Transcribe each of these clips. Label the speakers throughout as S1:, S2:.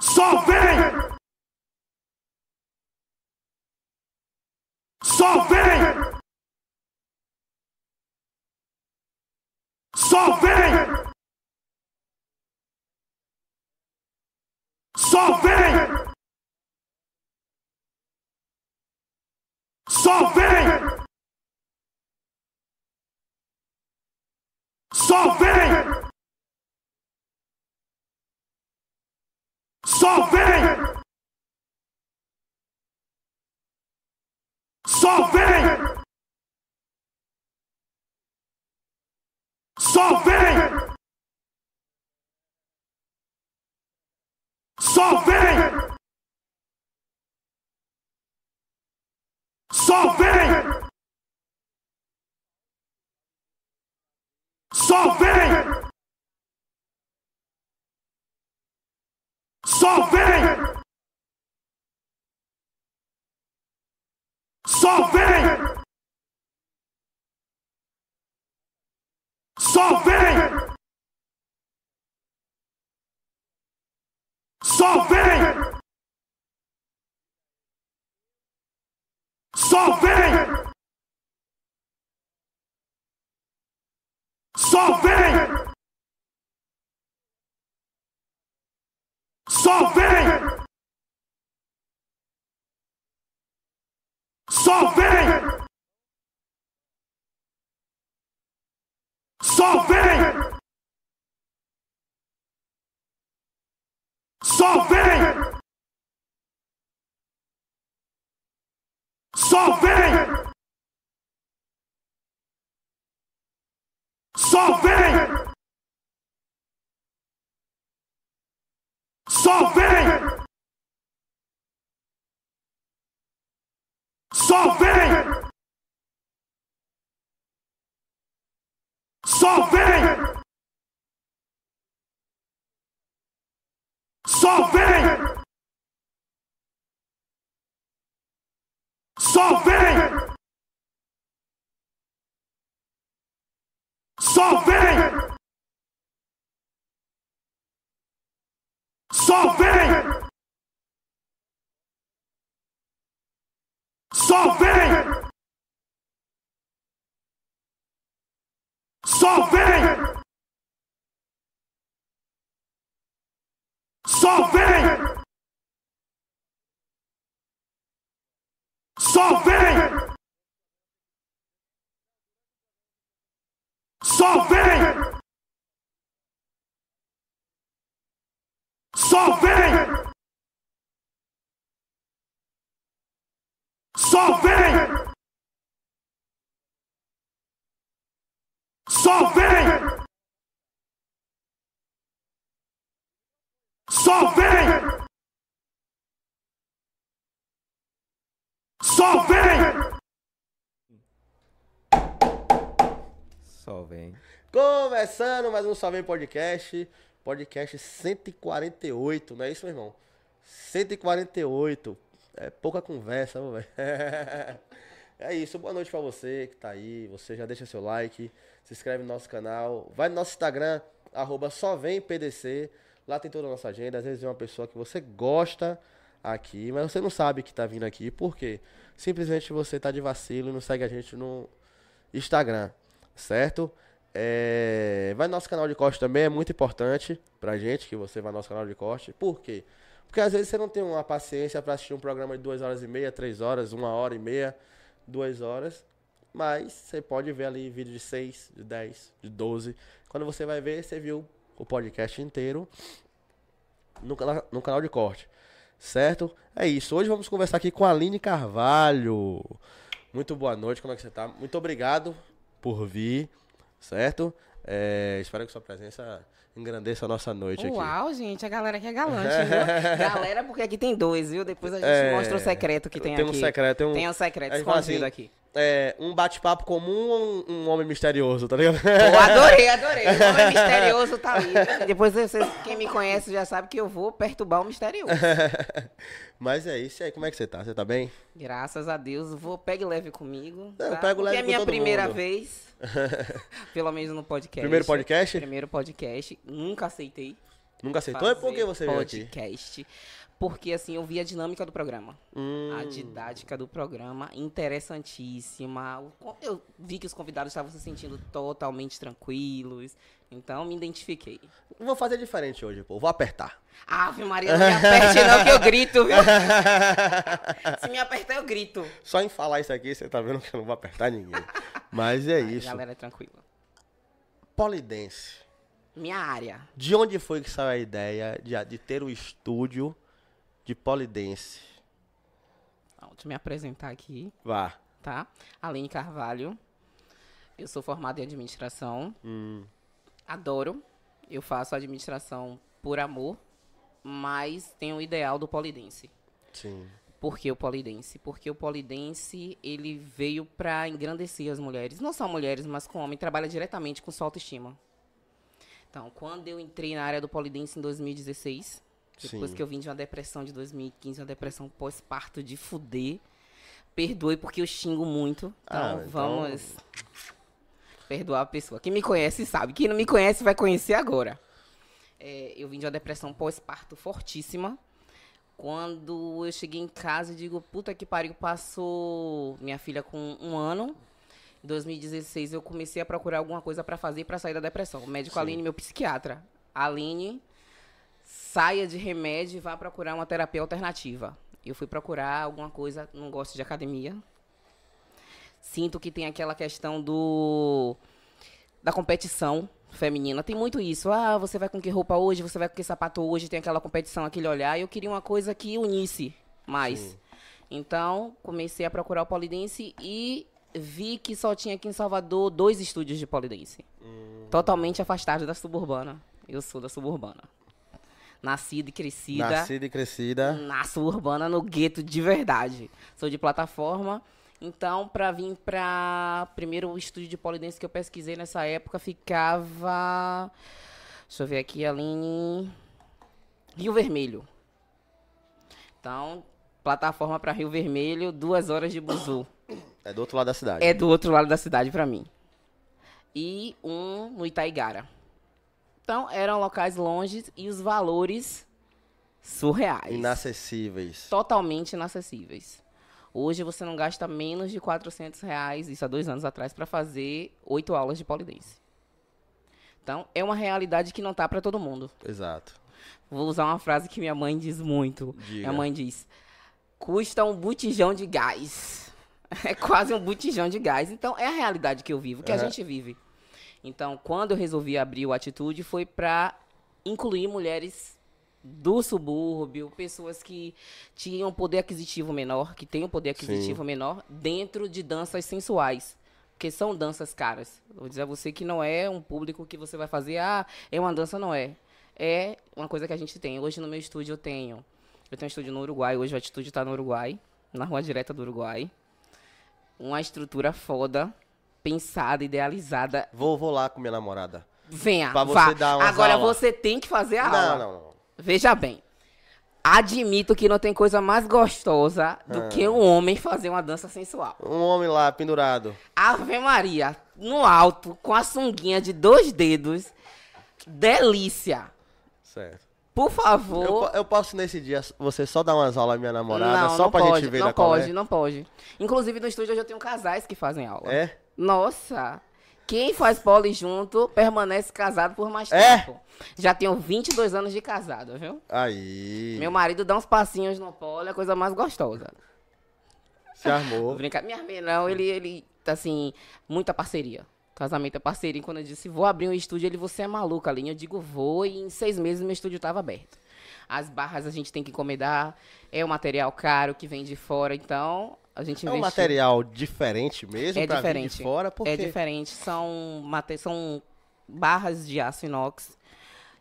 S1: Só vem! Só vem! Só vem! Só vem! Só vem! Só vem! Só vem! Só vem! Só vem! Só vem! Só vem! Só vem! Só vem! Só vem! Só vem! Só vem! Só vem! Só vem! Só vem! Só vem! Só vem! Só vem! Só vem! Só vem! Só vem! Só vem! Só vem! Só vem! Só vem! Só vem! Só vem! Só vem! Só vem! Só vem! Só vem! Só vem! Só vem! Só vem! Só vem! Só vem! Só vem!
S2: Só vem.
S3: Começando mais um Só Vem Podcast, podcast 148, não é isso, meu irmão? 148, é pouca conversa, meu velho. É isso, boa noite pra você que tá aí, você já deixa seu like, se inscreve no nosso canal, vai no nosso Instagram, arroba Só Vem PDC, lá tem toda a nossa agenda, às vezes é uma pessoa que você gosta aqui, mas você não sabe que tá vindo aqui, por quê? Simplesmente você tá de vacilo e não segue a gente no Instagram, certo? É, Vai no nosso canal de corte também, é muito importante pra gente que você vá no nosso canal de corte. Por quê? Porque às vezes você não tem uma paciência pra assistir um programa de duas horas e meia, três horas, uma hora e meia, duas horas. Mas você pode ver ali vídeo de 6, de 10, de 12. Quando você vai ver, você viu o podcast inteiro no, cana- no canal de corte. Certo? É isso. Hoje vamos conversar aqui com a Aline Carvalho. Muito boa noite, como é que você tá? Muito obrigado por vir, certo? É, espero que sua presença engrandeça a nossa noite aqui.
S4: Uau, gente, a galera aqui é galante, viu? galera, porque aqui tem dois, viu? Depois a gente
S3: É.
S4: mostra o secreto que tem,
S3: Tem um
S4: aqui.
S3: secreto, tem um-
S4: Tem um secreto
S3: É, tipo
S4: escondido
S3: assim,
S4: aqui.
S3: É, um bate-papo comum ou um, um homem misterioso, tá ligado?
S4: Eu adorei, adorei. O nome misterioso tá ali. Depois vocês, quem me conhece já sabe que eu vou perturbar o misterioso.
S3: Mas é isso e aí, como é que você tá? Você tá bem?
S4: Graças a Deus, vou pegue leve comigo.
S3: Não,
S4: tá?
S3: pego leve
S4: Porque é
S3: com
S4: minha
S3: todo
S4: primeira
S3: mundo.
S4: vez, pelo menos no podcast.
S3: Primeiro podcast?
S4: Primeiro podcast, nunca aceitei.
S3: Nunca acertou? É
S4: fazer
S3: porque você veio aqui.
S4: podcast. Porque assim, eu vi a dinâmica do programa.
S3: Hum,
S4: A didática do programa, interessantíssima. O con- Eu vi que os convidados estavam se sentindo totalmente tranquilos. Então me identifiquei.
S3: vou fazer diferente hoje, pô. Vou apertar.
S4: Ave Maria, não me aperte não que eu grito, viu? Se me apertar, eu grito.
S3: Só em falar isso aqui, você tá vendo que eu não vou apertar ninguém. Mas é
S4: Ai,
S3: isso.
S4: Galera, tranquila.
S3: Polidense.
S4: Minha área.
S3: De onde foi que saiu a ideia de, de ter um estúdio de polidense?
S4: Ó, Deixa eu me apresentar aqui,
S3: Vá.
S4: tá? Aline Carvalho. Eu sou formada em administração.
S3: Hum,
S4: Adoro. Eu faço administração por amor, mas tenho o ideal do polidense.
S3: sim.
S4: Por que o polidense? Porque o polidense, ele veio para engrandecer as mulheres. Não só mulheres, mas com homem. Trabalha diretamente com sua autoestima. Então, quando eu entrei na área do polidense em 2016, depois
S3: Sim.
S4: que eu vim de uma depressão de 2015, uma depressão pós-parto de fuder, perdoe porque eu xingo muito. Então,
S3: Ah, então-
S4: vamos perdoar a pessoa. Quem me conhece sabe. Quem não me conhece vai conhecer agora. É, eu vim de uma depressão pós-parto fortíssima. Quando eu cheguei em casa, eu digo, puta que pariu, passou minha filha com um ano. Em 2016, eu comecei a procurar alguma coisa pra fazer pra sair da depressão. O médico
S3: Sim.
S4: Aline, meu psiquiatra. Aline, saia de remédio e vá procurar uma terapia alternativa. Eu fui procurar alguma coisa, não gosto de academia. Sinto que tem aquela questão do da competição feminina. Tem muito isso. Ah, você vai com que roupa hoje? Você vai com que sapato hoje? Tem aquela competição, aquele olhar. Eu queria uma coisa que unisse mais. Então, comecei a procurar o polidense e vi que só tinha aqui em Salvador dois estúdios de polidense. Totalmente afastado da suburbana. Eu sou da suburbana. Nascida e crescida
S3: Nascida e crescida.
S4: na suburbana, no gueto de verdade. Sou de plataforma. Então, pra vir pra. Primeiro o estúdio de polidense que eu pesquisei nessa época ficava. Deixa eu ver aqui, Aline. Rio Vermelho. Então, plataforma pra Rio Vermelho, duas horas de buzu.
S3: É do outro lado da cidade.
S4: É do outro lado da cidade pra mim. E um no Itaigara. Então, eram locais longes e os valores surreais
S3: Inacessíveis.
S4: totalmente inacessíveis. Hoje você não gasta menos de 400 reais, isso há dois anos atrás, para fazer oito aulas de polidense. Então, é uma realidade que não tá para todo mundo.
S3: Exato.
S4: Vou usar uma frase que minha mãe diz muito.
S3: Diga.
S4: Minha mãe diz: custa um botijão de gás. É quase um botijão de gás. Então, é a realidade que eu vivo, que a
S3: Aham.
S4: gente vive. Então, quando eu resolvi abrir o Atitude, foi para incluir mulheres do subúrbio, pessoas que tinham poder aquisitivo menor, que têm um poder aquisitivo menor, dentro de danças sensuais. Porque são danças caras. Vou dizer a você que não é um público que você vai fazer, ah, é uma dança, não é. É uma coisa que a gente tem. Hoje no meu estúdio eu tenho. Eu tenho um estúdio no Uruguai, hoje o Atitude está no Uruguai, na rua direta do Uruguai. Uma estrutura foda, pensada, idealizada.
S3: Vou, vou lá com minha namorada.
S4: Venha,
S3: Pra você
S4: vá.
S3: dar umas
S4: Agora
S3: aulas.
S4: você tem que fazer a aula.
S3: Não, não, não.
S4: Veja bem. Admito que não tem coisa mais gostosa do
S3: Ah.
S4: que um homem fazer uma dança sensual.
S3: Um homem lá pendurado.
S4: Ave Maria, no alto, com a sunguinha de dois dedos. Delícia.
S3: Certo.
S4: Por
S3: Eu,
S4: favor.
S3: po- eu posso nesse dia você só dar umas aulas à minha namorada,
S4: não,
S3: só
S4: não
S3: pra
S4: pode,
S3: gente ver
S4: não
S3: na
S4: pode,
S3: qual é?
S4: não pode. Inclusive no estúdio hoje eu tenho casais que fazem aula.
S3: É?
S4: Nossa. Quem faz pole junto permanece casado por mais
S3: É?
S4: tempo. Já tenho 22 anos de casado, viu?
S3: Aí.
S4: Meu marido dá uns passinhos no pole, é a coisa mais gostosa.
S3: Se armou.
S4: Brincar. Minha mãe, não, ele, ele, tá assim, muita parceria. Casamento é parceria. E Quando eu disse, vou abrir um estúdio, ele, você é maluca, Aline. Eu digo, vou. E em seis meses meu estúdio tava aberto. As barras a gente tem que encomendar. É um material caro que vem de fora. Então, a gente
S3: É
S4: investiu.
S3: um material diferente mesmo
S4: É
S3: pra vir
S4: diferente.
S3: de fora, porque
S4: É diferente. São, mate- são barras de aço inox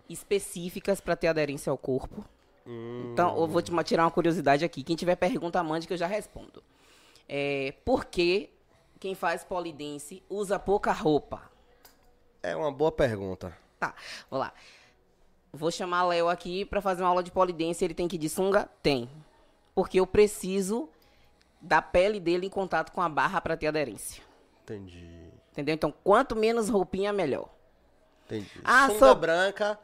S4: específicas para ter aderência ao corpo.
S3: Hum.
S4: Então, eu vou te ma- tirar uma curiosidade aqui. Quem tiver pergunta, mande que eu já respondo. É, por que quem faz polidense usa pouca roupa?
S3: é uma boa pergunta.
S4: Tá, vou lá. Vou chamar Léo aqui pra fazer uma aula de polidense. Ele tem que ir de sunga? Tem. Porque eu preciso da pele dele em contato com a barra pra ter aderência.
S3: Entendi.
S4: Entendeu? Então, quanto menos roupinha, melhor.
S3: Entendi.
S4: Ah,
S3: Sunga
S4: sou-
S3: branca,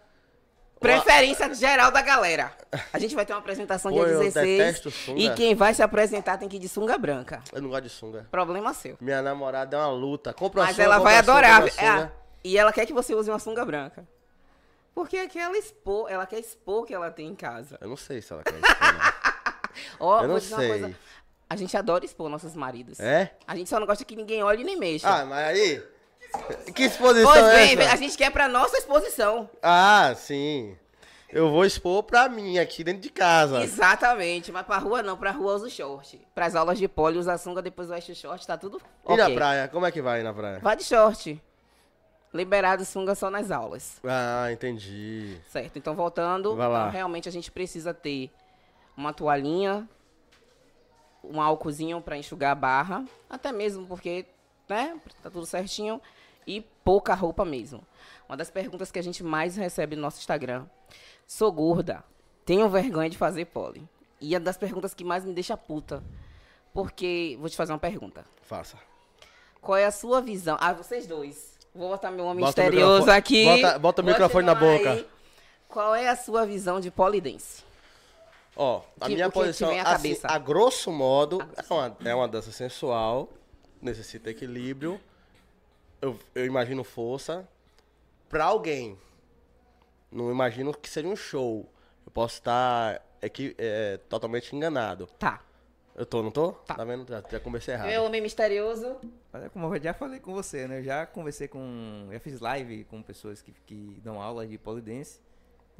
S4: Preferência geral da galera. A gente vai ter uma apresentação dia
S3: Pô, eu
S4: 16.
S3: detesto sunga.
S4: E quem vai se apresentar tem que ir de sunga branca.
S3: Eu não gosto de sunga.
S4: Problema seu.
S3: Minha namorada é uma luta. Compra uma
S4: Mas
S3: sunga,
S4: ela vai
S3: compra uma
S4: adorar.
S3: sunga, compra uma
S4: É,
S3: sunga.
S4: e ela quer que você use uma sunga branca. Porque é que ela expor, ela quer expor o que ela tem em casa.
S3: Eu não sei se ela quer isso. ou não.
S4: Ó,
S3: Eu
S4: vou
S3: não
S4: dizer uma coisa.
S3: sei.
S4: A gente adora expor nossos maridos.
S3: É?
S4: A gente só não gosta que ninguém olhe nem mexa.
S3: Ah, mas aí. Que exposição
S4: pois
S3: é
S4: bem,
S3: essa?
S4: a gente quer pra nossa exposição.
S3: Ah, sim. Eu vou expor pra mim aqui dentro de casa.
S4: Exatamente, mas pra rua não, pra rua usa o short. Pras aulas de poli usa a sunga, depois veste o short, tá tudo
S3: E na
S4: ok.
S3: praia? Como é que vai na praia?
S4: Vá de short. Liberado sunga só nas aulas.
S3: Ah, entendi.
S4: Certo, então voltando,
S3: Vai lá.
S4: então, realmente a gente precisa ter uma toalhinha, um álcoolzinho pra enxugar a barra, até mesmo porque, né, tá tudo certinho, e pouca roupa mesmo. Uma das perguntas que a gente mais recebe no nosso Instagram, sou gorda, tenho vergonha de fazer pole. E é das perguntas que mais me deixa puta, porque, vou te fazer uma pergunta,
S3: Faça.
S4: qual é a sua visão? Ah, vocês dois. Vou botar meu homem
S3: Bota o
S4: misterioso
S3: microfone-
S4: aqui.
S3: bota- bota o microfone na
S4: chamar
S3: boca.
S4: Qual é a sua visão de polidense?
S3: Ó, a
S4: Que-
S3: minha
S4: o que te
S3: posição,
S4: vem à
S3: assim,
S4: cabeça?
S3: a grosso modo, é uma, é uma dança sensual, necessita equilíbrio, eu, eu imagino força pra alguém. Não imagino que seja um show. Eu posso estar equi- é, totalmente enganado.
S4: Tá.
S3: Eu tô, não tô?
S4: Tá.
S3: Tá vendo? Já, já conversei errado.
S4: Meu homem misterioso.
S2: Mas é como eu já falei com você, né? Eu já conversei com. Já fiz live com pessoas que, que dão aula de polidense.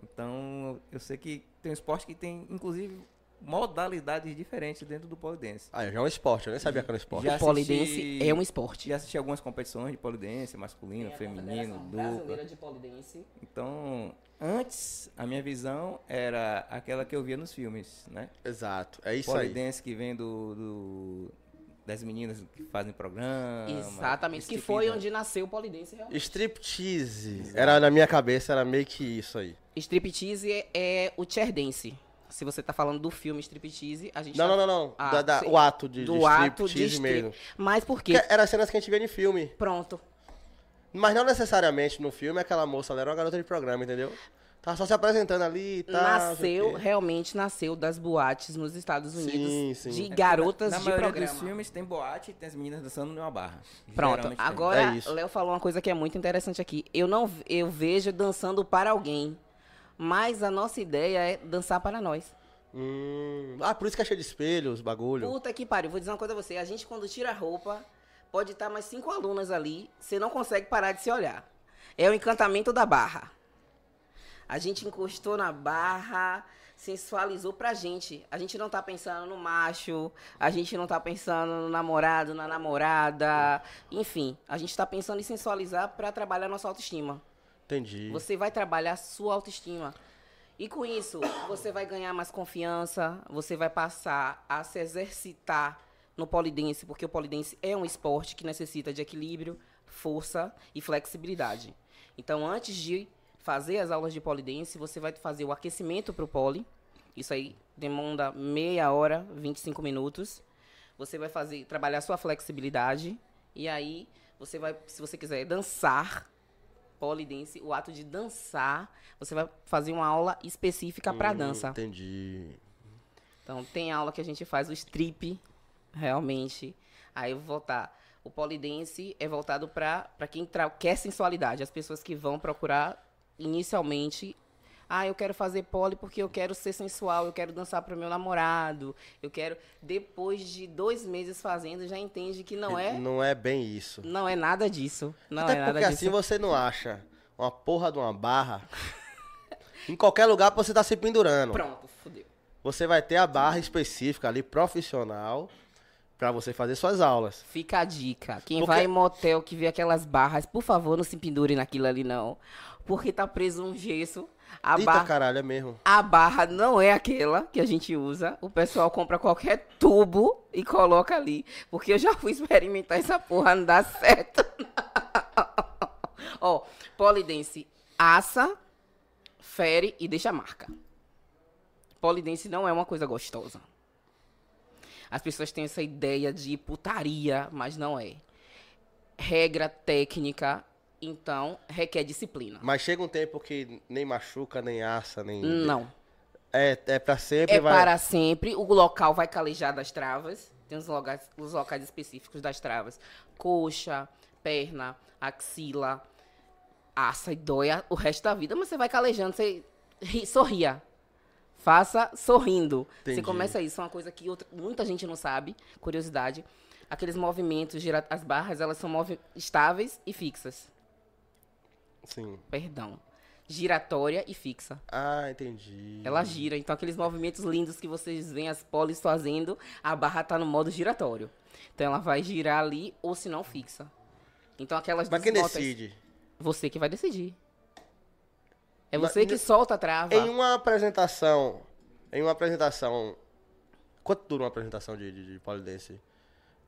S2: Então eu sei que tem um esporte que tem, inclusive, modalidades diferentes dentro do polidense.
S3: Ah, já é um esporte, eu nem sabia que era um esporte.
S2: Já
S4: O polidense
S2: assisti-
S4: é um esporte.
S2: Já assisti algumas competições de polidense, masculino, feminino, dupla.
S4: Brasileira de polidense.
S2: Então, antes, a minha visão era aquela que eu via nos filmes, né?
S3: Exato, é isso aí.
S2: Polidense que vem do, do- das meninas que fazem programa.
S4: Exatamente. Que
S2: striptease,
S4: foi
S2: né?
S4: onde nasceu o polidense realmente.
S3: Striptease. Era na minha cabeça, era meio que isso aí.
S4: Striptease é, é o chairdense. Se você tá falando do filme Striptease, a gente
S3: Não,
S4: tá...
S3: não, não, não.
S4: Ah,
S3: Da- da-
S4: sim.
S3: o ato de,
S4: do
S3: de
S4: ato de
S3: striptease
S4: strip.
S3: mesmo.
S4: Mas por quê?
S3: Que era cenas que a gente vê em filme.
S4: Pronto.
S3: Mas não necessariamente no filme aquela moça ela era uma garota de programa, entendeu? Tava só se apresentando ali e
S2: Tá,
S3: tal. não sei
S4: nasceu,
S3: o quê.
S4: realmente nasceu das boates nos Estados
S3: Sim,
S4: Unidos
S3: sim.
S4: de
S2: É,
S4: garotas
S2: na, na
S4: de
S2: maioria
S4: programa.
S2: dos filmes tem boate e tem as meninas dançando numa barra.
S4: Pronto,
S2: Geralmente tem.
S4: agora
S3: É isso.
S4: Léo falou uma coisa que é muito interessante aqui. Eu não v- eu vejo dançando para alguém, mas a nossa ideia é dançar para nós.
S3: Hum, ah, por isso que é cheio de espelhos, bagulho.
S4: Puta que pariu, vou dizer uma coisa a você, a gente quando tira a roupa, pode estar mais cinco alunas ali, você não consegue parar de se olhar. É o encantamento da barra. A gente encostou na barra, sensualizou pra gente. A gente não tá pensando no macho, a gente não tá pensando no namorado, na namorada, enfim, a gente tá pensando em sensualizar pra trabalhar nossa autoestima.
S3: Entendi.
S4: Você vai trabalhar a sua autoestima. E com isso, você vai ganhar mais confiança, você vai passar a se exercitar no polidense, porque o polidense é um esporte que necessita de equilíbrio, força e flexibilidade. Então, antes de fazer as aulas de polidense, você vai fazer o aquecimento para o poli. Isso aí demanda meia hora, 25 minutos. Você vai fazer trabalhar a sua flexibilidade e aí você vai, se você quiser dançar, polidense, o ato de dançar, você vai fazer uma aula específica para
S3: Hum,
S4: dança.
S3: Entendi.
S4: Então tem aula que a gente faz o strip, realmente. Aí eu vou voltar. O polidense é voltado para quem tra- quer sensualidade, as pessoas que vão procurar inicialmente ah, eu quero fazer pole porque eu quero ser sensual, eu quero dançar pro meu namorado, eu quero. Depois de dois meses fazendo, já entende que não é,
S3: Não é bem isso.
S4: não é nada disso, não
S3: Até
S4: é
S3: porque
S4: nada
S3: assim
S4: disso.
S3: você não acha uma porra de uma barra em qualquer lugar que você tá se pendurando.
S4: Pronto, fudeu.
S3: Você vai ter a barra específica ali, profissional, pra você fazer suas aulas.
S4: Fica a dica. Quem
S3: Porque-
S4: vai em motel que vê aquelas barras, por favor, não se pendure naquilo ali, não. Porque tá preso um gesso. A,
S3: Eita
S4: barra,
S3: caralho, é mesmo.
S4: a barra não é aquela que a gente usa. O pessoal compra qualquer tubo e coloca ali. Porque eu já fui experimentar essa porra, não dá certo. Ó, polidense assa, fere e deixa marca. Polidense não é uma coisa gostosa. As pessoas têm essa ideia de putaria, mas não é. Regra técnica Então, requer disciplina.
S3: Mas chega um tempo que nem machuca, nem assa, nem.
S4: Não.
S3: É, é pra sempre,
S4: É
S3: vai.
S4: para sempre. O local vai calejar das travas. Tem os locais, os locais específicos das travas. Coxa, perna, axila. Aça e dói a- o resto da vida, mas você vai calejando, você ri, sorria. Faça sorrindo.
S3: Entendi.
S4: Você começa isso, é uma coisa que outra- muita gente não sabe, curiosidade. Aqueles movimentos, gira- as barras, elas são movi- estáveis e fixas.
S3: Sim.
S4: Perdão. Giratória e fixa.
S3: Ah, entendi.
S4: Ela gira, então aqueles movimentos lindos que vocês veem as polis fazendo, a barra tá no modo giratório. Então ela vai girar ali ou se não fixa. Então aquelas
S3: Mas
S4: duas
S3: quem
S4: notas-
S3: decide?
S4: Você que vai decidir. É
S3: Mas-
S4: você que solta a trava.
S3: Em um uma apresentação. Em uma apresentação. Quanto dura uma apresentação de, de, de polidense?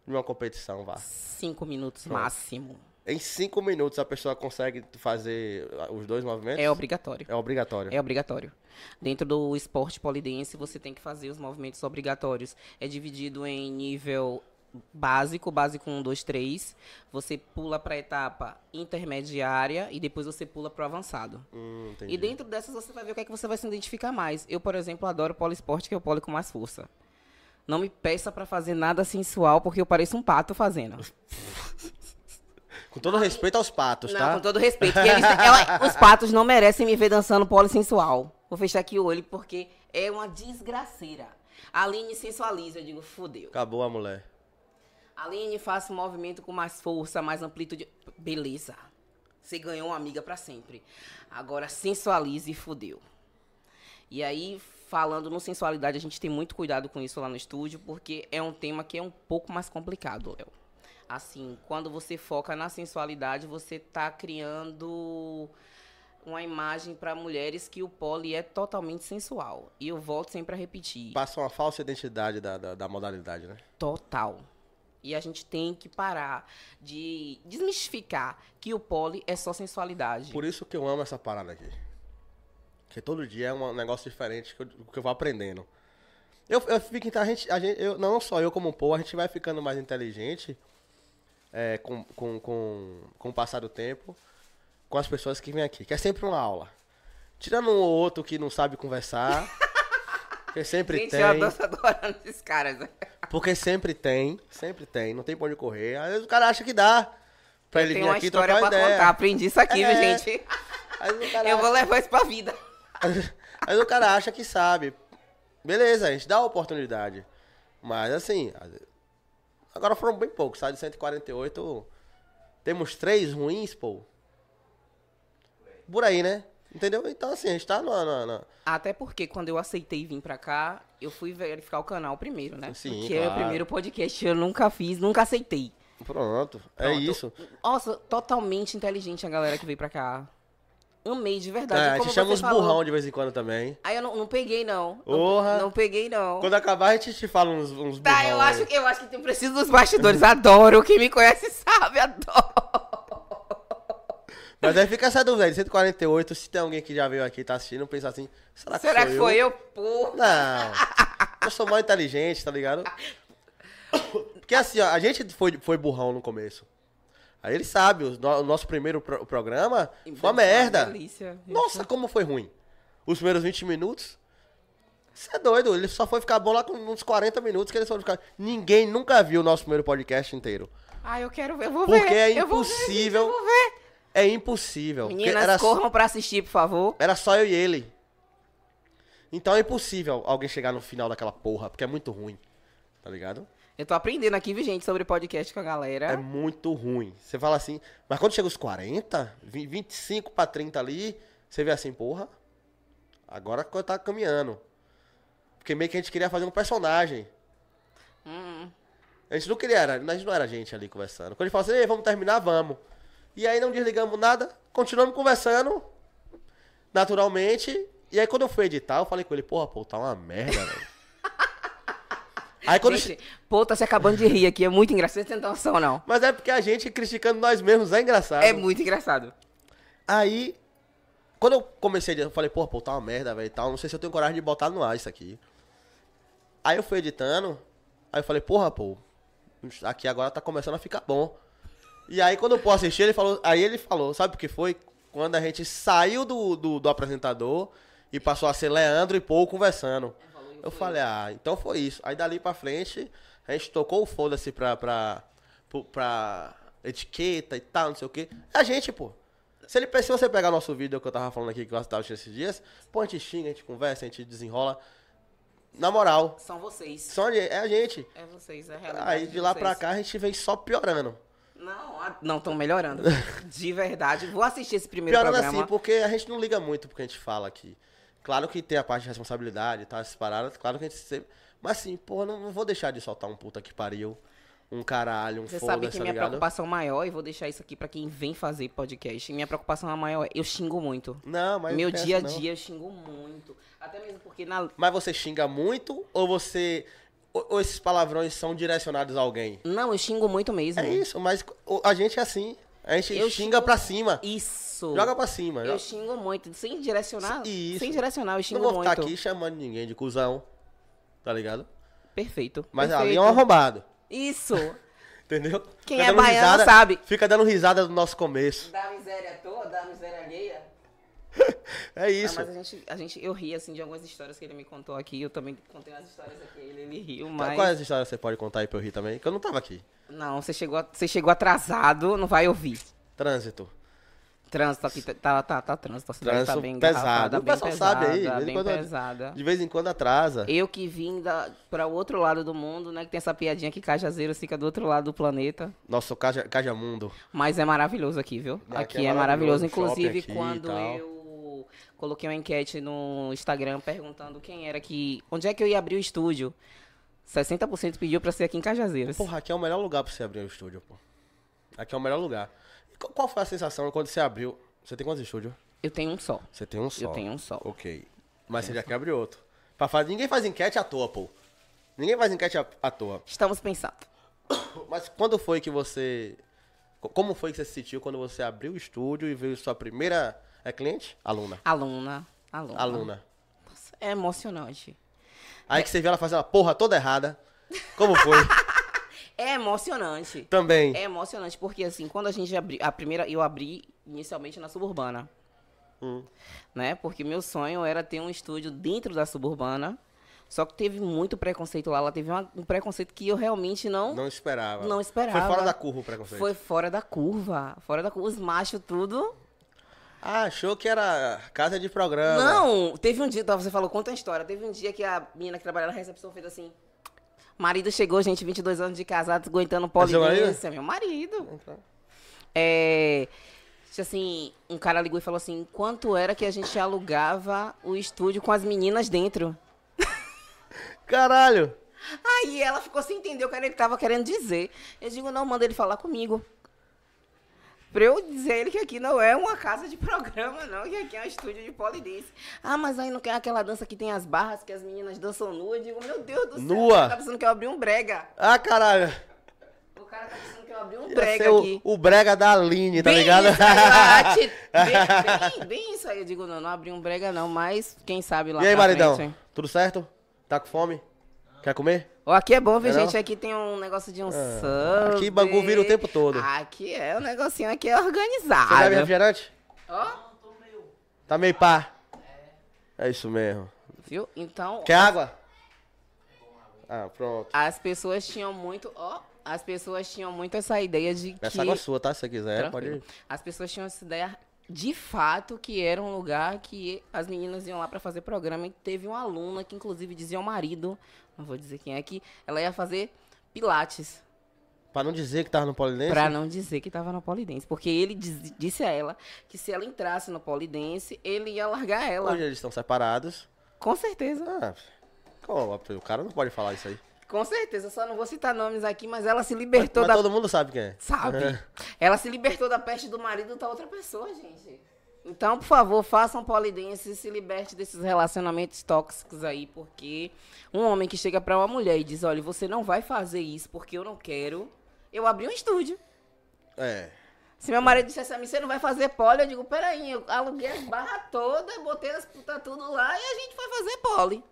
S3: Em uma competição, vá.
S4: Cinco minutos máximo.
S3: Em cinco minutos a pessoa consegue fazer os dois movimentos?
S4: É obrigatório.
S3: É obrigatório.
S4: É obrigatório. Dentro do esporte polidense, você tem que fazer os movimentos obrigatórios. É dividido em nível básico, básico 1, 2, 3. Você pula para a etapa intermediária e depois você pula para o avançado.
S3: Hum, entendi.
S4: E dentro dessas você vai ver o que é que você vai se identificar mais. Eu, por exemplo, adoro poliesporte, que é o poli com mais força. Não me peça para fazer nada sensual, porque eu pareço um pato fazendo.
S3: Com todo respeito aos patos,
S4: Não,
S3: tá?
S4: com todo respeito. que eles- ela- os patos não merecem me ver dançando polo sensual. Vou fechar aqui o olho porque é uma desgraceira. Aline sensualiza, eu digo, fudeu.
S3: Acabou a mulher.
S4: Aline, faça um movimento com mais força, mais amplitude. Beleza. Você ganhou uma amiga pra sempre. Agora sensualize e fudeu. E aí, falando no sensualidade, a gente tem muito cuidado com isso lá no estúdio, porque é um tema que é um pouco mais complicado, Léo. Assim, quando você foca na sensualidade, você tá criando uma imagem pra mulheres que o poli é totalmente sensual. E eu volto sempre a repetir
S3: Passa uma falsa identidade da, da, da modalidade, né?
S4: total. E a gente tem que parar de desmistificar que o pole é só sensualidade.
S3: Por isso que eu amo essa parada aqui. Porque todo dia é um negócio diferente que eu, que eu vou aprendendo. Eu, eu fico, então, a gente, a gente, eu, não só eu como o povo, a gente vai ficando mais inteligente é, com, com, com, com o passar do tempo, com as pessoas que vêm aqui. Que é sempre uma aula. Tirando um ou outro que não sabe conversar, que sempre
S4: gente,
S3: tem.
S4: eu adoro adorando esses caras.
S3: Porque sempre tem, sempre tem, não tem pra onde correr. Às vezes o cara acha que dá pra ele
S4: Tem
S3: vir
S4: uma
S3: aqui
S4: história
S3: trocar
S4: pra
S3: ideia.
S4: contar. Aprendi isso aqui, viu,
S3: É.
S4: gente?
S3: Às vezes o cara
S4: Eu vou levar isso pra vida.
S3: Mas o cara acha que sabe. Beleza, a gente dá a oportunidade. Mas assim, agora foram bem poucos, sabe? De 148, temos três ruins, pô. Por aí, né? Entendeu? Então assim, a gente tá na. na- na-
S4: Até porque quando eu aceitei vir pra cá, eu fui verificar o canal primeiro, né?
S3: Sim,
S4: porque é o
S3: claro.
S4: primeiro podcast que eu nunca fiz, nunca aceitei.
S3: Pronto, é
S4: Pronto.
S3: isso.
S4: Nossa, totalmente inteligente a galera que veio pra cá. Amei, de verdade.
S3: É, a
S4: como
S3: gente chama
S4: você
S3: uns
S4: falou.
S3: burrão de vez em quando também.
S4: Aí eu não, não peguei, não. Não-
S3: Porra.
S4: Não, peguei, não.
S3: Quando acabar, a gente te fala uns, uns burrão.
S4: Tá, eu
S3: aí.
S4: acho que eu acho que tem preciso dos bastidores. Adoro. Quem me conhece sabe, adoro.
S3: Mas aí fica essa dúvida aí, 148, se tem alguém que já veio aqui e tá assistindo, pensa assim, será que
S4: Será
S3: sou
S4: que
S3: eu?
S4: foi eu? Pô.
S3: Não. Eu sou mal inteligente, tá ligado? Porque assim, ó, a gente foi, foi burrão no começo. Aí ele sabe, o, no- o nosso primeiro pro- programa foi uma merda.
S4: Delícia.
S3: Nossa, como foi ruim. Os primeiros 20 minutos. Você é doido, ele só foi ficar bom lá com uns 40 minutos que eles foram ficar. Ninguém nunca viu o nosso primeiro podcast inteiro.
S4: Ah, eu quero ver. Eu vou ver.
S3: Porque é
S4: eu vou ver,
S3: impossível.
S4: gente, eu vou ver.
S3: É impossível. porque
S4: Meninas,
S3: era
S4: corram pra assistir, por favor.
S3: Era só eu e ele. Então é impossível alguém chegar no final daquela porra, porque é muito ruim. Tá ligado?
S4: Eu tô aprendendo aqui, viu, gente, sobre podcast com a
S3: É
S4: galera.
S3: muito ruim. Você fala assim, mas quando chega os 40, vi- 25 pra 30 ali, você vê assim, porra, agora que eu tá caminhando. Porque meio que a gente queria fazer um personagem.
S4: Hum,
S3: A gente não queria, era- a gente não era a gente ali conversando. Quando a gente fala assim, Ei, vamos terminar, vamos. E aí não desligamos nada, continuamos conversando, naturalmente. E aí quando eu fui editar, eu falei com ele, porra, pô, tá uma merda, velho. aí quando.
S4: gente, pô, tá se acabando de rir aqui. É muito engraçado. Você não tem noção, não.
S3: Mas é porque a gente criticando nós mesmos é engraçado.
S4: É muito engraçado.
S3: Aí, quando eu comecei, a editar, eu falei, porra, pô, tá uma merda, velho, e tal. Não sei se eu tenho coragem de botar no ar isso aqui. Aí eu fui editando, aí eu falei, porra, pô, aqui agora tá começando a ficar bom. E aí, quando o Pô assistiu, ele falou. Aí ele falou, sabe o que foi? Quando a gente saiu do, do, do apresentador e passou a ser Leandro e Paul conversando. Eu falei, ah, então foi isso. Aí dali pra frente, a gente tocou o foda-se pra, pra, pro- pra etiqueta e tal, não sei o quê. É a gente, pô. Se, ele, se você pegar nosso vídeo que eu tava falando aqui, que eu tava assistindo esses dias, pô, a gente xinga, a gente conversa, a gente desenrola. Na moral,
S4: São vocês.
S3: só a gente- é a gente.
S4: É vocês, é a realidade.
S3: Aí de lá
S4: vocês.
S3: pra cá a gente vem só piorando.
S4: Não, a- não estão melhorando. De verdade. Vou assistir esse primeiro
S3: Piorando
S4: programa.
S3: assim, porque a gente não liga muito pro que a gente fala aqui. Claro que tem a parte de responsabilidade e tal, essas paradas, claro que a gente sempre. Mas assim, porra, não, não vou deixar de soltar um puta que pariu, um caralho, um
S4: Você sabe
S3: foda-se,
S4: que
S3: tá
S4: minha
S3: ligado?
S4: preocupação maior, e vou deixar isso aqui pra quem vem fazer podcast, minha preocupação maior é eu xingo muito.
S3: Não, mas. não
S4: Meu
S3: tem
S4: dia a
S3: essa, não.
S4: dia eu xingo muito. Até mesmo porque na.
S3: Mas você xinga muito ou você. Ou, ou esses palavrões são direcionados a alguém?
S4: Não, eu xingo muito mesmo.
S3: É isso, mas o- a gente é assim. A gente
S4: Eu
S3: xinga
S4: xingo-
S3: pra cima.
S4: Isso.
S3: Joga pra cima.
S4: Eu
S3: jo-
S4: xingo muito, sem direcionar.
S3: Isso.
S4: Sem direcionar, eu xingo
S3: Não vou
S4: muito.
S3: ficar aqui chamando ninguém de cuzão. Tá ligado?
S4: Perfeito.
S3: Mas ali
S4: perfeito.
S3: é um arrombado.
S4: Isso.
S3: Entendeu?
S4: Quem
S3: Fica
S4: é
S3: dando
S4: baiano
S3: risada-
S4: sabe.
S3: Fica dando risada do nosso começo.
S4: Da miséria toda, da miséria alheia.
S3: É isso.
S4: Ah, mas a gente, a gente, eu ri, assim, de algumas histórias que ele me contou aqui. Eu também contei umas histórias aqui, ele, ele riu, mas...
S3: Quais histórias você pode contar aí pra eu rir também? Que eu não tava aqui.
S4: Não, você chegou, a- você chegou atrasado, não vai ouvir.
S3: Trânsito.
S4: Trânsito aqui, tá, tá, tá, tá trânsito. A cidade
S3: Trânsito
S4: tá bem
S3: pesado.
S4: engarrafada,
S3: O pessoal
S4: bem
S3: sabe aí.
S4: pesada,
S3: de vez em
S4: bem
S3: quando-
S4: pesada.
S3: De vez em quando atrasa.
S4: Eu que vim da, pra outro lado do mundo, né? Que tem essa piadinha que Cajazeiros fica do outro lado do planeta.
S3: Nosso Caja, Caja Mundo.
S4: Mas é maravilhoso aqui, viu?
S3: Aqui
S4: Aqui,
S3: é
S4: é
S3: maravilhoso,
S4: maravilhoso.
S3: shopping
S4: Inclusive,
S3: aqui e
S4: quando
S3: tal.
S4: eu coloquei uma enquete no Instagram perguntando quem era que. Onde é que eu ia abrir o estúdio? 60% pediu pra ser aqui em Cajazeiras.
S3: Porra, aqui é o melhor lugar pra você abrir um estúdio, pô. Aqui é o melhor lugar. E qu- qual foi a sensação quando você abriu? Você tem quantos estúdios?
S4: Eu tenho um só.
S3: Você tem um só.
S4: Eu tenho um só.
S3: Ok. Mas você já quer abrir outro. Pra fazer... Ninguém faz enquete à toa, pô. Ninguém faz enquete à- à toa.
S4: Estamos pensando.
S3: Mas quando foi que você. co- Como foi que você se sentiu quando você abriu o estúdio e veio sua primeira. É cliente? Aluna.
S4: Aluna. Aluna.
S3: Aluna.
S4: Nossa, é emocionante.
S3: Aí que você viu ela fazendo a porra toda errada. Como foi?
S4: É emocionante.
S3: Também.
S4: É emocionante, porque assim, quando a gente abri, a primeira, eu abri inicialmente na suburbana.
S3: Hum.
S4: Né? Porque meu sonho era ter um estúdio dentro da suburbana. Só que teve muito preconceito lá. Ela teve uma- um preconceito que eu realmente não.
S3: Não esperava.
S4: um Não esperava.
S3: Foi fora da curva o preconceito.
S4: Foi fora da curva. Fora da curva. Os machos, tudo.
S3: Ah, achou que era casa de programa.
S4: Não! Teve um dia, tá, você falou, conta a história. Teve um dia que a menina que trabalhava na recepção fez assim. Marido chegou, gente, 22 anos de casado, aguentando
S3: seu é marido?
S4: polidência. Meu marido.
S3: Então,
S4: É. tipo Assim, um cara ligou e falou assim: quanto era que a gente alugava o estúdio com as meninas dentro?
S3: Caralho!
S4: Aí ela ficou sem entender o que ele tava querendo dizer. Eu digo: não, manda ele falar comigo. Pra eu dizer a ele que aqui não é uma casa de programa, não, que aqui é um estúdio de polidense. Ah, mas aí não quer aquela dança que tem as barras, que as meninas dançam nua. Eu digo: meu Deus do céu,
S3: Nua?
S4: o cara tá pensando que eu abri um brega.
S3: Ah, caralho!
S4: O cara tá pensando que eu abri um
S3: Ia
S4: brega
S3: ser o-
S4: aqui.
S3: O, brega da Aline, tá
S4: Bem
S3: ligado?
S4: isso é aí, a ati- bem, bem- bem isso aí, eu digo, não, não abri um brega não, mas quem sabe lá
S3: e aí,
S4: pra
S3: maridão?
S4: frente.
S3: Tudo certo? Tá com fome? Quer comer?
S4: Ó, aqui é bom, viu,
S3: É
S4: gente?
S3: não?
S4: Aqui tem um negócio de um sub.
S3: Ah, aqui Bangu vira o tempo todo.
S4: Aqui é, o negocinho aqui é
S3: Você bebe
S4: organizado.
S3: refrigerante?
S4: Ó,
S3: Tá meio pá. É isso mesmo.
S4: viu? Então,
S3: Quer água? Ah, pronto.
S4: as pessoas tinham muito, ó, as pessoas tinham muito essa ideia de que...
S3: Essa água é sua, tá? Se você quiser,
S4: Tranquilo.
S3: pode.
S4: As pessoas tinham essa ideia de fato que era um lugar que as meninas iam lá pra fazer programa e teve uma aluna que inclusive dizia ao marido, não vou dizer quem é que ela ia fazer pilates,
S3: Pra não dizer que tava no polidense.
S4: pra não dizer que tava no polidense, porque ele diz- disse a ela que se ela entrasse no polidense, ele ia largar ela.
S3: Hoje eles estão separados.
S4: Com certeza.
S3: Ah, como? O cara não pode falar isso aí.
S4: Com certeza, só não vou citar nomes aqui, mas ela se libertou
S3: Mas
S4: da
S3: todo mundo sabe quem é.
S4: Sabe? Ela se libertou da peste do marido da outra pessoa, gente. Então, por favor, façam polidense e se liberte desses relacionamentos tóxicos aí, porque um homem que chega pra uma mulher e diz: olha, você não vai fazer isso porque eu não quero, eu abri um estúdio.
S3: É.
S4: Se meu marido dissesse a mim, você não vai fazer poli, eu digo: peraí, eu aluguei as barras todas, botei as putas tudo lá e a gente foi fazer poli.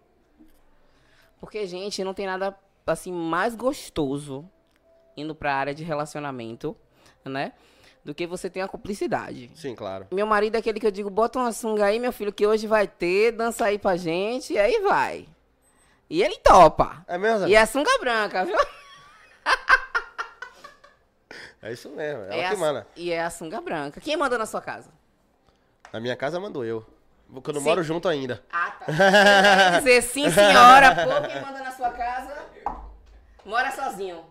S4: Porque, gente, não tem nada assim mais gostoso indo pra área de relacionamento né? Do que você tem a cumplicidade.
S3: Sim, claro.
S4: Meu marido é aquele que eu digo, bota uma sunga aí, meu filho, que hoje vai ter, dança aí pra gente, e aí vai. E ele topa.
S3: É mesmo?
S4: E é sunga branca, viu?
S3: É isso mesmo. Ela
S4: é
S3: que
S4: a-
S3: manda.
S4: E é a sunga branca. Quem mandou na sua casa?
S3: Na minha casa mandou eu. Porque eu não
S4: Sim.
S3: moro junto ainda.
S4: Ah, tá. Quer dizer sim, senhora, pô, quem manda na sua casa mora sozinho.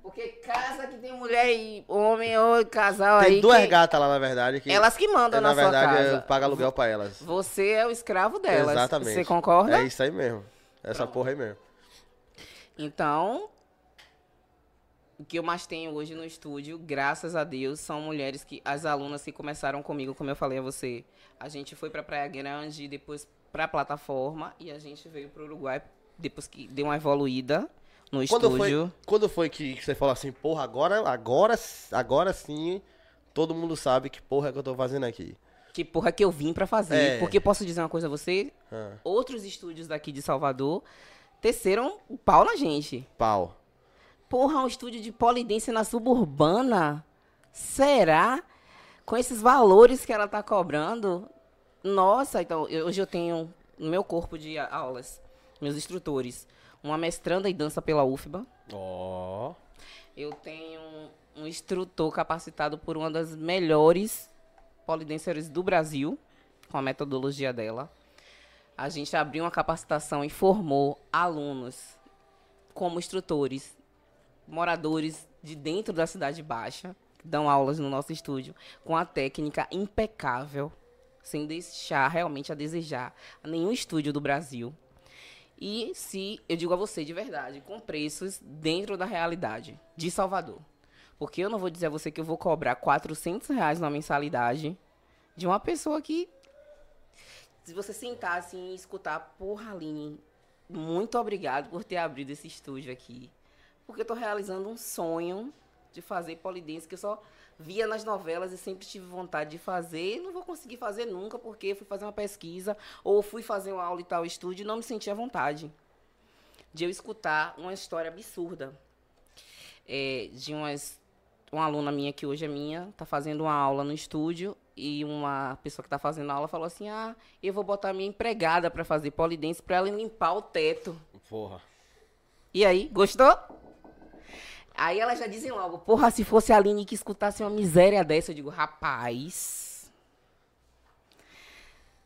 S4: Porque casa que tem mulher e homem ou casal aí.
S3: Tem duas
S4: que-
S3: gatas lá, na verdade. Que, é,
S4: Elas que mandam na,
S3: na verdade,
S4: sua casa.
S3: eu pago aluguel pra elas.
S4: Você é o escravo delas.
S3: Exatamente.
S4: Você concorda?
S3: É isso aí mesmo. Essa porra aí mesmo.
S4: Então, o que eu mais tenho hoje no estúdio, graças a Deus, são mulheres que as alunas que começaram comigo, como eu falei a você. A gente foi para Praia Grande, depois para plataforma e a gente veio para o Uruguai depois que deu uma evoluída no
S3: Quando
S4: estúdio.
S3: foi, quando foi que você falou assim, porra, agora, agora, agora sim, todo mundo sabe que porra é que eu tô fazendo aqui.
S4: Que porra que eu vim pra fazer?
S3: É.
S4: Porque posso dizer uma coisa a você,
S3: Ah,
S4: outros estúdios daqui de Salvador teceram o pau na gente.
S3: pau.
S4: Porra, um estúdio de polidense na suburbana? Será? Com esses valores que ela tá cobrando? Nossa, então, eu- hoje eu tenho no meu corpo de a- aulas, meus instrutores, uma mestranda em dança pela UFBA.
S3: Ó.
S4: Eu tenho um instrutor capacitado por uma das melhores polidenceras do Brasil, com a metodologia dela. A gente abriu uma capacitação e formou alunos como instrutores, moradores de dentro da Cidade Baixa, que dão aulas no nosso estúdio, com a técnica impecável, sem deixar realmente a desejar a nenhum estúdio do Brasil. E se, eu digo a você de verdade, com preços dentro da realidade de Salvador. Porque eu não vou dizer a você que eu vou cobrar 400 reais na mensalidade de uma pessoa que, se você sentar assim e escutar, porra, Aline, muito obrigado por ter abrido esse estúdio aqui. Porque eu tô realizando um sonho de fazer polidense que eu só via nas novelas e sempre tive vontade de fazer. E não vou conseguir fazer nunca, porque fui fazer uma pesquisa ou fui fazer uma aula em tal estúdio e não me senti à vontade de eu escutar uma história absurda é, de umas, uma aluna minha que hoje é minha, tá fazendo uma aula no estúdio e uma pessoa que tá fazendo a aula falou assim: "Ah, eu vou botar minha empregada para fazer polidense para ela limpar o teto".
S3: Porra.
S4: E aí, gostou? Aí elas já dizem logo, porra, se fosse a Aline que escutasse uma miséria dessa, eu digo, rapaz.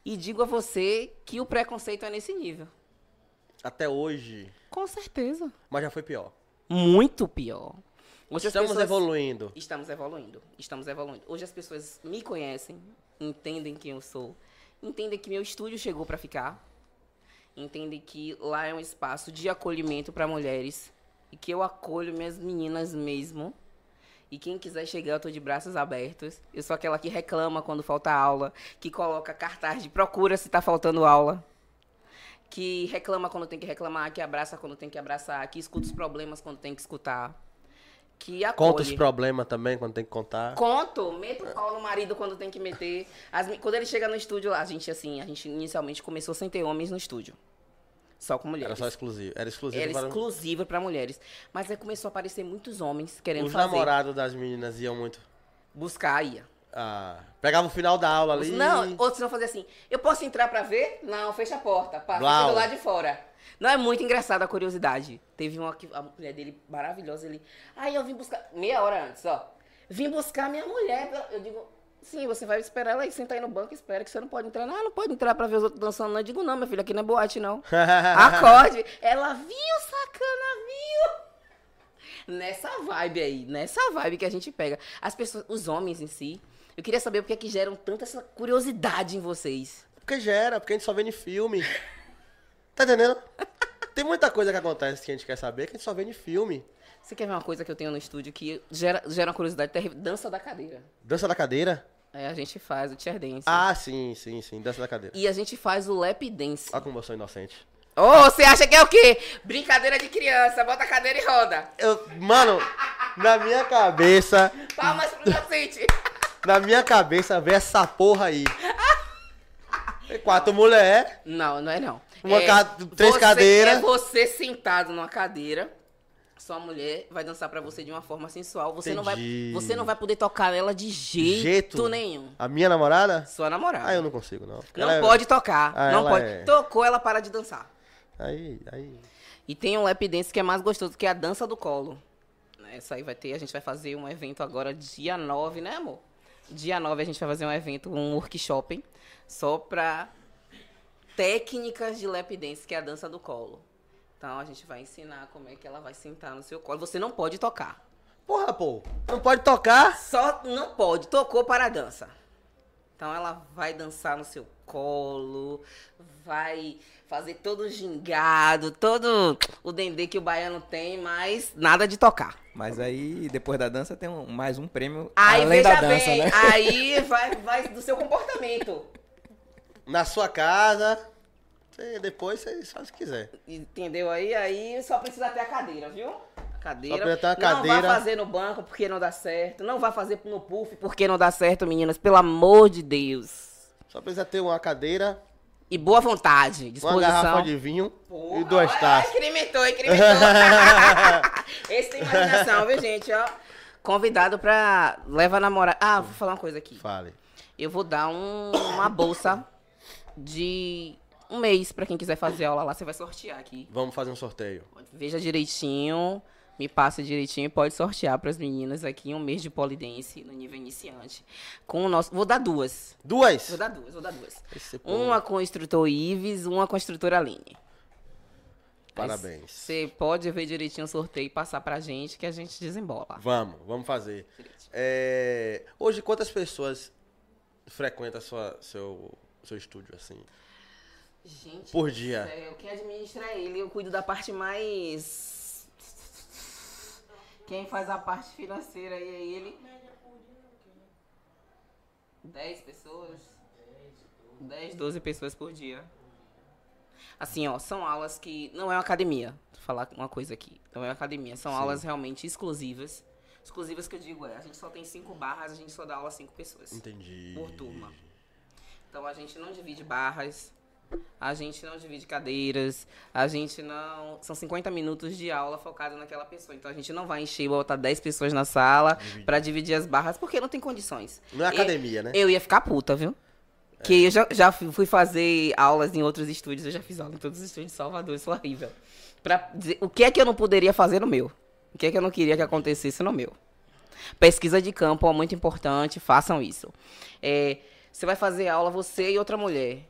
S4: E digo a você que o preconceito é nesse nível.
S3: Até hoje.
S4: Com certeza.
S3: Mas já foi pior.
S4: Muito pior. Hoje as
S3: Estamos
S4: pessoas-
S3: evoluindo.
S4: Estamos evoluindo. Estamos evoluindo. Hoje as pessoas me conhecem, entendem quem eu sou, entendem que meu estúdio chegou para ficar, entendem que lá é um espaço de acolhimento para mulheres e que eu acolho minhas meninas mesmo. E quem quiser chegar, eu tô de braços abertos. Eu sou aquela que reclama quando falta aula, que coloca cartaz de procura se tá faltando aula que reclama quando tem que reclamar, que abraça quando tem que abraçar, que escuta os problemas quando tem que escutar, que acolhe.
S3: Conta os problemas também quando tem que contar.
S4: Conto, meto o pau no marido quando tem que meter. As mi- quando ele chega no estúdio, a gente assim, a gente inicialmente começou sem ter homens no estúdio. Só com
S3: Era
S4: mulheres.
S3: só exclusivo. Era exclusivo
S4: Era
S3: para
S4: exclusiva pra mulheres. Mas aí começou a aparecer muitos homens querendo
S3: os
S4: fazer.
S3: namorados das meninas iam muito.
S4: Buscar, ia.
S3: Ah, pegava o final da aula ali.
S4: Não, outros vão fazer assim. Eu posso entrar pra ver? Não, fecha a porta. Passa
S3: Blau.
S4: do lado de fora. Não é muito engraçada a curiosidade. Teve uma que a mulher dele maravilhosa, ele. Aí eu vim buscar. Meia hora antes, ó. Vim buscar minha mulher. Eu digo, sim, você vai esperar ela aí, senta aí no banco e espera que você não pode entrar. Ah, não pode entrar pra ver os outros dançando. Não, eu digo, não, meu filho, aqui não é boate, não. Acorde. Ela viu, sacana, viu. Nessa vibe aí, nessa vibe que a gente pega. As pessoas, os homens em si, eu queria saber por que é que geram tanta essa curiosidade em vocês.
S3: Porque gera, porque a gente só vê em filme. Tá entendendo? Tem muita coisa que acontece que a gente quer saber que a gente só vê em filme.
S4: Você quer ver uma coisa que eu tenho no estúdio que gera, gera uma curiosidade terrível? Dança da cadeira.
S3: Dança da cadeira?
S4: É, a gente faz o chair dance.
S3: Ah, sim, sim, sim. Dança da cadeira.
S4: E a gente faz o lap dance.
S3: Olha como eu sou inocente.
S4: Ô, você acha que é o quê? Brincadeira de criança, bota a cadeira e roda.
S3: Eu, mano, na minha cabeça,
S4: Palmas pro docente.
S3: na minha cabeça vê essa porra aí. Tem quatro mulheres.
S4: Não, não é não.
S3: Uma
S4: é,
S3: ca- três
S4: você-
S3: cadeiras.
S4: É você sentado numa cadeira. sua mulher vai dançar pra você de uma forma sensual. Você não vai,
S3: Entendi.
S4: você não vai poder tocar nela de jeito,
S3: Jeito?
S4: nenhum.
S3: A minha namorada?
S4: Sua namorada.
S3: Ah, eu não consigo, não.
S4: Não
S3: Ela é-
S4: pode tocar.
S3: Ah,
S4: não
S3: ela
S4: pode.
S3: é-
S4: Tocou, ela para de dançar.
S3: Aí, aí.
S4: E tem um lap dance que é mais gostoso, que é a dança do colo. Essa aí vai ter, a gente vai fazer um evento agora dia 9, né, amor? Dia 9 a gente vai fazer um evento, um workshop, só pra técnicas de lap dance, que é a dança do colo. Então a gente vai ensinar como é que ela vai sentar no seu colo. Você não pode tocar.
S3: Porra, pô. Não pode tocar?
S4: Só não pode, tocou para a dança. Então ela vai dançar no seu colo, vai fazer todo o gingado, todo o dendê que o baiano tem, mas nada de tocar.
S2: Mas aí, depois da dança, tem um- mais um prêmio.
S4: Aí
S2: além da
S4: veja
S2: dança,
S4: bem,
S2: né?
S4: aí vai, vai do seu comportamento.
S3: Na sua casa. Você- depois vocês fazem o que quiser.
S4: Entendeu? Aí, aí só precisa ter a cadeira, viu? A cadeira.
S3: Só precisa ter uma
S4: não
S3: cadeira.
S4: vá fazer no banco porque não dá certo. Não vá fazer no puff porque não dá certo, meninas. Pelo amor de Deus.
S3: Só precisa ter uma cadeira,
S4: E boa vontade,
S3: uma
S4: disposição.
S3: garrafa de vinho
S4: Porra,
S3: e duas
S4: olha,
S3: taças.
S4: Incrementou, incrementou. Esse tem imaginação, viu, gente? Ó, convidado pra levar namorada. Ah, vou falar uma coisa aqui.
S3: Fale.
S4: Eu vou dar um- uma bolsa de um mês pra quem quiser fazer aula lá. Você vai sortear aqui.
S3: Vamos fazer um sorteio.
S4: Veja direitinho, me passe direitinho e pode sortear pras meninas aqui um mês de polidense no nível iniciante. Com o nosso, vou dar duas.
S3: Duas.
S4: Vou dar duas, vou dar duas.
S3: Esse povo,
S4: Uma com o instrutor Ives, uma com a instrutora Aline.
S3: Parabéns.
S4: Você pode ver direitinho o sorteio e passar pra gente que a gente desembola.
S3: Vamos, vamos fazer. É, Hoje, quantas pessoas frequentam sua, seu, seu estúdio, assim?
S4: Gente,
S3: Por dia.
S4: é, quem administra é ele, eu cuido da parte mais. Quem faz a parte financeira aí é ele. 10 pessoas? 10, 12 pessoas por dia. Assim, ó, são aulas que. Não é uma academia. Vou falar uma coisa aqui. Não é uma academia. São aulas realmente exclusivas. Exclusivas que eu digo é, a gente só tem cinco barras, a gente só dá aula a cinco pessoas.
S3: Entendi.
S4: Por turma. Então a gente não divide barras, a gente não divide cadeiras, a gente não. São 50 minutos de aula focada naquela pessoa. Então a gente não vai encher e botar 10 pessoas na sala pra dividir as barras, porque não tem condições.
S3: Não é
S4: E-
S3: academia, né?
S4: Eu ia ficar puta, viu? Que eu já, já fui fui fazer aulas em outros estúdios, eu já fiz aula em todos os estúdios de Salvador, isso é horrível. Pra dizer o que é que eu não poderia fazer no meu. O que é que eu não queria que acontecesse no meu. Pesquisa de campo é muito importante, façam isso. É, você vai fazer aula, você e outra mulher.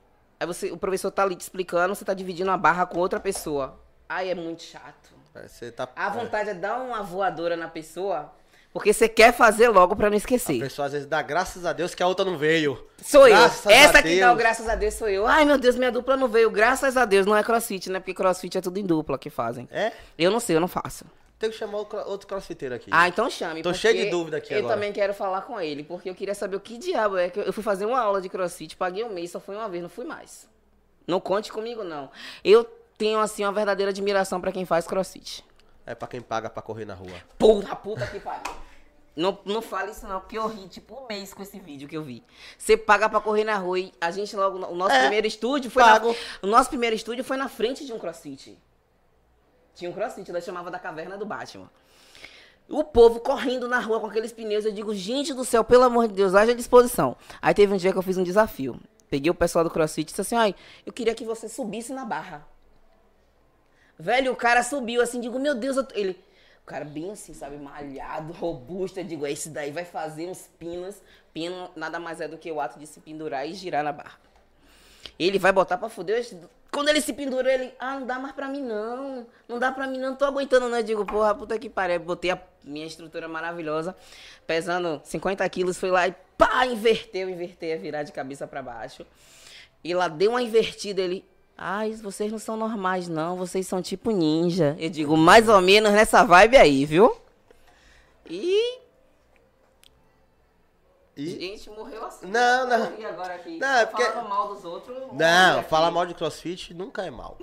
S4: Aí você, o professor tá ali te explicando, você tá dividindo a barra com outra pessoa. Ai, é muito chato.
S3: É, Você tá...
S4: A
S3: é,
S4: vontade é dar uma voadora na pessoa, porque você quer fazer logo pra não
S3: A
S4: esquecer.
S3: pessoa é. às vezes dá graças a Deus que a outra não veio.
S4: Sou
S3: Graças
S4: eu. Essa
S3: a
S4: que dá o
S3: Deus.
S4: graças a Deus sou eu. Ai, meu Deus, minha dupla não veio. Graças a Deus. Não é crossfit, né? Porque crossfit é tudo em dupla que fazem.
S3: É?
S4: Eu não sei, eu não faço.
S3: Tem que chamar o cro- outro crossfiteiro aqui.
S4: Ah, então chame.
S3: Tô
S4: porque
S3: cheio de dúvida aqui
S4: Eu
S3: agora.
S4: também quero falar com ele, porque eu queria saber o que diabo é que eu- eu fui fazer uma aula de crossfit, paguei um mês, só fui uma vez, não fui mais. Não conte comigo, não. Eu tenho, assim, uma verdadeira admiração pra quem faz crossfit.
S3: É pra quem paga pra correr na rua.
S4: Porra, puta que pariu. Não, não fala isso não, porque eu ri tipo um mês com esse vídeo que eu vi. Você paga pra correr na rua e a gente logo. O nosso
S3: É,
S4: primeiro estúdio foi. na-
S3: pago.
S4: o nosso primeiro estúdio foi na frente de um crossfit. Tinha um crossfit, ela chamava da caverna do Batman. O povo correndo na rua com aqueles pneus, eu digo, gente do céu, pelo amor de Deus, haja disposição. Aí teve um dia que eu fiz um desafio. Peguei o pessoal do crossfit e disse assim: ai, eu queria que você subisse na barra. Velho, o cara subiu assim, digo, meu Deus, eu tô-" ele. O cara bem assim, sabe, malhado, robusto. Eu digo, "É, esse daí vai fazer uns pinos. Pino nada mais é do que o ato de se pendurar e girar na barra. Ele vai botar pra fuder. eu- Quando ele se pendurou, ele. Ah, não dá mais pra mim, não. Não dá pra mim, não. Tô aguentando, não. Eu digo, porra, puta que pariu. Botei a minha estrutura maravilhosa, pesando 50 quilos, fui lá e pá, inverteu, inverteu, ia virar de cabeça pra baixo. E lá deu uma invertida, ele. Ai, vocês não são normais, não. Vocês são tipo ninja. Eu digo, mais ou menos nessa vibe aí, viu? E.
S3: E-
S4: Gente, morreu assim.
S3: Não, não.
S4: E agora aqui?
S3: Não, é porque-
S4: Falando mal dos outros.
S3: Não,
S4: olha aqui.
S3: falar mal de crossfit nunca é mal.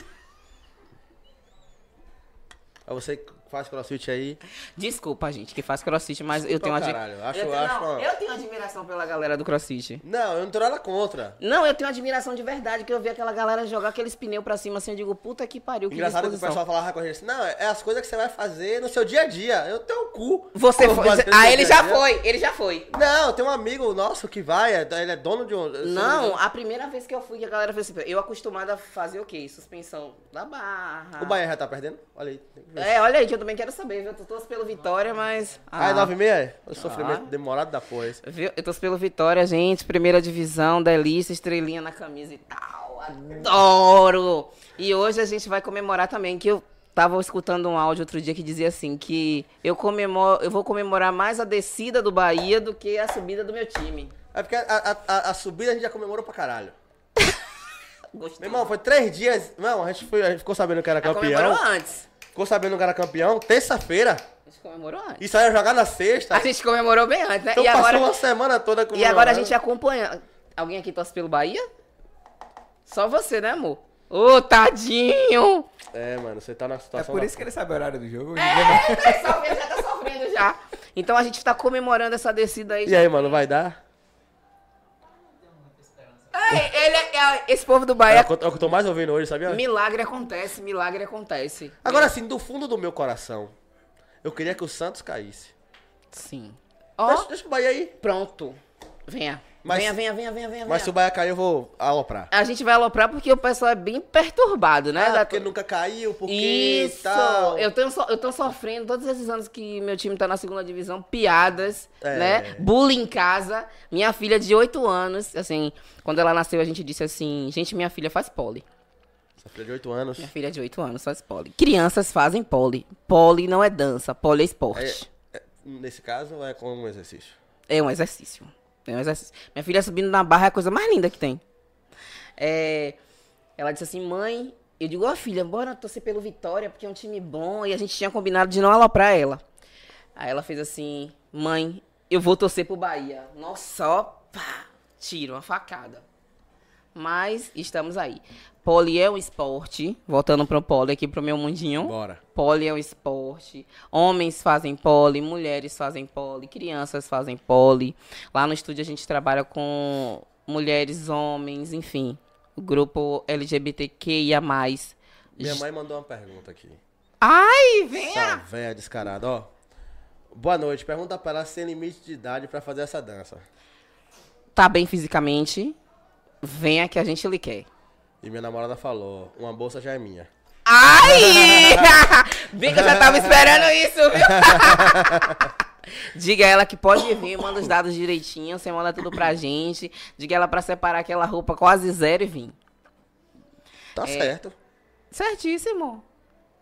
S3: É você faz crossfit aí.
S4: Desculpa, gente, que faz crossfit, mas eu tenho,
S3: Então,
S4: admi-
S3: caralho, acho-
S4: eu, tenho-
S3: acho
S4: não,
S3: uma-
S4: eu tenho admiração pela galera do crossfit.
S3: Não, eu não tenho nada contra.
S4: Não, eu tenho admiração de verdade, que eu vi aquela galera jogar aqueles pneus pra cima assim, eu digo, puta que pariu, que
S3: Engraçado que o
S4: disposição.
S3: pessoal falava com a gente assim, não, é as coisas que você vai fazer no seu dia a dia. Eu tenho um cu.
S4: Você
S3: Eu
S4: foi.
S3: faço no
S4: Ah,
S3: meu
S4: ele
S3: dia a
S4: já
S3: dia.
S4: foi, ele já foi.
S3: Não, tem um amigo nosso que vai, é- ele é dono de um.
S4: Não, a primeira vez que eu fui, a galera fez assim, eu acostumada a fazer o quê? Suspensão da barra.
S3: O Bahia já tá perdendo? Olha aí.
S4: É, olha aí, que eu também quero saber, viu? Eu torço pelo Vitória, mas...
S3: Ah, é 9 e meia? O
S4: Ah.
S3: sofrimento demorado da porra. esse.
S4: Viu? Eu torço pelo Vitória, gente. Primeira divisão, delícia, estrelinha na camisa e tal. Adoro! E hoje a gente vai comemorar também, que eu tava escutando um áudio outro dia que dizia assim, que eu, comemoro, eu vou comemorar mais a descida do Bahia do que a subida do meu time.
S3: É porque a, a- a- a subida a gente já comemorou pra caralho.
S4: Gostei.
S3: Meu irmão, foi três dias. Não, a gente, foi, a gente ficou sabendo que era
S4: Ah, comemorou
S3: campeão.
S4: antes.
S3: Ficou sabendo que era campeão terça-feira.
S4: A gente comemorou antes.
S3: E saiu jogar na sexta.
S4: A gente comemorou bem antes, né?
S3: tá. Então
S4: e,
S3: passou
S4: agora,
S3: uma semana toda com
S4: e agora a gente acompanha. Alguém aqui torce pelo Bahia? Só você, né, amor? Ô, tadinho!
S3: É, mano, você tá na
S2: É
S3: situação.
S2: por
S3: da-
S2: isso que ele sabe o horário do jogo.
S4: Tá sofrendo, já tá sofrendo já. Então a gente tá comemorando essa descida aí.
S3: E aí, mano, vai dar?
S4: Ei, ele é- é- esse povo do
S3: É
S4: Bahia.
S3: o que eu tô- é o que eu tô mais ouvindo hoje, sabia?
S4: Milagre acontece, milagre acontece.
S3: Agora sim, do fundo do meu coração, eu queria que o Santos caísse.
S4: Sim.
S3: Deixa,
S4: Ó,
S3: deixa o Bahia aí.
S4: pronto. Venha.
S3: Mas-
S4: venha, venha, venha, venha, venha.
S3: Mas se o
S4: venha.
S3: Bahia cair, eu vou aloprar.
S4: A gente vai aloprar porque o pessoal é bem perturbado, né?
S3: Ah,
S4: da-
S3: porque nunca caiu, porque
S4: Isso!
S3: tal.
S4: Eu, tenho so- eu tô sofrendo todos esses anos que meu time tá na segunda divisão, piadas,
S3: É.
S4: né? Bullying em casa. Minha filha de 8 anos, assim, quando ela nasceu, a gente disse assim: gente, minha filha faz pole.
S3: Essa filha de 8 anos.
S4: Minha filha é de 8 anos faz pole. Crianças fazem pole. Pole não é dança, pole é esporte.
S3: É, é, nesse caso, é como um exercício.
S4: É, um exercício. É um exercício. Minha filha subindo na barra é a coisa mais linda que tem. É, ela disse assim, mãe, eu digo, ó filha, bora torcer pelo Vitória, porque é um time bom, e a gente tinha combinado de não aloprar ela. Aí ela fez assim, mãe, eu vou torcer pro Bahia. Nossa, ó, pá, tiro, uma facada. Mas estamos aí. Poli é um esporte, voltando pro poli aqui pro meu mundinho.
S3: Bora.
S4: Poli é um esporte. Homens fazem poli, mulheres fazem poli, crianças fazem poli. Lá no estúdio a gente trabalha com mulheres, homens, enfim. O grupo LGBTQIA.
S3: Minha mãe mandou uma pergunta aqui.
S4: Ai, venha!
S3: Essa véia descarada, ó. Boa noite. Pergunta pra ela se tem limite de idade pra fazer essa dança.
S4: Tá bem fisicamente? Venha que a gente lhe quer.
S3: E minha namorada falou, uma bolsa já é minha.
S4: Ai! Bem que eu já tava esperando isso, viu? Diga a ela que pode vir, manda os dados direitinho, você manda tudo pra gente. Diga ela pra separar aquela roupa quase zero e vir.
S3: Tá certo.
S4: Certíssimo.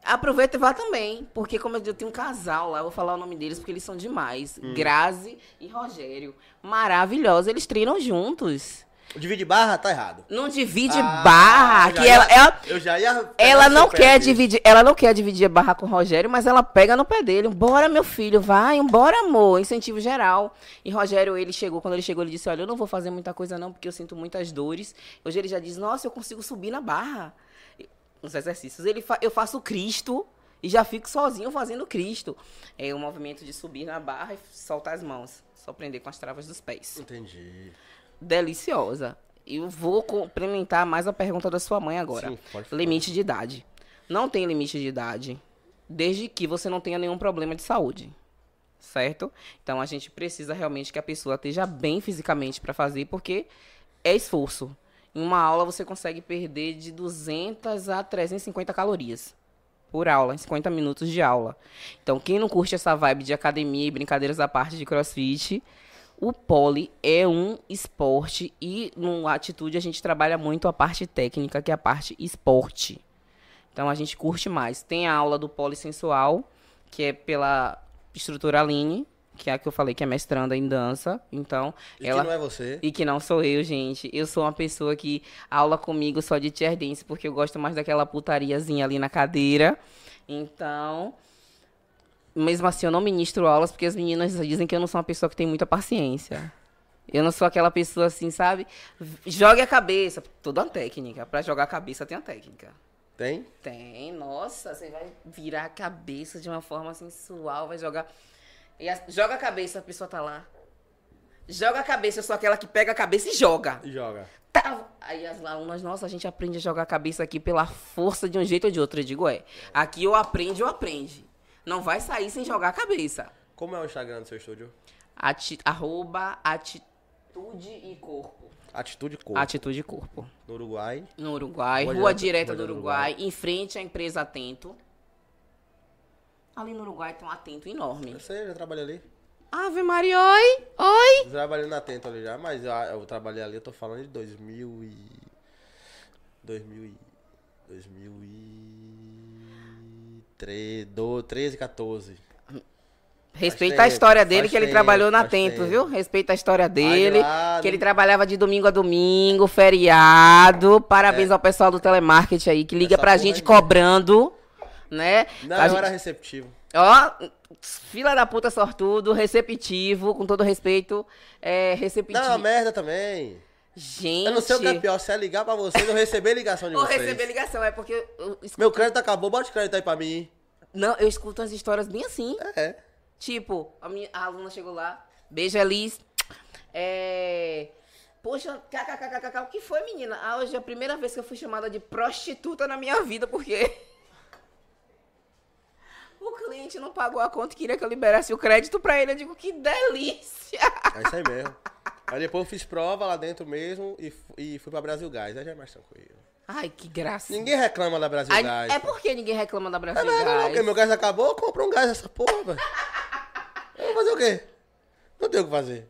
S4: Aproveita e vá também, porque como eu, disse, eu tenho um casal lá, eu vou falar o nome deles porque eles são demais. Grazi e Rogério. Maravilhosos, eles treinam juntos.
S3: Divide barra, tá errado.
S4: Não divide
S3: Ah,
S4: barra,
S3: eu já
S4: que
S3: ia-
S4: ela, ela,
S3: Eu já ia. pegar
S4: ela
S3: seu
S4: não
S3: pé
S4: quer
S3: aqui.
S4: dividir, ela não quer dividir a barra com o Rogério, mas ela pega no pé dele. Bora, meu filho, vai, bora, amor. Incentivo geral. E Rogério, ele chegou, quando ele chegou, ele disse: Olha, eu não vou fazer muita coisa, não, porque eu sinto muitas dores. Hoje ele já diz, nossa, eu consigo subir na barra. E- Os exercícios. Ele fa- eu faço Cristo e já fico sozinho fazendo Cristo. É o movimento de subir na barra e soltar as mãos. Só prender com as travas dos pés
S3: Entendi.
S4: deliciosa. Eu vou complementar mais a pergunta da sua mãe agora.
S3: Sim, pode falar.
S4: limite de idade. Não tem limite de idade, desde que você não tenha nenhum problema de saúde. Certo? Então a gente precisa realmente que a pessoa esteja bem fisicamente para fazer, porque é esforço. Em uma aula você consegue perder de 200 a 350 calorias por aula, em 50 minutos de aula. Então, quem não curte essa vibe de academia e brincadeiras à parte de crossfit, o pole é um esporte e no Atitude a gente trabalha muito a parte técnica, que é a parte esporte. Então a gente curte mais. Tem a aula do pole sensual, que é pela estrutura Aline, que é a que eu falei que é mestranda em dança. Então,
S3: E
S4: ela
S3: que não é você.
S4: e que não sou eu, gente. Eu sou uma pessoa que aula comigo só de chair dance, porque eu gosto mais daquela putariazinha ali na cadeira. Então, mesmo assim, eu não ministro aulas, porque as meninas dizem que eu não sou uma pessoa que tem muita paciência. Eu não sou aquela pessoa assim, sabe? Jogue a cabeça. Toda uma técnica. Pra jogar a cabeça tem uma técnica.
S3: Tem?
S4: Tem, nossa, você vai virar a cabeça de uma forma sensual, vai jogar. E a- joga a cabeça, a pessoa tá lá. Joga a cabeça, eu sou aquela que pega a cabeça e joga.
S3: E joga.
S4: Tá. Aí as alunas, nossa, a gente aprende a jogar a cabeça aqui pela força de um jeito ou de outro. Eu digo, é, aqui eu aprende, eu aprende. Não vai sair sem jogar a cabeça.
S3: Como é o Instagram do seu estúdio?
S4: Ati- arroba atitude e corpo.
S3: Atitude Corpo.
S4: Atitude e corpo.
S3: No Uruguai.
S4: No Uruguai,
S3: Rua
S4: Rua,
S3: Direta-
S4: Direta,
S3: Rua
S4: do
S3: Uruguai.
S4: Uruguai, em frente à empresa Atento. Ali no Uruguai tem um atento enorme.
S3: Eu sei, eu já trabalhei ali.
S4: Ave Maria, oi! Oi!
S3: Já trabalhei na Tento ali já, mas eu, eu trabalhei ali, eu tô falando de 2000 e... 2000 e... 2013, 12, 13, 14.
S4: Respeita
S3: tempo,
S4: a história dele,
S3: faz
S4: que ele
S3: tempo,
S4: trabalhou na
S3: faz
S4: Atento,
S3: tempo.
S4: viu? Respeita a história dele,
S3: lá,
S4: que
S3: não-
S4: ele trabalhava de domingo a domingo, feriado. Parabéns ao pessoal do telemarketing aí, que liga
S3: É. Essa
S4: pra
S3: porra é
S4: gente
S3: aí mesmo.
S4: cobrando, né?
S3: Não,
S4: A
S3: eu
S4: gente-
S3: era receptivo.
S4: Ó, fila da puta sortudo, receptivo, com todo respeito, é, receptivo.
S3: Não, uma merda também.
S4: Gente...
S3: Eu não sei o que é pior, se é ligar pra vocês ou receber ligação de
S4: Ou
S3: vocês.
S4: receber ligação, é porque eu escuto,
S3: Meu crédito acabou, bota o crédito aí pra mim.
S4: não, eu escuto as histórias bem assim.
S3: É.
S4: Tipo, a minha a aluna chegou lá, beijo Elis. É. Poxa, kkkk, o que foi, menina? Ah, hoje é a primeira vez que eu fui chamada de prostituta na minha vida, porque. O cliente não pagou a conta e queria que eu liberasse o crédito pra ele. Eu digo, que delícia!
S3: É isso aí mesmo. Aí depois eu fiz prova lá dentro mesmo e, fu- e fui pra Brasil Gás. Aí já é mais tranquilo.
S4: Ai, que graça.
S3: Ninguém reclama da Brasil
S4: Ai,
S3: Gás.
S4: é porque ninguém reclama da Brasil
S3: É mesmo, não,
S4: Gás.
S3: porque meu gás acabou, eu compro um gás essa porra, velho. Eu vou fazer o quê? Não tem o que fazer.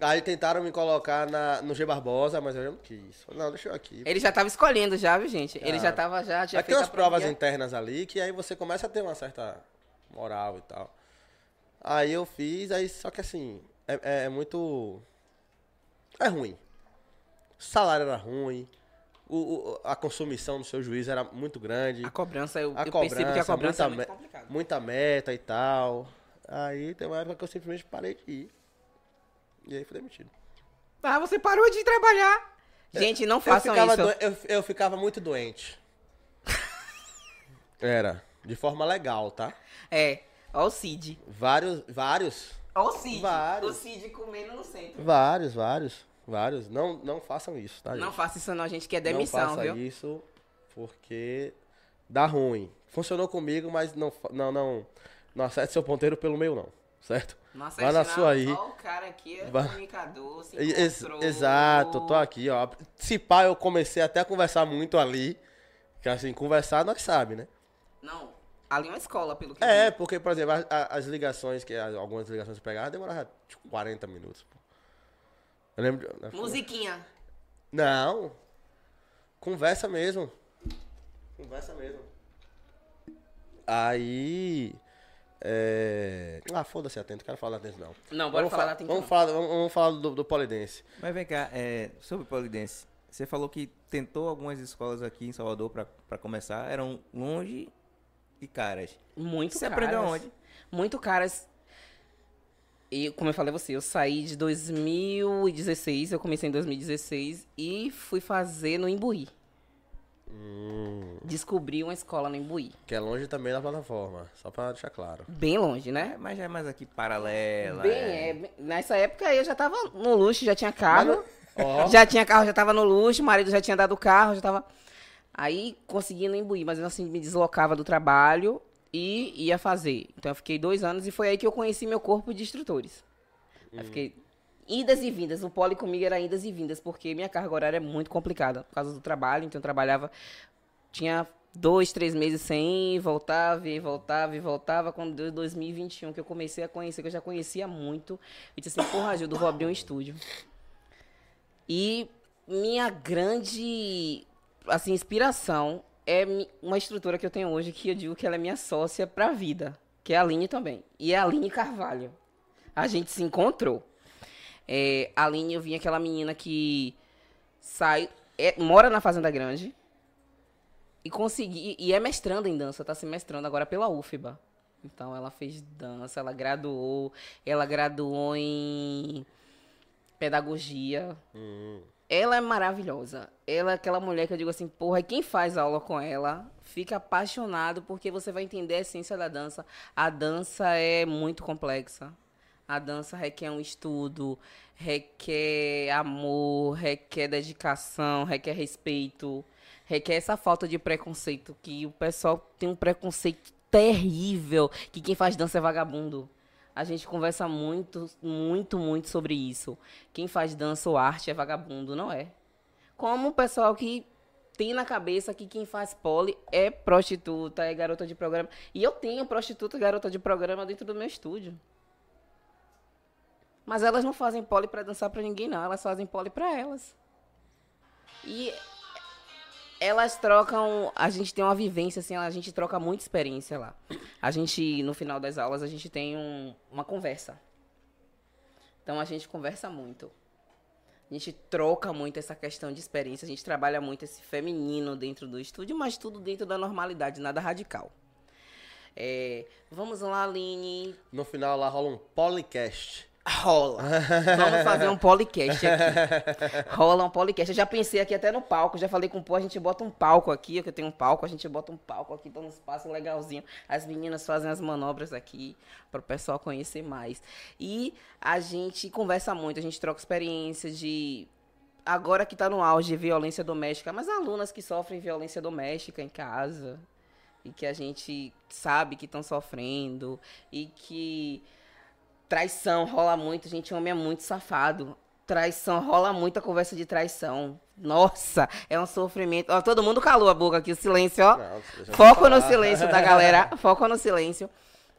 S3: Aí tentaram me colocar na, no G Barbosa, mas eu já não quis. Falei, Não, deixa eu aqui.
S4: Ele já tava escolhendo já, viu, gente? Ele já
S3: Cara,
S4: tava já. Tinha
S3: Aí tem
S4: feito a
S3: umas provas
S4: provinha.
S3: internas ali que aí você começa a ter uma certa moral e tal. Aí eu fiz, aí só que assim, é, é- é muito. É ruim. O salário era ruim, o- o- a consumição do seu juiz era muito grande.
S4: A cobrança, eu,
S3: A
S4: eu
S3: cobrança,
S4: percebo que a cobrança é
S3: muita,
S4: muito
S3: me-
S4: complicada.
S3: muita meta e tal. Aí tem uma época que eu simplesmente parei de ir. E aí fui demitido.
S4: Ah, você parou de trabalhar. Gente, não façam
S3: eu ficava
S4: isso.
S3: doen- eu, eu ficava muito doente. Era. De forma legal, tá?
S4: É. Ó o Cid.
S3: Vários, vários,
S4: Ó o Cid.
S3: Vários.
S4: O Cid comendo no centro.
S3: vários, vários, vários. Não, não façam isso, tá?
S4: Não
S3: gente?
S4: faça isso não, gente, que é
S3: não
S4: demissão,
S3: faça
S4: viu?
S3: isso porque dá ruim. Funcionou comigo, mas não, fa- não, não, não acerte seu ponteiro pelo meio, não, certo?
S4: Nossa,
S3: Vai na
S4: gente,
S3: sua aí.
S4: Ó o cara aqui, é
S3: Vai-
S4: comunicador, se
S3: E- ex-
S4: encontrou.
S3: exato, tô aqui, ó. Se pá, eu comecei até a conversar muito ali. Que assim, conversar nós sabe, né?
S4: Não, ali é uma escola, pelo que
S3: É,
S4: vi.
S3: porque, por exemplo, a- a- as ligações, que as- algumas ligações que pegavam, demorava tipo, 40 minutos. pô. Eu lembro. de- né,
S4: Musiquinha.
S3: Não. Conversa mesmo. Conversa mesmo. Aí. É... Ah, foda-se atento, quero falar atento não.
S4: Não, bora
S3: vamos
S4: falar
S3: fa-
S4: lá, tem que
S3: vamos
S4: falar.
S3: falar, vamos, vamos falar do, do Polidense.
S2: Mas vem cá, é, sobre Polidense, você falou que tentou algumas escolas aqui em Salvador para começar, eram longe e caras.
S4: Muito
S2: Você
S4: caras.
S2: aprendeu onde?
S4: Muito caras. E como eu falei a você, eu saí de 2016, eu comecei em 2016 e fui fazer no Imbuí. Descobri uma escola no Imbuí.
S3: Que é longe também da plataforma, só pra deixar claro.
S4: Bem longe, né?
S2: É, mas já é mais aqui paralela.
S4: Bem, é, bem- nessa época aí eu já tava no luxo, já tinha carro.
S3: Ó.
S4: Já tinha carro, já tava no luxo, o marido já tinha dado o carro, já tava. Aí consegui no imbuir, mas eu assim me deslocava do trabalho e ia fazer. Então eu fiquei dois anos e foi aí que eu conheci meu corpo de instrutores. Aí fiquei idas e vindas. O poli comigo era idas e vindas, porque minha carga horária é muito complicada por causa do trabalho. Então eu trabalhava. Tinha dois, três meses sem ir, voltava e voltava e voltava. Quando deu 2021, que eu comecei a conhecer, que eu já conhecia muito. Eu disse assim, porra, Gildo, vou abrir um estúdio. E minha grande assim, inspiração é mi- uma estrutura que eu tenho hoje que eu digo que ela é minha sócia pra vida, que é a Aline também. E é a Aline Carvalho. A gente se encontrou. É, a Aline, eu vim aquela menina que sai, é- mora na Fazenda Grande e consegui e é mestranda em dança, tá se mestrando agora pela UFBA. Então ela fez dança, ela graduou, ela graduou em pedagogia, Ela é maravilhosa. Ela é aquela mulher que eu digo assim, porra, quem faz aula com ela fica apaixonado porque você vai entender a essência da dança. A dança é muito complexa. A dança requer um estudo, requer amor, requer dedicação, requer respeito, requer essa falta de preconceito que o pessoal tem um preconceito terrível que quem faz dança é vagabundo. A gente conversa muito, muito, muito sobre isso. Quem faz dança ou arte é vagabundo, não é? Como o pessoal que tem na cabeça que quem faz pole é prostituta, é garota de programa. E eu tenho prostituta e garota de programa dentro do meu estúdio. Mas elas não fazem pole pra dançar pra ninguém, não. Elas fazem pole pra elas. E elas trocam. A gente tem uma vivência, assim, a gente troca muita experiência lá. A gente, no final das aulas, a gente tem um- uma conversa. Então a gente conversa muito. A gente troca muito essa questão de experiência. A gente trabalha muito esse feminino dentro do estúdio, mas tudo dentro da normalidade, nada radical. É, vamos lá, Aline.
S3: No final lá rola um podcast.
S4: Rola. Vamos fazer um podcast aqui. Rola um podcast. Eu já pensei aqui até no palco. Já falei com o pô, a gente bota um palco aqui. Que eu tenho um palco, a gente bota um palco aqui, dá um espaço legalzinho. As meninas fazem as manobras aqui para o pessoal conhecer mais. E a gente conversa muito, a gente troca experiência de agora que tá no auge violência doméstica, mas alunas que sofrem violência doméstica em casa e que a gente sabe que estão sofrendo e que traição rola muito, gente, homem é muito safado. Traição, rola muita conversa de traição. Nossa, é um sofrimento. Ó, todo mundo calou a boca aqui, o silêncio, ó.
S3: Não, deixa eu
S4: Foco no
S3: falar.
S4: silêncio da galera. Foco no silêncio.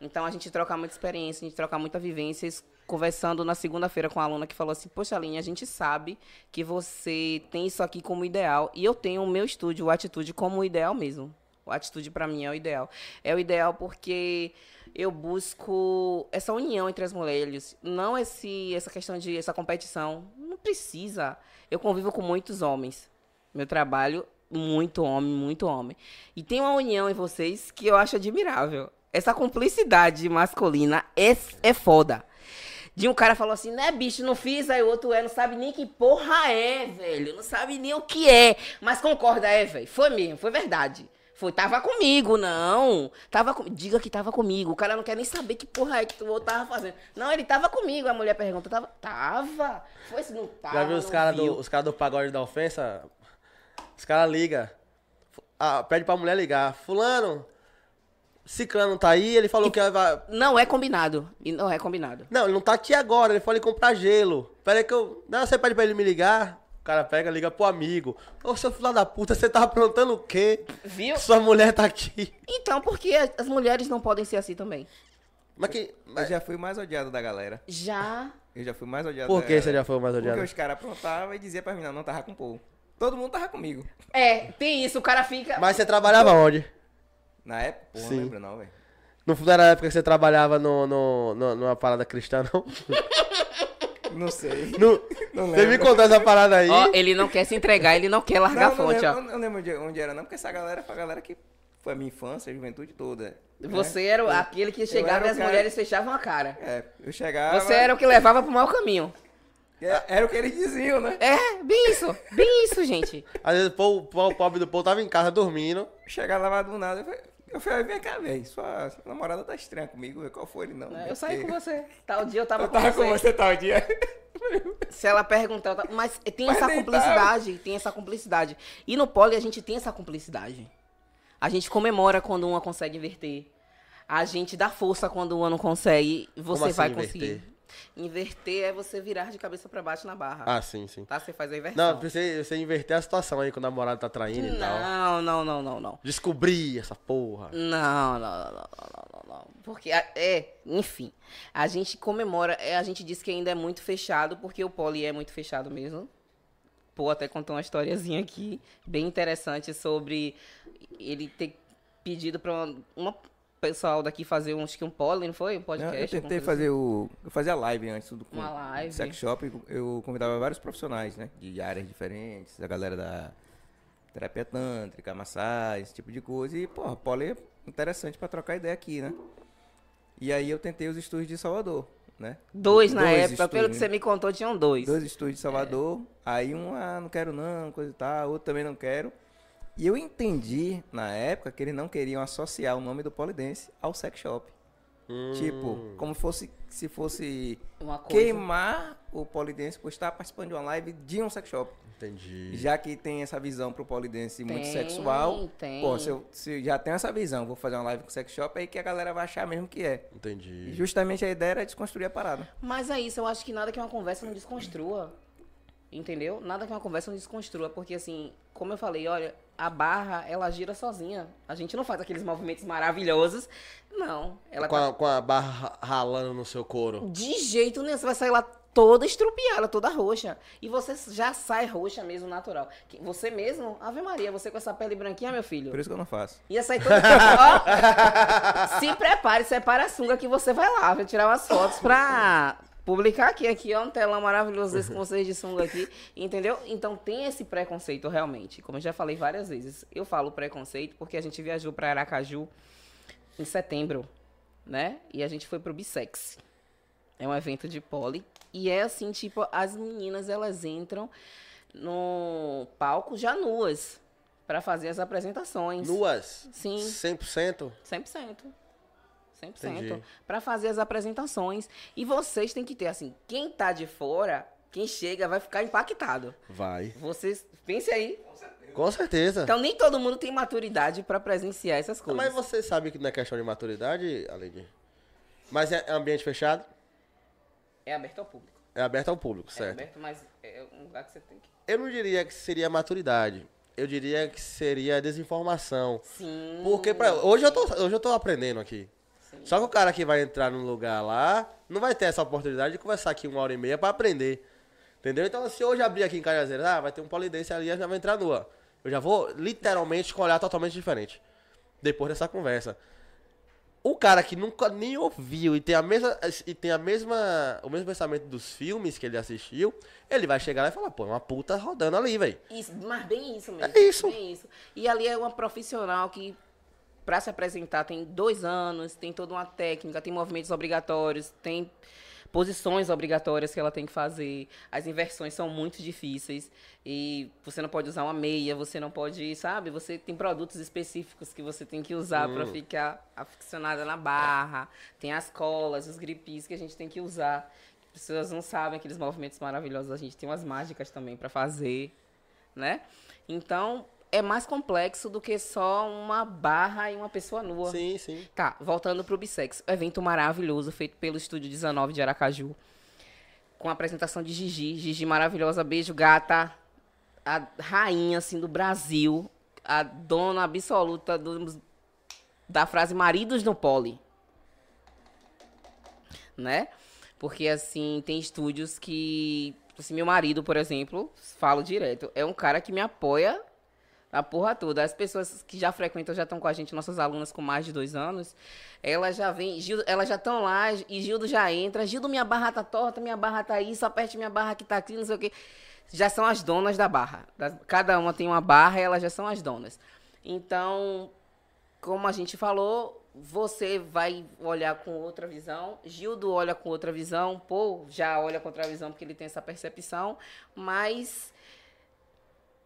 S4: Então a gente troca muita experiência, a gente troca muita vivência. Es- Conversando na segunda-feira com a aluna que falou assim: Poxa, Aline, a gente sabe que você tem isso aqui como ideal. E eu tenho o meu estúdio, o Atitude, como o ideal mesmo. O Atitude pra mim é o ideal. É o ideal porque eu busco essa união entre as mulheres, não esse, essa questão de essa competição. Não precisa. Eu convivo com muitos homens. Meu trabalho, muito homem, muito homem. E tem uma união em vocês que eu acho admirável. Essa cumplicidade masculina é, é foda. De um cara falou assim, né, bicho, não fiz, aí o outro é, não sabe nem que porra é, velho. Não sabe nem o que é. Mas concorda, é, velho. Foi mesmo, foi verdade. Foi, tava comigo, não. Tava com... Diga que tava comigo. O cara não quer nem saber que porra é que o outro tava fazendo. Não, ele tava comigo. A mulher pergunta, tava. Tava. Foi se não tava.
S3: Já viu os
S4: não
S3: caras
S4: viu.
S3: do, os cara do pagode da ofensa? Os caras ligam. Ah, pede pra mulher ligar. Fulano, Ciclano tá aí, ele falou que vai.
S4: Não é combinado. E não é combinado.
S3: Não, ele não tá aqui agora, ele foi ali comprar gelo. Pera aí que eu. Não, você pede pra ele me ligar. O cara pega, liga pro amigo. Ô, seu filho da puta, você tá aprontando o quê?
S4: Viu?
S3: Sua mulher tá aqui.
S4: Então, por que as mulheres não podem ser assim também?
S3: Mas que.
S2: Eu
S3: Mas...
S2: já fui mais odiado da galera.
S4: Já.
S2: Eu já fui mais odiado
S3: Por
S2: da
S3: que
S2: galera.
S3: você já foi o mais odiado?
S2: Porque os caras aprontavam e diziam pra mim, não, não tava com o povo. Todo mundo tava comigo.
S4: É, tem isso, o cara fica.
S3: Mas você trabalhava onde?
S2: Na época, porra,
S3: Sim.
S2: não lembro não, velho.
S3: Não era a época que você trabalhava no, no, no- numa parada cristã, não?
S2: Não sei.
S3: No-
S2: Não
S3: você me
S2: lembro.
S3: contou essa parada aí.
S4: Ó, ele não quer se entregar, ele não quer largar
S2: não,
S4: a fonte,
S2: não, lembro-
S4: ó.
S2: não- não lembro onde, onde era não, porque essa galera foi a galera que foi a minha infância, a juventude toda. né?
S4: Você era o- aquele que chegava
S2: era
S4: e
S2: o
S4: as
S2: cara-
S4: mulheres fechavam a cara.
S2: É, eu chegava...
S4: Você era um- o que levava pro mau caminho.
S2: É, Era o que eles diziam, né?
S4: É, bem isso, bem isso, gente.
S3: Às vezes o, povo- o povo- o pobre do povo tava em casa dormindo.
S2: Chegava lá do nada, eu falei, eu falei vem cá, velho, sua, sua namorada tá estranha comigo, velho, qual foi ele não?
S4: É, Eu saí
S2: porque-
S4: com você. Tal dia eu tava,
S2: Eu tava com você tal dia.
S4: Se ela perguntar, eu tava... mas tem
S2: Mas
S4: essa
S2: nem
S4: cumplicidade, tem essa cumplicidade. E no pole a gente tem essa cumplicidade. A gente comemora quando uma consegue inverter. A gente dá força quando uma não consegue. Você
S3: assim
S4: vai
S3: inverter?
S4: conseguir. Inverter é você virar de cabeça pra baixo na barra.
S3: Ah, sim, sim.
S4: Tá? Você faz a
S3: Não,
S4: inversão.
S3: você, você inverter a situação aí que o namorado tá traindo e tal.
S4: não, não, não, não, não.
S3: Descobri essa porra.
S4: Não, não, não, não, não, não, não. Porque, a- é, enfim, a gente comemora, é, a gente diz que ainda é muito fechado, porque o poli é muito fechado mesmo. Pô, até contou uma historiazinha aqui, bem interessante, sobre ele ter pedido pra uma, uma pessoal daqui fazer um, acho que um poli, não foi? Um podcast?
S2: eu
S4: alguma coisa
S2: tentei
S4: assim.
S2: fazer o. Eu fazia live antes do
S4: Uma live.
S2: sex shop. Eu convidava vários profissionais, né? De áreas diferentes, a galera da terapia tântrica, massagem, esse tipo de coisa. E, porra, pole é interessante pra trocar ideia aqui, né? E aí eu tentei os estúdios de Salvador. né?
S4: Dois na
S2: Dois
S4: época, pelo
S2: estúdios.
S4: que você me contou, tinham dois.
S2: Dois estúdios de Salvador. Aí um, ah, não quero não, coisa e tal. Outro também não quero. E eu entendi, na época, que eles não queriam associar o nome do Polidense ao sex shop. Tipo, como fosse se fosse
S4: Hum. Uma coisa.
S2: queimar o Polidense por estar participando de uma live de um sex shop.
S3: Entendi.
S2: Já que tem essa visão pro polidense muito
S4: Tem,
S2: sexual.
S4: tem.
S2: Pô, se eu se já tenho essa visão, vou fazer uma live com sex shop, é aí que a galera vai achar mesmo que é. E
S3: Entendi.
S2: justamente a ideia era desconstruir a parada.
S4: Mas é isso, eu acho que nada que uma conversa não desconstrua. Entendeu? Nada que uma conversa não desconstrua, porque assim, como eu falei, olha, a barra, ela gira sozinha. A gente não faz aqueles movimentos maravilhosos. Não, ela
S3: com,
S4: tá
S3: a, com a barra ralando no seu couro.
S4: de jeito nenhum, você vai sair lá toda estrupiada, toda roxa. E você já sai roxa mesmo, natural. Que- Você mesmo, Ave Maria, você com essa pele branquinha, meu filho.
S2: Por isso que eu não faço.
S4: Ia sair todo Ó, Se prepare, separa a sunga que você vai lá. Vou tirar umas fotos pra publicar aqui. Aqui ó, um telão maravilhoso desse com vocês de sunga aqui. Entendeu? Então tem esse preconceito realmente. Como eu já falei várias vezes. Eu falo preconceito porque a gente viajou pra Aracaju em setembro, né? E a gente foi pro Bissex. É um evento de poli. E é assim, tipo, as meninas, elas entram no palco já nuas. Pra fazer as apresentações.
S3: Nuas?
S4: Sim.
S3: 100%?
S4: 100%. 100%.
S3: Entendi.
S4: Para fazer as apresentações. E vocês têm que ter, assim, quem tá de fora, quem chega vai ficar impactado.
S3: Vai.
S4: Vocês, pense aí.
S3: Com certeza. Ah,
S4: Então nem todo mundo tem maturidade para presenciar essas coisas.
S3: Mas você sabe que não é questão de maturidade, Aline? Mas é é ambiente fechado?
S4: É aberto ao público.
S3: É aberto ao público,
S4: É
S3: certo?
S4: aberto, mas é um lugar que você tem que...
S3: Eu não diria que seria maturidade. Eu diria que seria desinformação.
S4: Sim.
S3: Porque pra- hoje, eu tô, hoje eu tô aprendendo aqui. Só que o cara que vai entrar num lugar lá não vai ter essa oportunidade de conversar aqui uma hora e meia pra aprender. Entendeu? Então, se hoje abrir aqui em Cajazeiras, ah, vai ter um polidense ali, eu já vou entrar nua. Eu já vou literalmente com um olhar totalmente diferente. Depois dessa conversa. O cara que nunca nem ouviu e tem a mesma e tem a mesma o mesmo pensamento dos filmes que ele assistiu, ele vai chegar lá e falar, pô, é uma puta rodando ali, velho.
S4: Isso, mas bem isso mesmo.
S3: É isso.
S4: Bem isso. E ali é uma profissional que, para se apresentar, tem dois anos, tem toda uma técnica, tem movimentos obrigatórios, tem posições obrigatórias que ela tem que fazer. As inversões são muito difíceis. E você não pode usar uma meia, você não pode, sabe? Você tem produtos específicos que você tem que usar
S3: Hum.
S4: pra ficar aficionada na barra. Tem as colas, os gripis que a gente tem que usar. As pessoas não sabem aqueles movimentos maravilhosos. A gente tem umas mágicas também pra fazer né? Então, é mais complexo do que só uma barra e uma pessoa nua.
S3: Sim, sim.
S4: Tá, voltando pro Bissex. Evento maravilhoso feito pelo Estúdio 19 de Aracaju. Com a apresentação de Gigi. Gigi maravilhosa, beijo, gata. A rainha, assim, do Brasil. A dona absoluta do- da frase maridos no pole. Né? Porque, assim, tem estúdios que... Assim, meu marido, por exemplo, falo direto, é um cara que me apoia a porra toda. As pessoas que já frequentam, já estão com a gente, nossas alunas com mais de dois anos, elas já vêm, Gildo- elas já estão lá e Gildo já entra. Gildo, minha barra tá torta, minha barra tá isso, aperte minha barra que tá aqui, não sei o quê. Já são as donas da barra. Das- Cada uma tem uma barra e elas já são as donas. Então, como a gente falou, você vai olhar com outra visão, Gildo olha com outra visão, Paul já olha com outra visão porque ele tem essa percepção, mas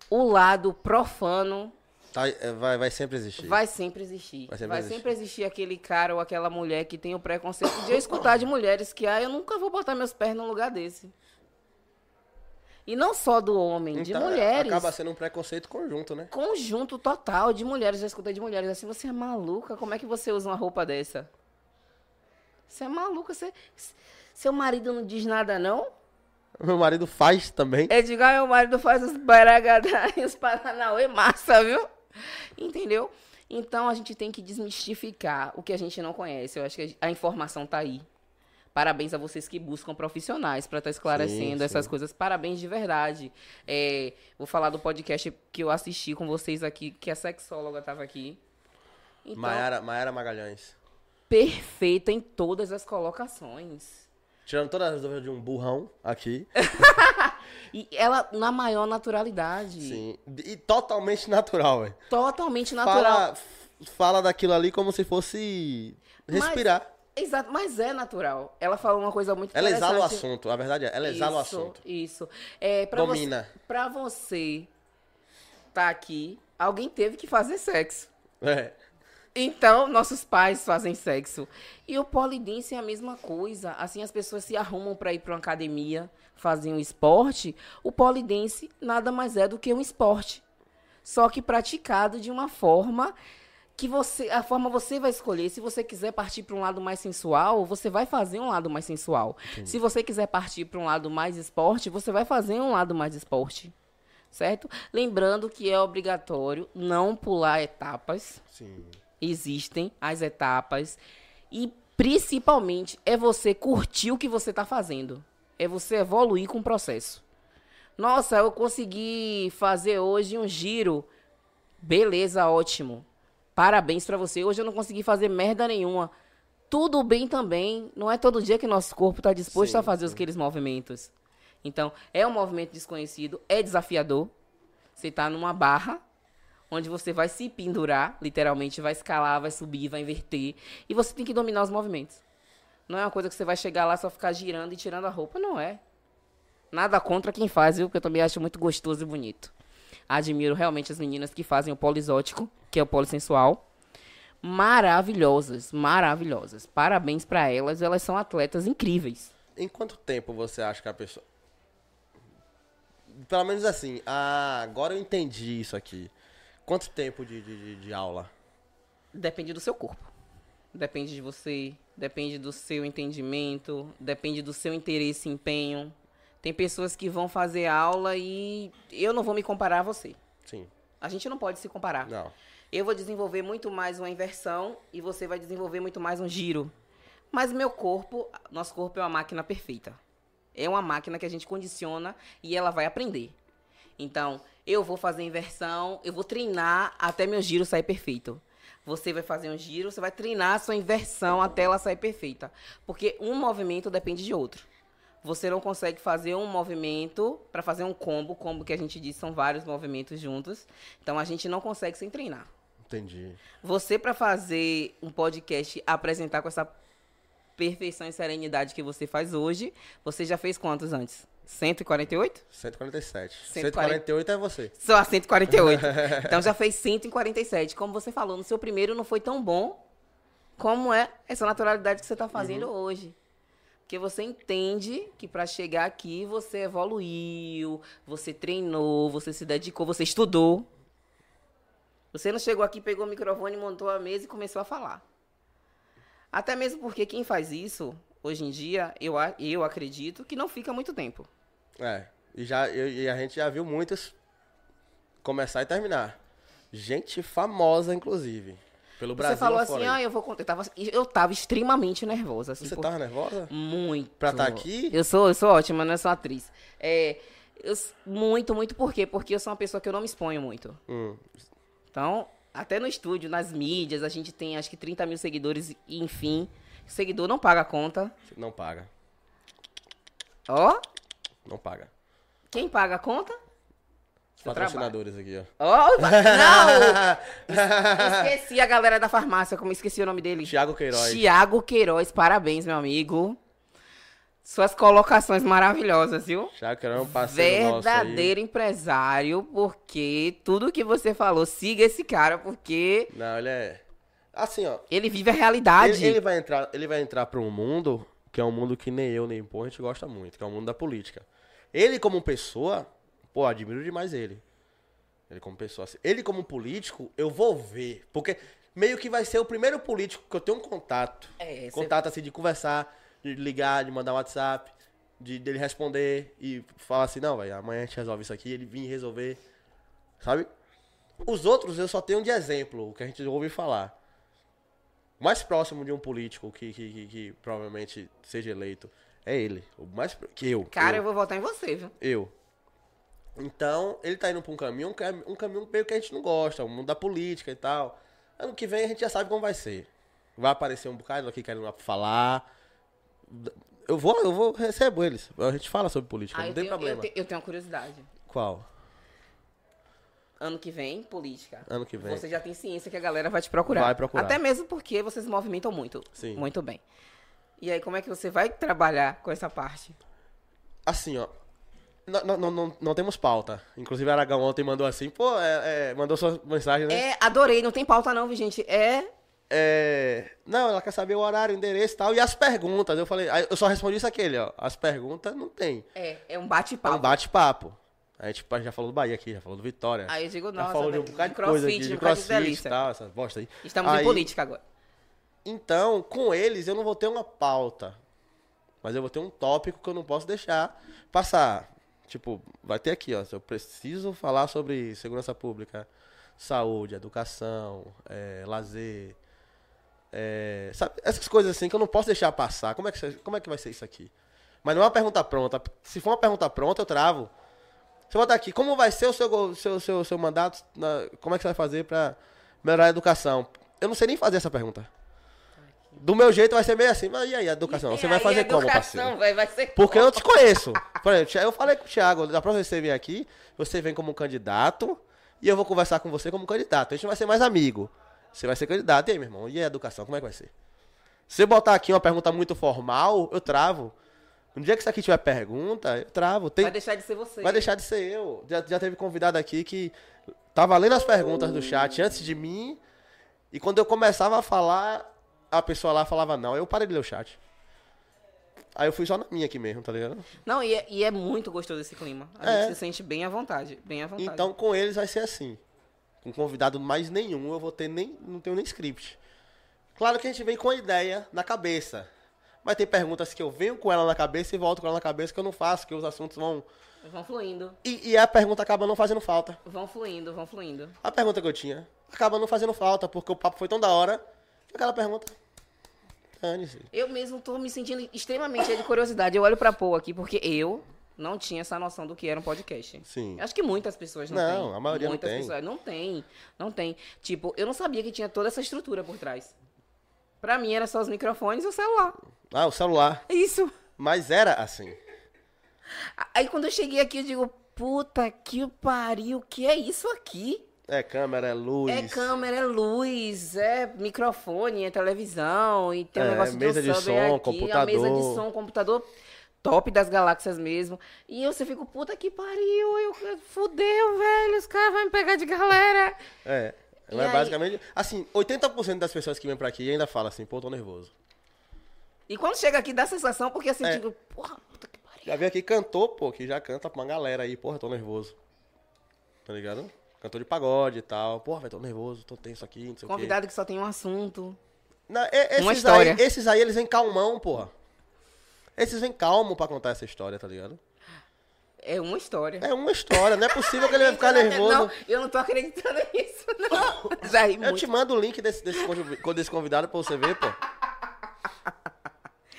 S4: o lado profano
S3: Tá, é, vai, vai sempre existir.
S4: vai sempre existir.
S3: Vai
S4: Vai
S3: sempre
S4: sempre,
S3: existir.
S4: existir aquele cara ou aquela mulher que tem o preconceito de eu escutar de mulheres que, ah, eu nunca vou botar meus pés num lugar desse. E não só do homem, de
S3: Então,
S4: mulheres
S3: Acaba sendo um preconceito conjunto, né?
S4: conjunto total de mulheres. Já escutei de mulheres assim, você é maluca? Como é que você usa uma roupa dessa? Você é maluca? Você... Seu marido não diz nada, não?
S3: Meu marido faz também.
S4: É de igual meu marido faz os baragadá e os paranauê massa, viu? Entendeu? Então a gente tem que desmistificar o que a gente não conhece. Eu acho que a informação tá aí. Parabéns a vocês que buscam profissionais para estar esclarecendo
S3: Sim,
S4: essas
S3: sim.
S4: coisas. Parabéns de verdade. É, vou falar do podcast que eu assisti com vocês aqui, que a sexóloga estava aqui. Então,
S3: Maiara, Maiara Magalhães.
S4: perfeita em todas as colocações.
S3: Tirando todas as dúvidas de um burrão aqui.
S4: E ela na maior naturalidade.
S3: Sim. E totalmente natural, velho.
S4: Totalmente natural.
S3: Fala, fala daquilo ali como se fosse respirar.
S4: Exato, mas é natural. Ela falou uma coisa muito
S3: Ela exala o
S4: interessante.
S3: assunto, a verdade é, ela exala o
S4: Isso,
S3: assunto.
S4: Isso. É, pra
S3: Domina.
S4: Você, pra você tá aqui, alguém teve que fazer sexo.
S3: É.
S4: Então, nossos pais fazem sexo. E o polidense é a mesma coisa. Assim, as pessoas se arrumam pra ir pra uma academia, fazem um esporte. O polidense nada mais é do que um esporte. Só que praticado de uma forma que você. A forma você vai escolher. Se você quiser partir pra um lado mais sensual, você vai fazer um lado mais sensual. Se você quiser partir pra um lado mais esporte, você vai fazer um lado mais esporte. Certo? Lembrando que é obrigatório não pular etapas
S3: Sim.
S4: existem as etapas e principalmente é você curtir o que você está fazendo. É você evoluir com o processo. Nossa, eu consegui fazer hoje um giro. Beleza, ótimo. Parabéns pra você. Hoje eu não consegui fazer merda nenhuma. Tudo bem também. Não é todo dia que nosso corpo tá disposto a fazer os aqueles movimentos. Então, é um movimento desconhecido, é desafiador. Você tá numa barra onde você vai se pendurar, literalmente vai escalar, vai subir, vai inverter, e você tem que dominar os movimentos. Não é uma coisa que você vai chegar lá só ficar girando e tirando a roupa, não é. Nada contra quem faz, viu? Porque eu também acho muito gostoso e bonito. Admiro realmente as meninas que fazem o polisótico, que é o polisensual. Maravilhosas, maravilhosas. Parabéns pra elas, elas são atletas incríveis.
S3: Em quanto tempo você acha que a pessoa. Pelo menos assim, ah, agora eu entendi isso aqui. Quanto tempo de, de, de- de aula?
S4: Depende do seu corpo. Depende de você, depende do seu entendimento, depende do seu interesse e empenho. Tem pessoas que vão fazer aula e eu não vou me comparar a você.
S3: Sim.
S4: A gente não pode se comparar.
S3: Não.
S4: Eu vou desenvolver muito mais uma inversão e você vai desenvolver muito mais um giro. Mas meu corpo, nosso corpo é uma máquina perfeita. É uma máquina que a gente condiciona e ela vai aprender. Então, eu vou fazer inversão, eu vou treinar até meu giro sair perfeito. Você vai fazer um giro, você vai treinar a sua inversão até ela sair perfeita. Porque um movimento depende de outro. Você não consegue fazer um movimento para fazer um combo, combo que a gente diz são vários movimentos juntos. Então a gente não consegue sem treinar.
S3: Entendi.
S4: Você para fazer um podcast apresentar com essa perfeição e serenidade que você faz hoje, você já fez quantos antes? 148?
S3: 147.
S4: 140.
S3: 148 é você.
S4: Só a 148. Então já fez 147. Como você falou, no seu primeiro não foi tão bom como é essa naturalidade que você está fazendo hoje. Porque você entende que para chegar aqui você evoluiu, você treinou, você se dedicou, você estudou. Você não chegou aqui, pegou o microfone, montou a mesa e começou a falar. Até mesmo porque quem faz isso, hoje em dia, eu, a- eu acredito que não fica muito tempo.
S3: É. E, já, eu- e a gente já viu muitos começar e terminar. Gente famosa, inclusive. Pelo Brasil
S4: você falou
S3: afora
S4: assim,
S3: aí.
S4: ah, eu vou contar. Eu tava, eu tava extremamente nervosa. Assim,
S3: Você
S4: por-
S3: tava nervosa?
S4: Muito.
S3: Pra tá aqui?
S4: Eu sou, eu sou ótima, não é só atriz. É, eu s- muito, muito por quê? Porque eu sou uma pessoa que eu não me exponho muito.
S3: Hum.
S4: Então, até no estúdio, nas mídias, a gente tem acho que 30 mil seguidores, e, enfim. Seguidor não paga a conta.
S3: Não paga.
S4: Ó,
S3: Não paga.
S4: quem paga a conta? Seu trabalho.
S3: Patrocinadores aqui, ó.
S4: Ó, não!
S3: Não!
S4: Esqueci a galera da farmácia, como eu esqueci o nome dele.
S3: Tiago Queiroz.
S4: Tiago Queiroz, parabéns, meu amigo. Suas colocações maravilhosas, viu?
S3: Tiago Queiroz é um parceiro nosso aí.
S4: Verdadeiro empresário, porque tudo que você falou, siga esse cara, porque
S3: Não, ele é... Assim, ó.
S4: ele vive a realidade.
S3: Ele, ele vai entrar, ele vai entrar para um mundo que é um mundo que nem eu nem pô a gente gosta muito, que é o mundo da política. Ele como pessoa, pô, admiro demais ele. Ele como pessoa, assim. ele como político, eu vou ver, porque meio que vai ser o primeiro político que eu tenho um contato.
S4: É, cê-
S3: contato assim de conversar, de ligar, de mandar um WhatsApp, de dele responder e falar assim, não, velho, amanhã a gente resolve isso aqui, ele vir resolver. Sabe? Os outros eu só tenho de exemplo, o que a gente ouve falar. O mais próximo de um político que, que, que- que provavelmente seja eleito é ele. O mais pro- que eu.
S4: Cara, eu
S3: eu.
S4: vou votar em você, viu?
S3: eu. Então, ele tá indo pra um caminho, um cam- um caminho meio que a gente não gosta, o mundo da política e tal. Ano que vem a gente já sabe como vai ser. Vai aparecer um bocado aqui querendo falar. Eu vou, eu vou recebo eles. A gente fala sobre política,
S4: Ah,
S3: não
S4: eu,
S3: tem
S4: tenho, eu,
S3: problema.
S4: te- eu tenho uma curiosidade.
S3: Qual?
S4: ano que vem, política.
S3: Ano que vem.
S4: Você já tem ciência que a galera vai te procurar.
S3: Vai procurar.
S4: Até mesmo porque vocês movimentam muito.
S3: Sim.
S4: Muito bem. E aí, como é que você vai trabalhar com essa parte?
S3: Assim, ó. Não, não, não, não, não temos pauta. Inclusive, Aragão ontem mandou assim, pô, é, é, mandou sua mensagem, né?
S4: É, adorei, não tem pauta não, viu, gente? É.
S3: É, Não, ela quer saber o horário, o endereço e tal. E as perguntas. Eu falei, aí eu só respondi isso aquele, ó. As perguntas não tem.
S4: É, é um
S3: É um
S4: bate-papo.
S3: bate-papo. tipo, A gente já falou do Bahia aqui, já falou do Vitória.
S4: Aí eu digo,
S3: já
S4: nossa,
S3: falou de um
S4: de
S3: bocado de
S4: crossfit,
S3: coisa aqui, de
S4: um bocado de
S3: crossfit
S4: delícia.
S3: e tal, essa bosta aí.
S4: Estamos
S3: Aí,
S4: em política agora.
S3: Então, com eles eu não vou ter uma pauta. Mas eu vou ter um tópico que eu não posso deixar passar. Tipo, vai ter aqui, ó. se Eu preciso falar sobre segurança pública, saúde, educação, eh, lazer. eh, sabe, essas coisas assim que eu não posso deixar passar. Como é, que, você- como é que vai ser isso aqui? Mas não é uma pergunta pronta. Se for uma pergunta pronta, eu travo. Você botar aqui, como vai ser o seu, go- seu, seu, seu mandato? na- como é que você vai fazer pra melhorar a educação? Eu não sei nem fazer essa
S4: Tá
S3: pergunta. Do meu jeito vai ser meio assim, mas e aí a educação? Você
S4: E
S3: vai
S4: aí,
S3: fazer como,
S4: educação,
S3: parceiro?
S4: Vai, vai ser
S3: Porque eu te conheço. Por exemplo, Thi- eu falei com o Thiago, da próxima vez que você vir aqui, você vem como candidato e eu vou conversar com você como candidato. A gente não vai ser mais amigo. Você vai ser candidato. E aí, meu irmão? E a educação, como é que vai ser? Se eu botar aqui uma pergunta muito formal, eu travo. No dia que isso aqui tiver pergunta, eu travo. Tem,
S4: Vai deixar de ser você.
S3: Vai deixar de ser eu. Já, já teve convidado aqui que tava lendo as perguntas do chat antes de mim. E quando eu começava a falar, a pessoa lá falava não. Eu parei de ler o chat. Aí eu fui só na minha aqui mesmo, tá ligado?
S4: Não, e é, e é muito gostoso esse clima. A
S3: É.
S4: gente se sente bem à vontade. Bem à vontade.
S3: Então com eles vai ser assim. Com convidado mais nenhum, eu vou ter nem. Não tenho nem script. Claro que a gente vem com a ideia na cabeça. Mas tem perguntas que eu venho com ela na cabeça e volto com ela na cabeça que eu não faço, que os assuntos vão.
S4: Vão fluindo.
S3: E, e a pergunta acaba não fazendo falta.
S4: Vão fluindo, vão fluindo.
S3: A pergunta que eu tinha acaba não fazendo falta, porque o papo foi tão da hora que aquela pergunta. Dane-se.
S4: Eu mesmo tô me sentindo extremamente cheio de curiosidade. Eu olho pra Pô aqui porque eu não tinha essa noção do que era um podcast.
S3: Sim.
S4: Acho que muitas pessoas não, têm.
S3: Não, a maioria não
S4: muitas
S3: tem.
S4: pessoas não tem. Não tem. Tipo, eu não sabia que tinha toda essa estrutura por trás. Pra mim era só os microfones e o celular.
S3: Ah, o celular.
S4: É isso.
S3: Mas era assim.
S4: Aí quando eu cheguei aqui, eu digo, puta que pariu, o que é isso aqui?
S3: É câmera, é luz.
S4: É câmera, é luz, é microfone, é televisão, e tem um
S3: É,
S4: negócio
S3: mesa de
S4: um sub
S3: som,
S4: aqui, A mesa de
S3: computador.
S4: som, um computador top das galáxias mesmo. E eu, você fica, puta que pariu, eu, fudeu, velho, os caras vão me pegar de galera.
S3: É.
S4: E
S3: Mas
S4: aí?
S3: basicamente. Assim, 80% das pessoas que vêm pra aqui ainda falam assim, pô, tô nervoso.
S4: E quando chega aqui, dá sensação, porque assim,
S3: É.
S4: digo, porra, puta que pariu.
S3: Já veio aqui cantor, pô, que já canta pra uma galera aí, porra, tô nervoso. Tá ligado? Cantor de pagode e tal. Porra, velho, tô nervoso, tô tenso aqui, não sei o quê.
S4: Convidado que só tem um assunto.
S3: Não, e-
S4: Uma
S3: esses
S4: história.
S3: Aí, esses aí, eles vêm calmão, porra. Esses vêm calmo pra contar essa história, tá ligado?
S4: É uma história.
S3: É uma história, não é possível que ele vai ficar
S4: Então, Não,
S3: nervoso. É
S4: eu não tô acreditando nisso, não. Já ri
S3: Eu te
S4: muito.
S3: mando o link desse, desse, convi- desse convidado pra você ver, pô.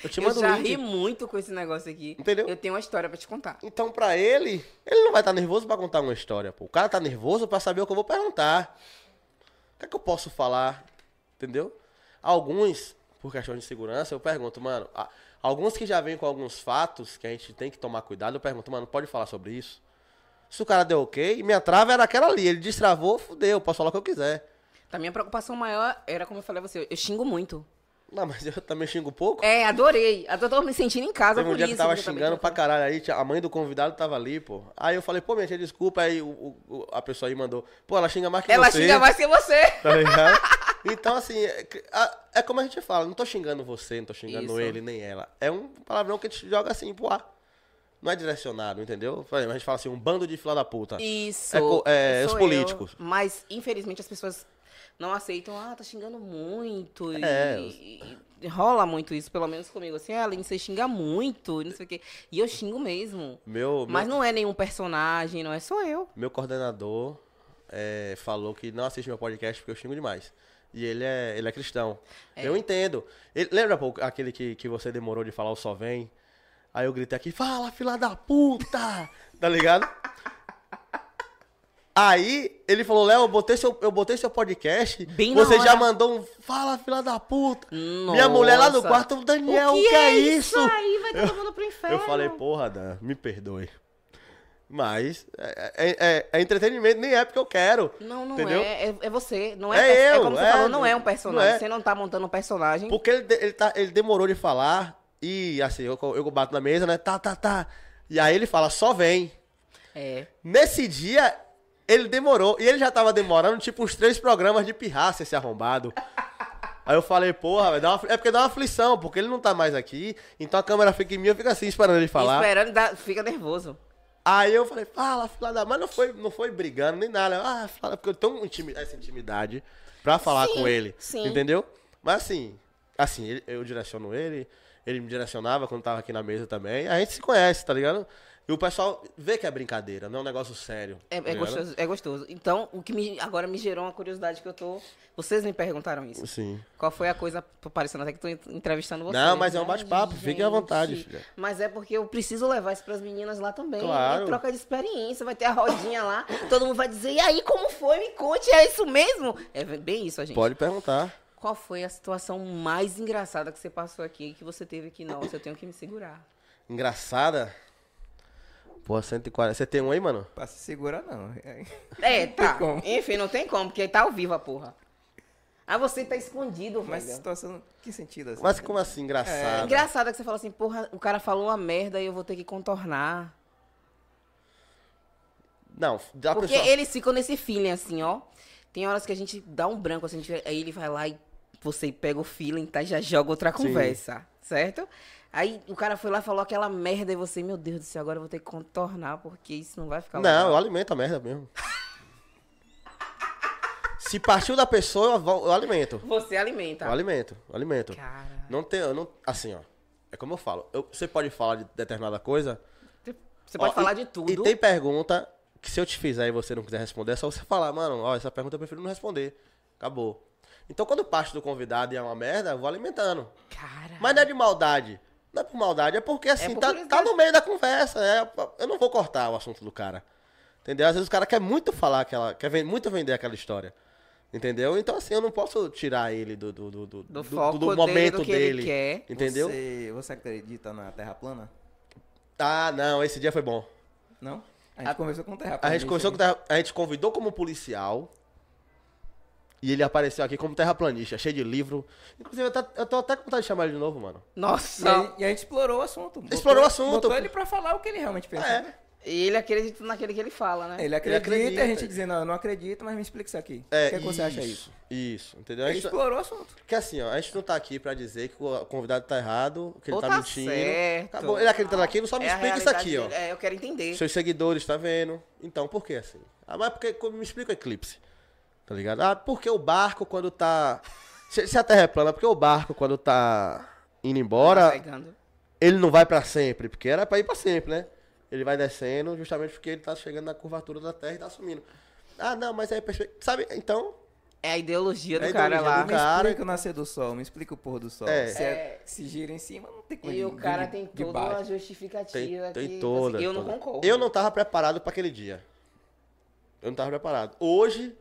S3: Eu te
S4: Eu,
S3: mando o
S4: já
S3: um link.
S4: ri muito com esse negócio aqui.
S3: Entendeu?
S4: Eu tenho uma história pra te contar.
S3: Então, pra ele, ele não vai estar nervoso pra contar uma história, pô. O cara tá nervoso pra saber o que eu vou perguntar. O que é que eu posso falar? Entendeu? Alguns, por questão de segurança, eu pergunto, mano. a- Alguns que já vêm com alguns fatos que a gente tem que tomar cuidado, eu pergunto, mano, pode falar sobre isso? Se o cara deu ok, minha trava era aquela ali. Ele destravou, fudeu, posso falar o que eu quiser.
S4: A minha preocupação maior era, como eu falei a você, eu xingo muito.
S3: Não, mas eu também xingo pouco.
S4: É, adorei. Eu tô, tô me sentindo em casa
S3: Teve um
S4: por
S3: dia
S4: isso.
S3: que tava
S4: porque eu
S3: xingando
S4: também
S3: pra
S4: tô-
S3: caralho aí, tia- a mãe do convidado tava ali, pô. Aí eu falei, pô, minha tia, desculpa. Aí o- o- o- a pessoa aí mandou, pô, ela xinga mais que
S4: Ela
S3: você.
S4: xinga mais que você.
S3: Tá ligado? Então, assim, é, que- a- é como a gente fala, não tô xingando você, não tô xingando
S4: Isso.
S3: ele, nem ela. É um palavrão que a gente joga assim pro ar. Não é direcionado, entendeu? Por exemplo, A gente fala assim, um bando de fila da puta.
S4: Isso.
S3: É co- é,
S4: sou
S3: os
S4: eu.
S3: políticos.
S4: Mas, infelizmente, as pessoas não aceitam. Ah, tá xingando muito. e-
S3: É.
S4: E, e rola muito isso, pelo menos comigo. Assim, ah, Aline, você xinga muito, e não sei o quê. E eu xingo mesmo.
S3: Meu, meu,
S4: Mas não é nenhum personagem, não é sou eu.
S3: meu coordenador é, falou que não assiste meu podcast porque eu xingo demais. E ele é, ele é cristão. Eu entendo. Ele- lembra pô, aquele que, que você demorou de falar o só vem? Aí eu gritei aqui, fala, fila da puta! tá ligado? Aí ele falou, Léo, eu botei seu, eu botei seu podcast.
S4: Bem na
S3: você já
S4: hora.
S3: mandou um fala, fila da puta. Minha mulher lá no
S4: Nossa.
S3: quarto, Daniel, o que, é, isso?
S4: aí? Vai todo mundo pro inferno.
S3: Eu falei, porra, Dan, me perdoe. Mas é, é- é- é entretenimento, nem é porque eu quero.
S4: Não, não
S3: Entendeu?
S4: é, é. é você. Não é,
S3: É
S4: perso-
S3: eu,
S4: como você
S3: é,
S4: falou, não é um
S3: não
S4: personagem.
S3: é.
S4: Você não tá montando um personagem.
S3: Porque ele, de- ele, tá, ele demorou de falar e assim, eu, eu bato na mesa, né? Tá, tá, tá. E aí ele fala, só vem.
S4: É.
S3: Nesse dia, ele demorou. E ele já tava demorando, tipo, uns três programas de pirraça, esse arrombado. Aí eu falei, porra, velho, dá uma afli- é porque dá uma aflição, porque ele não tá mais aqui, então a câmera fica em mim, eu fico assim, esperando ele falar.
S4: Esperando, dá- fica nervoso.
S3: Aí eu falei, fala, filha da... Mas não foi, não foi brigando nem nada. Ah, fala, porque eu tenho intimi- essa intimidade pra falar
S4: Sim,
S3: com ele.
S4: sim.
S3: Entendeu? Mas assim, assim, ele- eu direciono ele, ele me direcionava quando tava aqui na mesa também. A gente se conhece, tá ligado? E o pessoal vê que é brincadeira, não é um negócio sério.
S4: É,
S3: tá
S4: é
S3: ligado?
S4: gostoso, é gostoso. Então, o que me, agora me gerou uma curiosidade que eu tô. Vocês me perguntaram isso.
S3: Sim.
S4: Qual foi a coisa, parecendo até que tô en- entrevistando vocês.
S3: Não, mas é um
S4: Ai,
S3: bate-papo, fiquem à vontade,
S4: gente.
S3: filha.
S4: Mas é porque eu preciso levar isso pras meninas lá também.
S3: Claro.
S4: É troca de experiência, vai ter a rodinha lá, todo mundo vai dizer, e aí, como foi? Me conte, é isso mesmo? É bem isso, a gente.
S3: Pode perguntar.
S4: Qual foi a situação mais engraçada que você passou aqui, que você teve que, nossa, eu tenho que me segurar?
S3: Engraçada. Pô, 140. Você tem um aí, mano?
S2: Pra se segurar, não. É.
S4: É, tá.
S2: como.
S4: Enfim, não tem como, porque tá ao vivo a porra. Ah, você tá escondido,
S2: Mas
S4: velho. É
S2: situação, que sentido assim?
S3: Mas como assim, engraçada?
S4: Engraçado que você fala assim, porra, o cara falou uma merda e eu vou ter que contornar.
S3: Não, dá
S4: Porque
S3: Tá pessoa...
S4: eles ficam nesse feeling assim, ó. Tem horas que a gente dá um branco, assim, a gente- aí ele vai lá e você pega o feeling, tá? E Já joga outra conversa, certo? Aí o cara foi lá e falou aquela merda e você, meu Deus do céu, agora eu vou ter que contornar, porque isso não vai ficar
S3: Não, eu
S4: legal.
S3: alimento a merda mesmo. Se partiu da pessoa, eu, vo- eu alimento.
S4: Você alimenta.
S3: Eu alimento, eu alimento.
S4: Tá. Cara.
S3: Não tem, eu não, assim, ó. É como eu falo. eu- você pode falar de determinada coisa.
S4: Você pode
S3: ó,
S4: falar
S3: e-
S4: de tudo.
S3: E tem pergunta que se eu te fizer e você não quiser responder, é só você falar, mano, ó, essa pergunta eu prefiro não responder. Acabou. Então quando parte do convidado e é uma merda, eu vou alimentando.
S4: Cara.
S3: Mas não é de maldade. Não é por maldade, é porque assim,
S4: por
S3: tá,
S4: curiosidade.
S3: tá no meio da conversa. é, eu não vou cortar o assunto do cara. Entendeu? Às vezes o cara quer muito falar aquela. Quer ven- muito vender aquela história. Entendeu? Então, assim, eu não posso tirar ele do, do, do, do, do- do
S4: foco dele,
S3: momento
S4: do que ele
S3: dele.
S4: quer.
S3: Entendeu?
S2: Você, você acredita na Terra plana?
S3: Ah, não, esse dia foi bom.
S2: Não? A gente conversou com o Terra
S3: A gente, conversou com, terra- a gente convidou como policial. E ele apareceu aqui como terraplanista, cheio de livro. Inclusive, eu, tá- eu tô até com vontade de chamar ele de novo, mano.
S2: E
S4: Nossa.
S2: a, e a gente explorou o assunto.
S3: Explorou o
S2: botou,
S3: assunto,
S2: Botou
S3: pô.
S2: ele pra falar o que ele realmente pensa.
S3: É.
S4: E ele acredita naquele que ele fala, né?
S2: Ele acredita,
S3: acredita.
S2: a gente dizendo, não, eu não acredito, mas me explica isso aqui.
S3: É,
S2: o que, é que você acha É isso?
S3: Isso, entendeu? A
S2: Ele
S3: gente- tá
S2: explorou o assunto.
S3: Porque assim, ó, a gente não tá aqui pra dizer que o convidado tá errado, que ele
S4: Ou
S3: tá,
S4: tá
S3: mentindo.
S4: certo.
S3: Acabou. Ele acredita naquilo, só me
S4: É a
S3: explica isso aqui, ó.
S4: realidade dele. É, eu quero entender.
S3: Seus seguidores, tá vendo? Então, por que assim? Ah, mas porque como- me explica o eclipse. Tá ligado? Ah, porque o barco quando tá. Se, se a Terra é plana, porque o barco quando tá indo
S4: Ah,
S3: embora,
S4: Navegando.
S3: ele não vai pra sempre, porque era pra ir pra sempre, né? Ele vai descendo justamente porque ele tá chegando na curvatura da Terra e tá sumindo. Ah, não, mas é perspe... Sabe? Então,
S4: É a ideologia do
S3: É a
S4: cara
S3: ideologia
S4: lá.
S3: do
S2: Me
S3: Cara-
S2: explica o nascer do sol, me explica o pôr do sol.
S3: É.
S2: Se, é- se gira em cima, não tem como
S4: E
S2: de-
S4: o cara
S2: de-
S4: tem um
S2: de
S4: toda
S2: baixo.
S4: uma justificativa
S3: Tem, tem
S4: que
S3: toda.
S4: assim, eu não
S3: toda.
S4: concordo.
S3: Eu não tava preparado pra aquele dia. Eu não tava preparado. Hoje,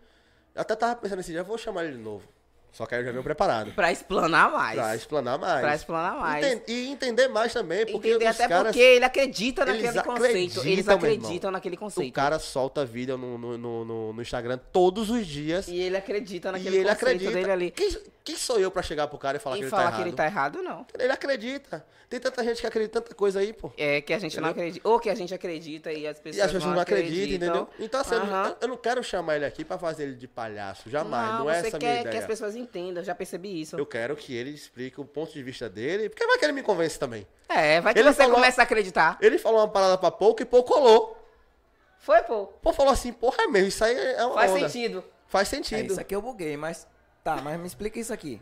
S3: eu até tava pensando nesse dia, eu vou chamar ele de novo. Só que aí eu já venho preparado.
S4: Pra explanar mais.
S3: Pra explanar mais.
S4: Pra explanar mais.
S3: Enten- e entender mais também, porque
S4: Entender
S3: os
S4: até
S3: caras...
S4: porque ele acredita
S3: eles
S4: naquele conceito. Eles
S3: acreditam, meu irmão.
S4: acreditam naquele
S3: O
S4: conceito.
S3: cara solta vídeo no, no, no- no- no Instagram todos os dias. E,
S4: E ele acredita naquele
S3: ele
S4: conceito
S3: acredita.
S4: dele ali.
S3: Quem, quem sou eu pra chegar pro cara e falar,
S4: e
S3: que, ele
S4: falar
S3: tá
S4: que ele
S3: errado?
S4: tá errado, não.
S3: Ele acredita. Tem tanta gente que acredita em tanta coisa aí, pô.
S4: É que a gente não acredita. Ou que a gente acredita e as pessoas,
S3: E as pessoas não, acreditam, entendeu? Então, assim, eu não-
S4: Aham.
S3: eu, eu não quero chamar ele aqui pra fazer ele de palhaço, jamais. Não, é
S4: você
S3: essa a
S4: quer
S3: minha
S4: que
S3: ideia.
S4: as pessoas entendam, eu já percebi isso.
S3: Eu quero que ele explique o ponto de vista dele, porque vai que ele me convence também.
S4: É, vai que
S3: Ele
S4: você
S3: falou-
S4: começa a acreditar.
S3: Ele falou uma parada pra pouco e pouco colou.
S4: Foi, pô.
S3: Pô, falou assim, porra, é meu, isso aí é uma
S4: Faz
S3: onda.
S4: sentido.
S3: Faz
S2: É,
S3: sentido.
S2: isso aqui eu buguei, mas. Tá, mas me explica isso aqui.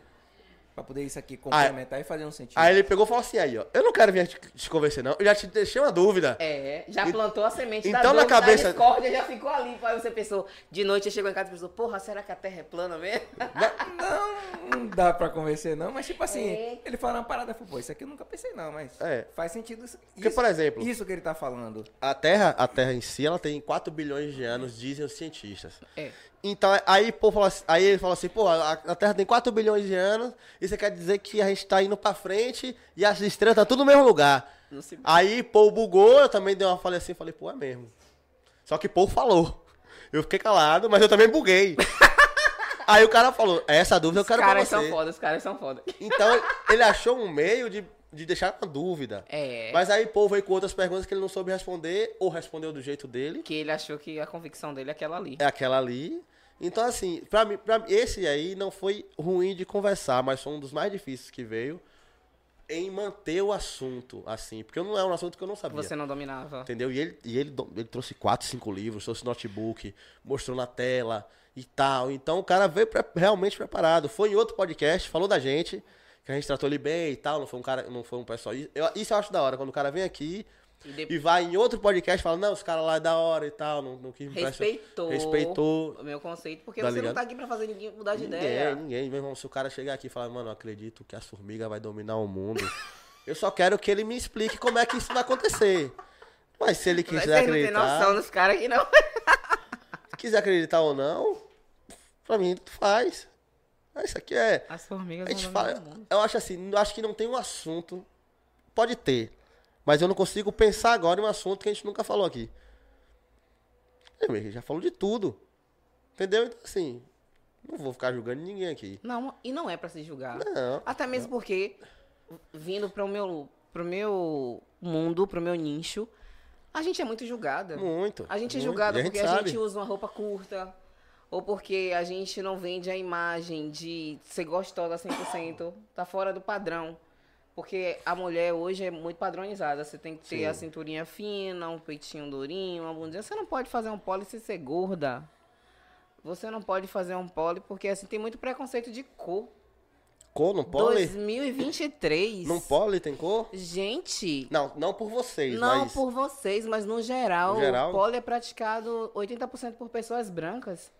S2: Pra poder isso aqui complementar e fazer um sentido.
S3: Ah, é. Aí ele pegou e falou assim, aí, ó, eu não quero vir te, te convencer, não. Eu já te deixei uma dúvida.
S4: É, já
S3: E-
S4: plantou a semente da
S3: então na
S4: dúvida,
S3: cabeça-
S4: a discórdia já ficou ali. Aí você pensou, de noite você chegou em casa e pensou, porra, será que a Terra é plana mesmo?
S2: Não, não dá pra convencer, não, mas tipo assim,
S4: É.
S2: ele fala uma parada, eu falei, pô, isso aqui eu nunca pensei, não, mas
S3: É.
S2: faz sentido isso.
S3: Porque,
S2: isso-
S3: por exemplo-
S2: Isso que ele tá falando.
S3: A Terra, a Terra em si, ela tem 4 bilhões de anos, dizem os cientistas.
S4: É.
S3: Então, aí, pô, fala assim- aí ele fala assim, pô, a, a Terra tem 4 bilhões de anos, e você quer dizer que a gente tá indo pra frente e as estrelas tá tudo no mesmo lugar.
S4: Não se-
S3: Aí, pô, bugou, eu também dei uma falha assim, falei, pô, é mesmo. Só que pouco falou. Eu fiquei calado, mas eu também buguei. Aí o cara falou, "É, essa dúvida eu
S4: Os
S3: quero pra
S4: caras são
S3: você.
S4: foda, os caras são foda.
S3: Então ele- ele achou um meio de, de deixar uma dúvida.
S4: É.
S3: Mas aí o povo veio com outras perguntas que ele não soube responder, ou respondeu do jeito dele.
S4: Que ele achou que a convicção dele é aquela ali.
S3: É aquela ali. Então, assim, pra mim, pra mim, esse aí não foi ruim de conversar, mas foi um dos mais difíceis que veio em manter o assunto, assim. Porque não é um assunto que eu não sabia.
S4: Você não dominava.
S3: Entendeu? E ele, e ele, do- ele trouxe quatro, cinco livros, trouxe notebook, mostrou na tela e tal. Então o cara veio pre- realmente preparado. Foi em outro podcast, falou da gente, que a gente tratou ele bem e tal. Não foi um cara, não foi um pessoal. e- eu- isso eu acho da hora, quando o cara vem aqui
S4: E de-
S3: e vai em outro podcast e fala, não, os caras lá é da hora e tal, não, não quis me pressionar."
S4: Respeitou.
S3: Respeitou.
S4: O meu conceito, porque
S3: Tá
S4: você
S3: ligado?
S4: não tá aqui pra fazer ninguém mudar de
S3: Ninguém,
S4: ideia.
S3: ninguém. Meu irmão, se o cara chegar aqui e falar, mano, eu acredito que a formiga vai dominar o mundo, eu só quero que ele me explique como é que isso vai acontecer. Mas se ele
S4: Vocês
S3: quiser
S4: não têm
S3: acreditar...
S4: noção dos caras aqui, não.
S3: quiser acreditar ou não, pra mim tu faz. Ah, Isso aqui é.
S4: As formigas
S3: A gente
S4: vão dominar o
S3: fala,
S4: mundo.
S3: eu acho assim, eu acho que não tem um assunto. Pode ter. Mas eu não consigo pensar agora em um assunto que a gente nunca falou aqui. É, mas a gente já falou de tudo. Entendeu? Então assim, não vou ficar julgando ninguém aqui.
S4: Não, e não é pra se julgar.
S3: Não.
S4: Até mesmo porque, vindo pro meu, pro meu mundo, pro meu nicho, a gente é muito julgada.
S3: Muito.
S4: A gente é
S3: muito.
S4: julgada
S3: E
S4: porque a
S3: sabe.
S4: gente usa uma roupa curta, ou porque a gente não vende a imagem de ser gostosa 100%, tá fora do padrão. Porque a mulher hoje é muito padronizada, você tem que ter
S3: Sim.
S4: a cinturinha fina, um peitinho durinho, uma bundinha, você não pode fazer um pole se ser gorda. Você não pode fazer um pole porque assim tem muito preconceito de cor.
S3: Cor, não pole?
S4: 2023.
S3: Não pole tem cor?
S4: Gente,
S3: Não, não por vocês,
S4: não
S3: mas.
S4: por vocês, mas no geral,
S3: No geral?
S4: o pole é praticado 80% por pessoas brancas.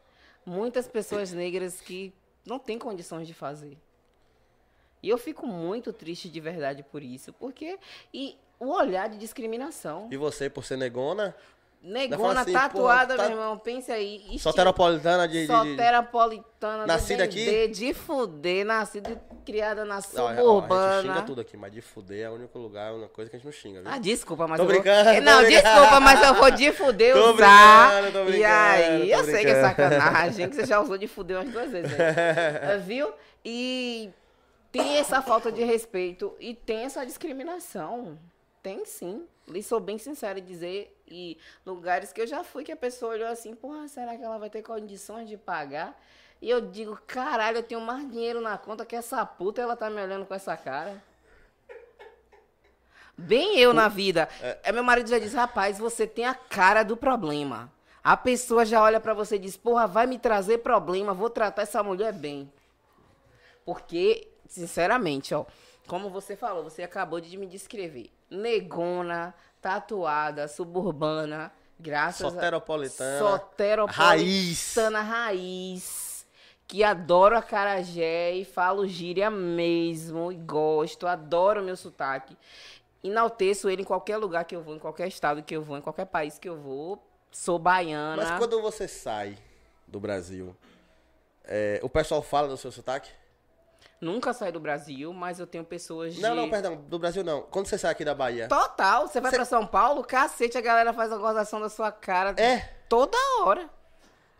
S4: Muitas pessoas negras que não têm condições de fazer. E eu fico muito triste de verdade por isso, porque e o olhar de discriminação.
S3: E você, por ser negona?
S4: Negona
S3: assim,
S4: tatuada,
S3: porra, tá-
S4: meu irmão, pensa aí. Ixi,
S3: Soteropolitana de. de- de-
S4: Soterapolitana
S3: Nascida
S4: do
S3: aqui?
S4: DD, de fuder, nascida e criada na
S3: Não, é- ó, A gente
S4: suburbana.
S3: xinga tudo aqui, mas de fuder é o único lugar, é uma coisa que a gente não xinga, viu?
S4: Ah, desculpa, mas
S3: Tô
S4: eu vou-
S3: brincando, tô
S4: Não,
S3: brincando.
S4: desculpa, mas eu vou de fuder
S3: Tô
S4: usar.
S3: brincando, tô
S4: e aí,
S3: brincando,
S4: eu
S3: tô
S4: sei que é
S3: brincando.
S4: sacanagem, que você já usou de fuder umas duas vezes. né? Viu? E tem essa falta de respeito e tem essa discriminação. Tem sim. E sou bem sincera em dizer, e lugares que eu já fui que a pessoa olhou assim, porra, será que ela vai ter condições de pagar? E eu digo, caralho, eu tenho mais dinheiro na conta que essa puta, ela tá me olhando com essa cara. Bem eu na vida. É, meu marido já diz, rapaz, você tem a cara do problema. A pessoa já olha pra você e diz, porra, vai me trazer problema, vou tratar essa mulher bem. Porque, sinceramente, ó, como você falou, você acabou de me descrever. Negona, tatuada, suburbana, graças
S3: Soteropolitana.
S4: a... Soteropolitana Tá raiz. Que adoro acarajé e falo gíria mesmo, e gosto, adoro meu sotaque. Enalteço ele em qualquer lugar que eu vou, em qualquer estado que eu vou, em qualquer país que eu vou. Sou baiana.
S3: Mas quando você sai do Brasil, é, o pessoal fala do seu sotaque?
S4: Nunca saí do Brasil, mas eu tenho pessoas de...
S3: Não, não, perdão, do Brasil não. Quando você sai aqui da Bahia?
S4: Total. Você vai pra São Paulo, cacete, a galera faz a gozação da sua cara
S3: É,
S4: toda hora.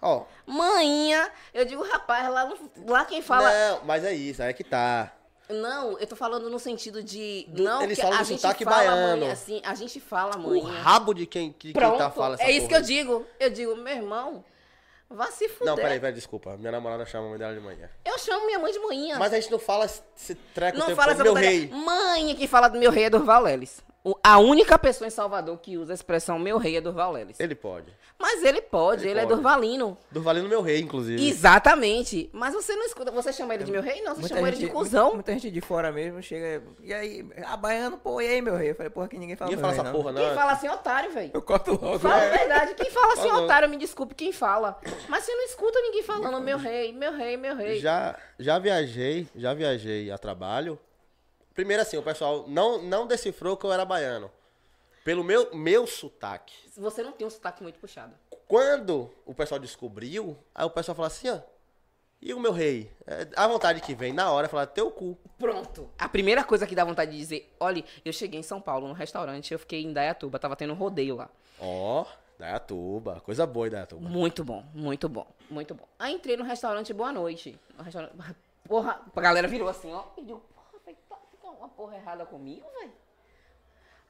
S3: ó.
S4: Manhinha, eu digo, rapaz, lá, no- lá quem fala.
S3: Não, mas é isso, aí é que tá.
S4: Não. eu tô falando no sentido de. Não,
S3: eles
S4: que
S3: falam
S4: a
S3: no
S4: gente
S3: sotaque
S4: fala,
S3: baiano.
S4: manhinha, assim, a gente fala,
S3: O
S4: manhinha.
S3: rabo de quem, de quem
S4: Pronto.
S3: tá fala essa
S4: é isso que
S3: porra.
S4: eu digo. Eu digo, meu irmão, vá se fuder.
S3: Não, peraí, peraí, desculpa. Minha namorada chama a mãe dela de manhã.
S4: Eu chamo minha mãe de manhinha.
S3: Mas é a gente não fala esse treco o
S4: Não
S3: tempo
S4: fala
S3: todo,
S4: essa
S3: meu
S4: putaria.
S3: rei.
S4: Mãe que fala do meu rei é Durval Lelis. O- A única pessoa em Salvador que usa a expressão meu rei é Durval Lelis.
S3: Ele pode.
S4: Mas ele pode,
S3: Ele
S4: ele,
S3: pode.
S4: é Durvalino.
S3: Durvalino meu rei, inclusive.
S4: Exatamente. Mas você não escuta. Você chama
S3: É
S4: ele de meu rei? Não, você chama ele de cuzão.
S2: Muita, muita gente de fora mesmo chega. E aí, a baiano, pô, e aí, meu rei? Eu falei, porra, que ninguém fala
S3: Ninguém
S2: meu
S3: fala essa
S2: rei, não.
S3: porra, não.
S4: Quem fala assim é otário, velho.
S2: Eu corto logo.
S4: Fala a verdade. Quem fala assim é
S3: É. Falou.
S4: otário, me desculpe quem fala. Mas você não escuta ninguém falando meu rei, meu rei, meu rei.
S3: Já, já viajei, já viajei a trabalho. Primeiro assim, o pessoal não, não decifrou que eu era baiano. Pelo meu, meu sotaque.
S4: Você não tem um sotaque muito puxado.
S3: Quando o pessoal descobriu, aí o pessoal fala assim, ó. E o meu rei? É, A vontade que vem na hora falar teu cu.
S4: Pronto. A primeira coisa que dá vontade de dizer, olha, eu cheguei em São Paulo, num restaurante, eu fiquei em Dayatuba, tava tendo um rodeio lá.
S3: Ó, Dayatuba, coisa boa, Dayatuba.
S4: Muito bom, muito bom, muito bom. Aí entrei no restaurante Boa Noite. No restaurante... Porra, a galera virou assim, ó. E digo, porra, velho, tá, tá uma porra errada comigo, velho.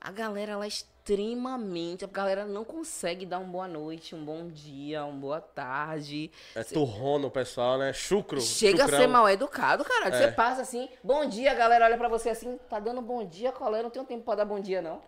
S4: A galera lá extremamente. A galera não consegue dar um boa noite, um bom dia, uma boa tarde.
S3: É turrono, pessoal, né? Chucro.
S4: Chega
S3: chucrão.
S4: a ser mal educado, caralho.
S3: É.
S4: Você passa assim, bom dia, a galera olha pra você assim, tá dando bom dia, colega, não tenho tempo pra dar bom dia, não.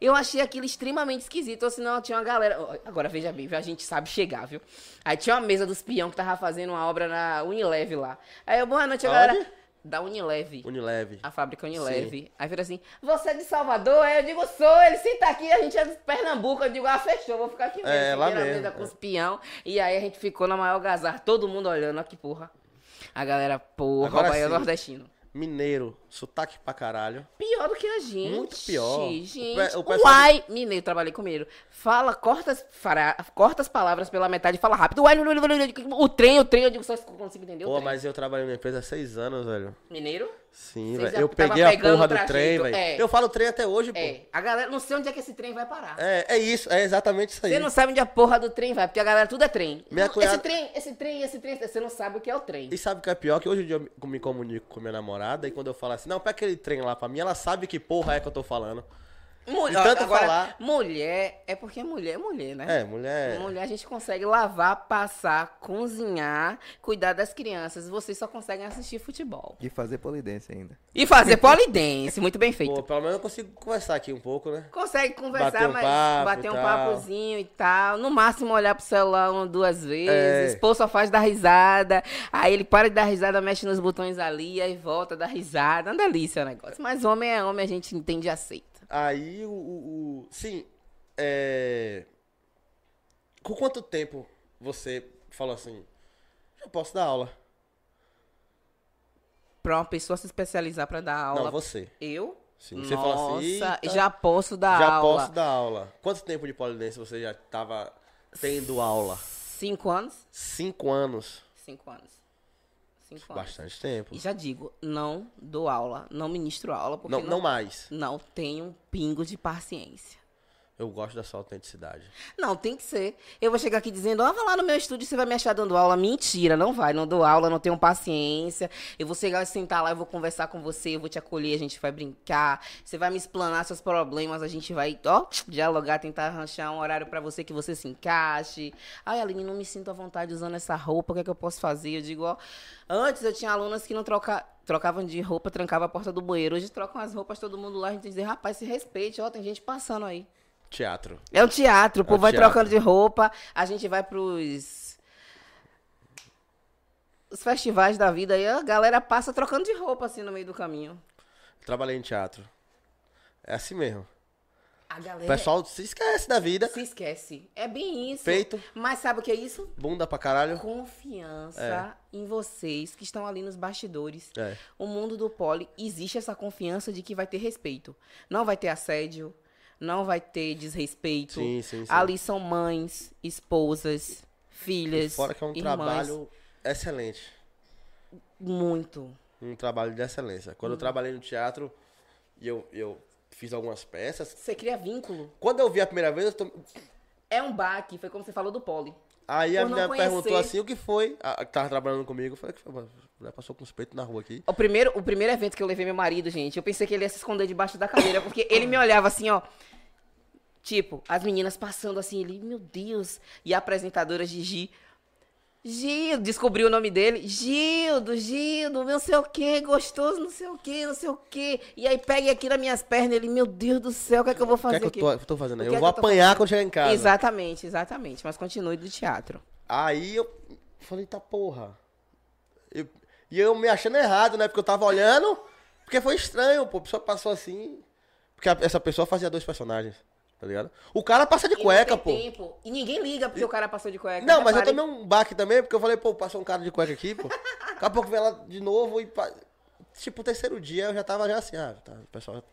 S4: Eu achei aquilo extremamente esquisito, ou senão tinha uma galera. ó, Agora veja bem, viu? a gente sabe chegar, viu? Aí tinha uma mesa dos peão que tava fazendo uma obra na Unilev lá. Aí eu, boa noite, a
S3: Aonde?
S4: galera. Da Unilev.
S3: Unileve.
S4: A fábrica Unilev. Aí vira assim, você é de Salvador? Aí eu digo, sou. Ele senta aqui, a gente é de Pernambuco. Eu digo, ah, fechou, vou ficar aqui mesmo.
S3: É,
S4: Fiquei
S3: lá
S4: na
S3: mesmo,
S4: mesa com
S3: é.
S4: os peão. E aí a gente ficou na maior gazar, todo mundo olhando, ó que porra. A galera, porra,
S3: Agora
S4: o Bahia
S3: sim.
S4: nordestino.
S3: Mineiro, sotaque pra caralho.
S4: Pior do que a gente.
S3: Muito pior. O
S4: Gente,
S3: pe- o pessoal-
S4: uai, mineiro, trabalhei com mineiro. Fala, corta as, fra- corta as palavras pela metade e fala rápido. Uai, o trem, o trem, eu digo, só consigo entender o
S3: Pô,
S4: trem.
S3: mas eu trabalho numa empresa há seis anos, velho.
S4: Mineiro?
S3: Sim,
S4: Vocês
S3: velho.
S4: já
S3: Eu
S4: tava
S3: peguei a
S4: pegando
S3: porra
S4: o
S3: do trem,
S4: trajeto,
S3: velho.
S4: é.
S3: Eu falo trem até hoje, pô.
S4: É, a galera, não sei onde é que esse trem vai parar.
S3: É, é isso, é exatamente isso aí.
S4: Você não sabe onde a porra do trem vai, porque a galera tudo é trem.
S3: Minha
S4: Não,
S3: cunhada-
S4: Esse trem, esse trem, esse trem, você não sabe o que é o trem.
S3: E sabe o que é pior? Que hoje em dia eu me- me comunico com minha namorada e quando eu falo assim, não, pega aquele trem lá pra mim, ela sabe que porra é que eu tô falando.
S4: Mulher,
S3: e tanto falar-
S4: mulher, é porque mulher é mulher, né?
S3: É, mulher.
S4: Mulher a gente consegue lavar, passar, cozinhar, cuidar das crianças. Vocês só conseguem assistir futebol.
S2: E fazer polidência ainda.
S4: E fazer polidense, muito bem feito.
S3: Pô, pelo menos eu consigo conversar aqui um pouco, né?
S4: Consegue conversar,
S3: Bater um
S4: mas
S3: papo
S4: bater
S3: e
S4: um
S3: tal.
S4: papozinho e tal. No máximo olhar pro celular uma, duas vezes.
S3: É.
S4: Pô, só faz dar risada. Aí ele para de dar risada, mexe nos botões ali, aí volta a dar risada. Uma delícia o negócio. Mas homem é homem, a gente entende e aceita.
S3: Aí o. o- o- sim. É. Com quanto tempo você falou assim? Eu posso dar aula.
S4: Pra uma pessoa se especializar pra dar aula.
S3: Não, você.
S4: Eu?
S3: Sim, você fala assim,
S4: Nossa,
S3: "Eita,
S4: já posso dar
S3: já
S4: aula.
S3: posso dar aula. Quanto tempo de polidense você já tava tendo aula?
S4: Cinco anos?
S3: Cinco anos.
S4: Cinco anos. Cinco anos.
S3: Bastante tempo.
S4: E já digo, não dou aula, não ministro aula, porque
S3: Não, não mais.
S4: não tenho um pingo de paciência.
S3: Eu gosto da sua autenticidade.
S4: Não, tem que ser. Eu vou chegar aqui dizendo, ó, vai lá no meu estúdio, você vai me achar dando aula. Mentira, não vai, não dou aula, não tenho paciência. Eu vou chegar e sentar lá, eu vou conversar com você, eu vou te acolher, a gente vai brincar. Você vai me explanar seus problemas, a gente vai, ó, dialogar, tentar arranjar um horário pra você que você se encaixe. Ai, Aline, não me sinto à vontade usando essa roupa, o que é que eu posso fazer? Eu digo, ó, antes eu tinha alunas que não troca, trocavam de roupa, trancava a porta do banheiro. Hoje trocam as roupas, todo mundo lá, a gente diz, rapaz, se respeite, ó, tem gente passando aí.
S3: Teatro.
S4: É um teatro, o povo vai
S3: teatro.
S4: trocando de roupa, a gente vai pros. Os festivais da vida aí, a galera passa trocando de roupa assim no meio do caminho.
S3: Trabalhei em teatro. É assim mesmo.
S4: A
S3: O
S4: galera
S3: pessoal se esquece da vida.
S4: se esquece. É bem isso.
S3: Feito.
S4: Mas sabe o que é isso?
S3: Bunda pra caralho.
S4: Confiança em vocês que estão ali nos bastidores.
S3: É.
S4: O mundo do poli existe essa confiança de que vai ter respeito. Não vai ter assédio, não vai ter desrespeito.
S3: Sim, sim, sim.
S4: Ali são mães, esposas, filhas.
S3: Fora que é um
S4: irmãs.
S3: trabalho excelente.
S4: Muito.
S3: Um trabalho de excelência. Quando
S4: Hum.
S3: eu trabalhei no teatro e eu, eu fiz algumas peças.
S4: Você cria vínculo.
S3: Quando eu vi a primeira vez, eu tô-
S4: É um baque, foi como você falou do poli.
S3: aí a
S4: Por não
S3: menina
S4: conhecer.
S3: perguntou assim: o que foi? A, a que tava trabalhando comigo. Eu falei: que foi? mano? A mulher passou com os peitos na rua aqui.
S4: O primeiro, o primeiro evento que eu levei meu marido, gente, eu pensei que ele ia se esconder debaixo da cadeira, porque ele me olhava assim, ó. Tipo, as meninas passando assim, ele, meu Deus. E a apresentadora Gigi. Gil, descobri o nome dele. Gildo, Gildo, não sei o que, gostoso, não sei o que, não sei o que. E aí pega aqui nas minhas pernas, ele, meu Deus do céu, o que é que eu vou
S3: O que
S4: fazer
S3: é que eu
S4: aqui?
S3: tô, eu tô fazendo aí?
S4: O que
S3: Eu
S4: é
S3: vou
S4: que eu tô
S3: apanhar
S4: fazendo?
S3: quando chegar em casa.
S4: Exatamente, exatamente. Mas continue do teatro.
S3: Aí eu falei, tá porra. Eu- e eu me achando errado, né? Porque eu tava olhando, porque foi estranho, pô. A pessoa passou assim. Porque a- essa pessoa fazia dois personagens, tá ligado? O cara passa de
S4: E não
S3: cueca,
S4: tem
S3: pô.
S4: tempo. E ninguém liga porque o cara passou de cueca.
S3: Não, mas eu
S4: Repare.
S3: tomei um baque também, porque eu falei, pô, passou um cara de cueca aqui, pô. Daqui a pouco vem ela de novo e. pa- Tipo, o terceiro dia eu já tava já assim, ah, tá, o pessoal.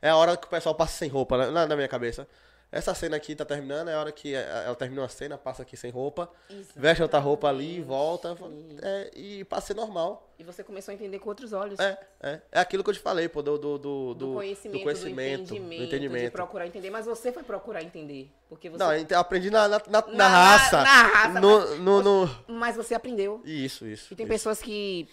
S3: É a hora que o pessoal passa sem roupa, né? na, na minha cabeça. Essa cena aqui tá terminando, é a hora que eh, ela termina uma cena, passa aqui sem roupa,
S4: Isso.
S3: veste outra roupa ali e volta.
S4: Sim.
S3: É, e passa a ser normal.
S4: E você começou a entender com outros olhos.
S3: É, é. É aquilo que eu te falei, pô, do, do,
S4: Do,
S3: do, do-
S4: conhecimento,
S3: do conhecimento,
S4: do entendimento,
S3: do
S4: de
S3: entendimento.
S4: procurar entender. Mas você foi procurar entender. Porque você.
S3: Não, ent- aprendi na, na, na- na
S4: Na-
S3: raça.
S4: na raça,
S3: No, no, no-
S4: Mas você aprendeu.
S3: Isso, isso.
S4: E tem
S3: isso,
S4: pessoas que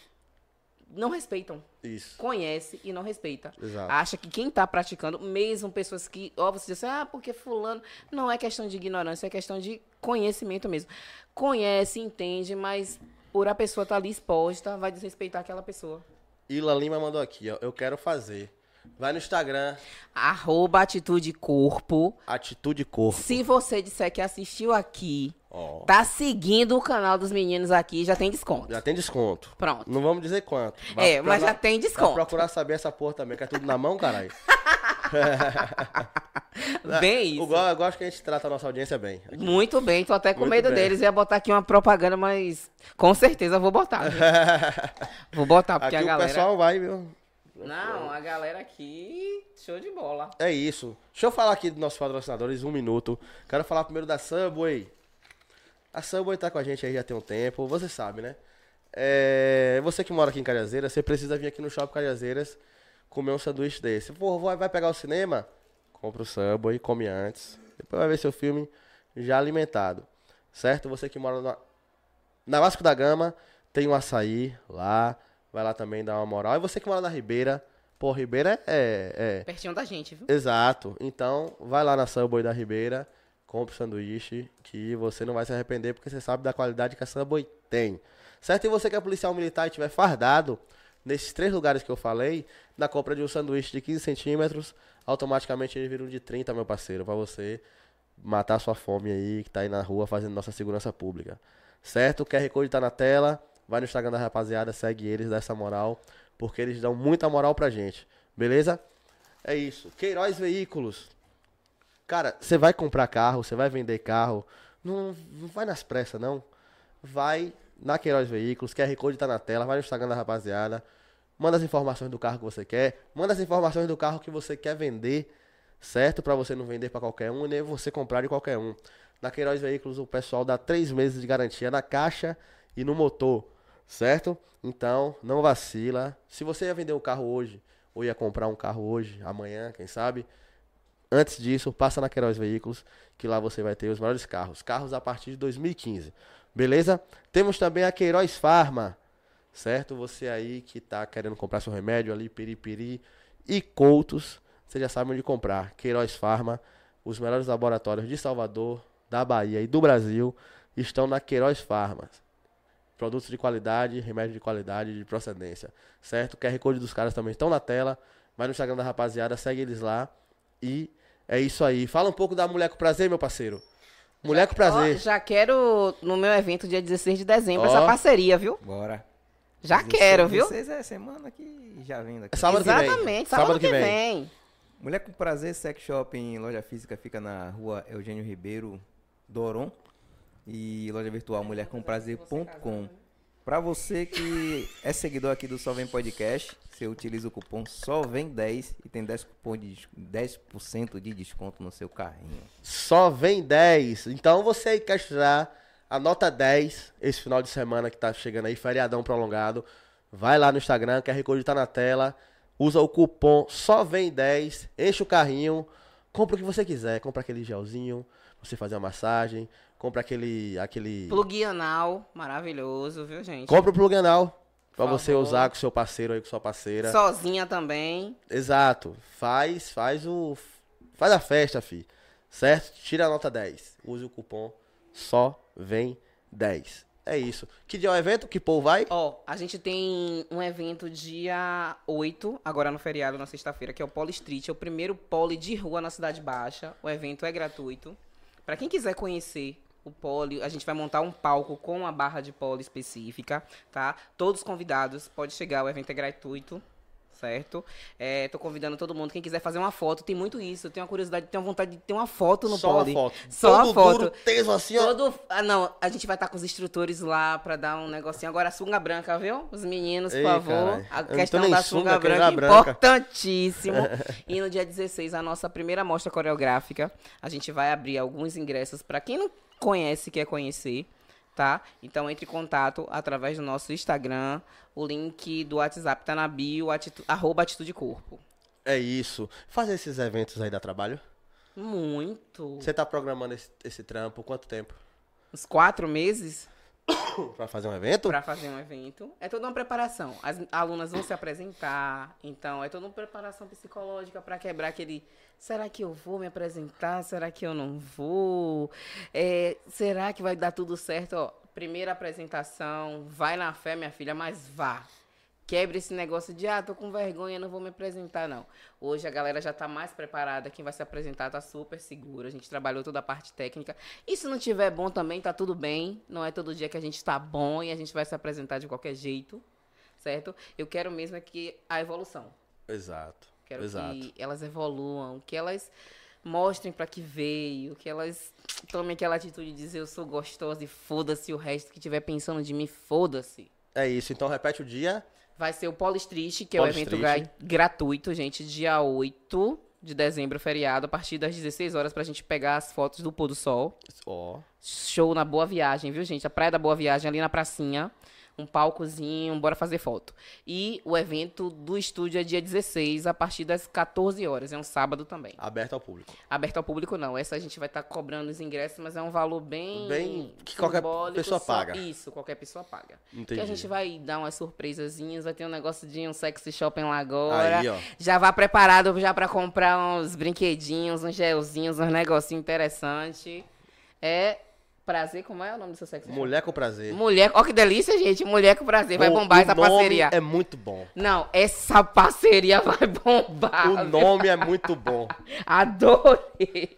S4: não respeitam.
S3: Isso.
S4: Conhece e não respeita.
S3: Exato.
S4: Acha que quem tá praticando, mesmo pessoas que, ó, você diz assim, ah, porque fulano. Não é questão de ignorância, é questão de conhecimento mesmo. Conhece, entende, mas por a pessoa estar ali exposta, vai desrespeitar aquela pessoa.
S3: Ila Lima mandou aqui, ó. Eu quero fazer. Vai no Instagram,
S4: Arroba atitude corpo.
S3: Atitude Corpo.
S4: Se você disser que assistiu aqui,
S3: Ó.
S4: tá seguindo o canal dos meninos aqui, já tem desconto.
S3: Já tem desconto.
S4: Pronto.
S3: Não vamos dizer quanto.
S4: É, mas já tem
S3: Vai
S4: desconto.
S3: procurar saber essa porra também, que é tudo na mão, caralho.
S4: Bem
S3: Eu,
S4: isso.
S3: go- eu gosto que a gente trata a nossa audiência bem.
S4: Muito bem, tô até com
S3: Muito
S4: medo
S3: bem.
S4: deles. Ia botar aqui uma propaganda, mas com certeza vou botar. viu? Vou botar, Ah, porque
S3: Aqui
S4: a
S3: o
S4: galera.
S3: pessoal vai, viu?
S4: Não, a galera aqui, show de bola.
S3: É isso. Deixa eu falar aqui dos nossos patrocinadores, um minuto. Quero falar primeiro da Subway. A Subway tá com a gente aí já tem um tempo, você sabe, né? É, você que mora aqui em Cajazeiras, você precisa vir aqui no Shopping Cajazeiras comer um sanduíche desse. Pô, vai vai pegar o cinema? Compra o Subway, come antes. Depois vai ver seu filme já alimentado. Certo? Você que mora na, na Vasco da Gama, tem um açaí lá. Vai lá também dar uma moral. E você que mora na Ribeira, pô, Ribeira é- é
S4: Pertinho da gente, viu?
S3: Exato. Então, vai lá na Subway da Ribeira, compra o sanduíche, que você não vai se arrepender, porque você sabe da qualidade que a Subway tem. Certo? E você que é policial militar e tiver fardado, nesses três lugares que eu falei, na compra de um sanduíche de 15 centímetros, automaticamente ele vira um de 30, meu parceiro, pra você matar a sua fome aí, que tá aí na rua fazendo nossa segurança pública. Certo? O QR Code tá na tela. Vai no Instagram da rapaziada, segue eles, dá essa moral, porque eles dão muita moral pra gente. Beleza? É isso. Queiroz Veículos. Cara, você vai comprar carro, você vai vender carro. Não, não vai nas pressas, não. Vai na Queiroz Veículos, QR Code tá na tela, vai no Instagram da rapaziada. Manda as informações do carro que você quer. Manda as informações do carro que você quer vender, certo? Pra você não vender pra qualquer um, nem você comprar de qualquer um. Na Queiroz Veículos, o pessoal dá três meses de garantia na caixa e no motor, certo? Então, não vacila. Se você ia vender um carro hoje, ou ia comprar um carro hoje, amanhã, quem sabe, Antes disso, passa na Queiroz Veículos, que lá você vai ter os melhores carros. Carros a partir de 2015. Beleza? Temos também a Queiroz Farma. Certo? Você aí que tá querendo comprar seu remédio ali, Piripiri e Coutos, você já sabe onde comprar. Queiroz Farma, os melhores laboratórios de Salvador, da Bahia e do Brasil estão na Queiroz Farma. Produtos de qualidade, remédio de qualidade e de procedência. Certo? O QR Code dos caras também estão na tela. Vai no Instagram da rapaziada, segue eles lá. E é isso aí. Fala um pouco da Mulher com Prazer, meu parceiro. Mulher com
S4: Ó,
S3: Prazer.
S4: já quero no meu evento dia 16 de dezembro
S3: Ó.
S4: essa parceria, viu?
S2: Bora.
S4: Já quero, viu?
S2: Vocês é semana que já vem daqui.
S3: É sábado que vem.
S4: Exatamente, sábado, que vem.
S2: Mulher com Prazer Sex Shop em loja física fica na rua Eugênio Ribeiro Doron e loja virtual mulhercomprazer.com. Pra você que é seguidor aqui do Só Vem Podcast, você utiliza o cupom Só Vem 10 e tem 10 cupom de des- 10% de desconto no seu carrinho.
S3: Só vem 10. Então você aí quer tirar a nota 10 esse final de semana que tá chegando aí, feriadão prolongado. Vai lá no Instagram, QR Code tá na tela. Usa o cupom Só Vem 10, enche o carrinho, compra o que você quiser. Compra aquele gelzinho, pra você fazer uma massagem, compra aquele. aquele...
S4: Plug anal, maravilhoso, viu, gente?
S3: Compra o plug anal. Pra
S4: Por
S3: você
S4: favor.
S3: usar com seu parceiro aí, com sua parceira.
S4: Sozinha também.
S3: Exato. Faz, faz o. Faz a festa, fi. Certo? Tira a nota 10. Use o cupom só vem 10. É isso. Que dia é o evento? Que povo vai?
S4: Ó, a gente tem um evento dia 8, agora no feriado, na sexta-feira, que é o Poli Street. É o primeiro poli de rua na Cidade Baixa. O evento é gratuito. Pra quem quiser conhecer o poli, a gente vai montar um palco com uma barra de poli específica, tá? Todos convidados, pode chegar, o evento é gratuito. certo? É, tô convidando todo mundo, quem quiser fazer uma foto, tem muito isso. Eu tenho uma curiosidade, tenho uma vontade de ter uma foto no
S3: Só
S4: pole.
S3: uma foto.
S4: Só
S3: Todo
S4: uma foto.
S3: duro, teso assim, ó.
S4: Todo... Ah, não, a gente vai estar com os instrutores lá pra dar um negocinho. Agora, a sunga branca, viu? Os meninos, por
S3: Ei,
S4: favor.
S3: caralho. Eu
S4: A
S3: não tô
S4: questão
S3: nem
S4: da
S3: sunga,
S4: sunga,
S3: quero
S4: branca é
S3: já branca.
S4: importantíssimo. e no dia 16, a nossa primeira mostra coreográfica. A gente vai abrir alguns ingressos pra quem não conhece, quer conhecer. Tá? Então entre em contato através do nosso Instagram, o link do WhatsApp tá na bio, atitu- arroba atitude corpo.
S3: É isso. Fazer esses eventos aí dá trabalho.
S4: Muito.
S3: Você tá programando esse, esse trampo quanto tempo?
S4: Uns quatro meses?
S3: Pra fazer um evento?
S4: Pra fazer um evento. É toda uma preparação. As alunas vão se apresentar, então é toda uma preparação psicológica pra quebrar aquele. Será que eu vou me apresentar? Será que eu não vou? É, será que vai dar tudo certo? Ó, primeira apresentação, vai na fé, minha filha, mas vá. Quebre esse negócio de, ah, tô com vergonha, não vou me apresentar, não. Hoje a galera já tá mais preparada, quem vai se apresentar tá super segura, a gente trabalhou toda a parte técnica. E se não tiver bom também, tá tudo bem. Não é todo dia que a gente tá bom e a gente vai se apresentar de qualquer jeito, certo? Eu quero mesmo é que a evolução.
S3: Exato.
S4: Quero
S3: Exato.
S4: que elas evoluam, que elas mostrem pra que veio, que elas tomem aquela atitude de dizer eu sou gostosa e foda-se o resto que tiver pensando de mim, foda-se.
S3: É isso. Então repete o dia.
S4: Vai ser o Polistriste, que é o evento
S3: Polistriste.
S4: gra- gratuito, gente, dia 8 de dezembro, feriado, a partir das 16 horas, pra gente pegar as fotos do pôr do sol.
S3: Ó.
S4: Show na Boa Viagem, viu, gente? A Praia da Boa Viagem, ali na pracinha. Um palcozinho, bora fazer foto. E o evento do estúdio é dia 16, a partir das 14 horas. É um sábado também.
S3: Aberto ao público.
S4: Aberto ao público, não. Essa a gente vai estar cobrando os ingressos, mas é um valor bem.
S3: Bem, que qualquer
S4: simbólico,
S3: pessoa
S4: só-
S3: paga.
S4: Isso, qualquer pessoa paga.
S3: Entendi.
S4: Que a gente vai dar umas surpresazinhas, vai ter um negócio de um sexy shopping lá agora.
S3: Aí, ó.
S4: Já vá preparado já pra comprar uns brinquedinhos, uns gelzinhos, uns negocinho interessante. É prazer, como é o nome do seu sexy
S3: Mulher com prazer.
S4: shopping? Mulher, ó que delícia, gente. Mulher com prazer, vai
S3: O-
S4: bombar
S3: o
S4: essa
S3: nome
S4: parceria.
S3: É muito bom.
S4: Não, essa parceria vai bombar.
S3: O nome é muito bom.
S4: Adorei.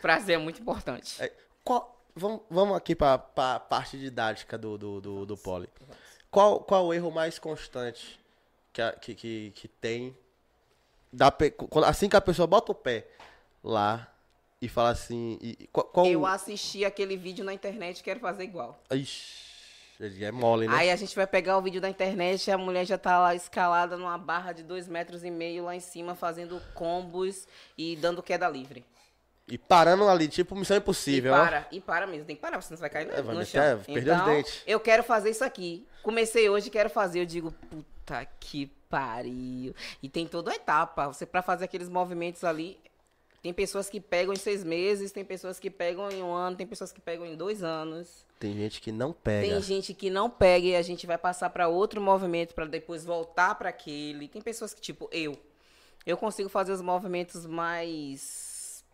S4: Prazer é muito importante.
S3: É, qual- vamos, vamos aqui pra, pra parte didática do, do, do, do Poli. Qual, qual o erro mais constante que, a- que, que, que tem? Da, pe- quando- assim que a pessoa bota o pé lá e fala assim. e- e qual, qual
S4: Eu
S3: o-
S4: assisti aquele vídeo na internet e quero fazer igual.
S3: Ixi, ele é mole, né?
S4: Aí a gente vai pegar o vídeo da internet e a mulher já tá lá escalada numa barra de dois metros e meio lá em cima, fazendo combos e dando queda livre.
S3: E parando ali, tipo Missão
S4: E
S3: Impossível, ó.
S4: para, e para mesmo, tem que parar, senão você vai cair no,
S3: É, vai
S4: no
S3: meter-
S4: chão.
S3: é, perder os
S4: então,
S3: dentes.
S4: eu quero fazer isso aqui. Comecei hoje, quero fazer. Eu digo, puta que pariu. E tem toda uma etapa. Você, pra fazer aqueles movimentos ali, tem pessoas que pegam em seis meses, tem pessoas que pegam em um ano, tem pessoas que pegam em dois anos.
S3: Tem gente que não pega.
S4: Tem gente que não pega e a gente vai passar pra outro movimento pra depois voltar pra aquele. Tem pessoas que, tipo, eu. Eu consigo fazer os movimentos mais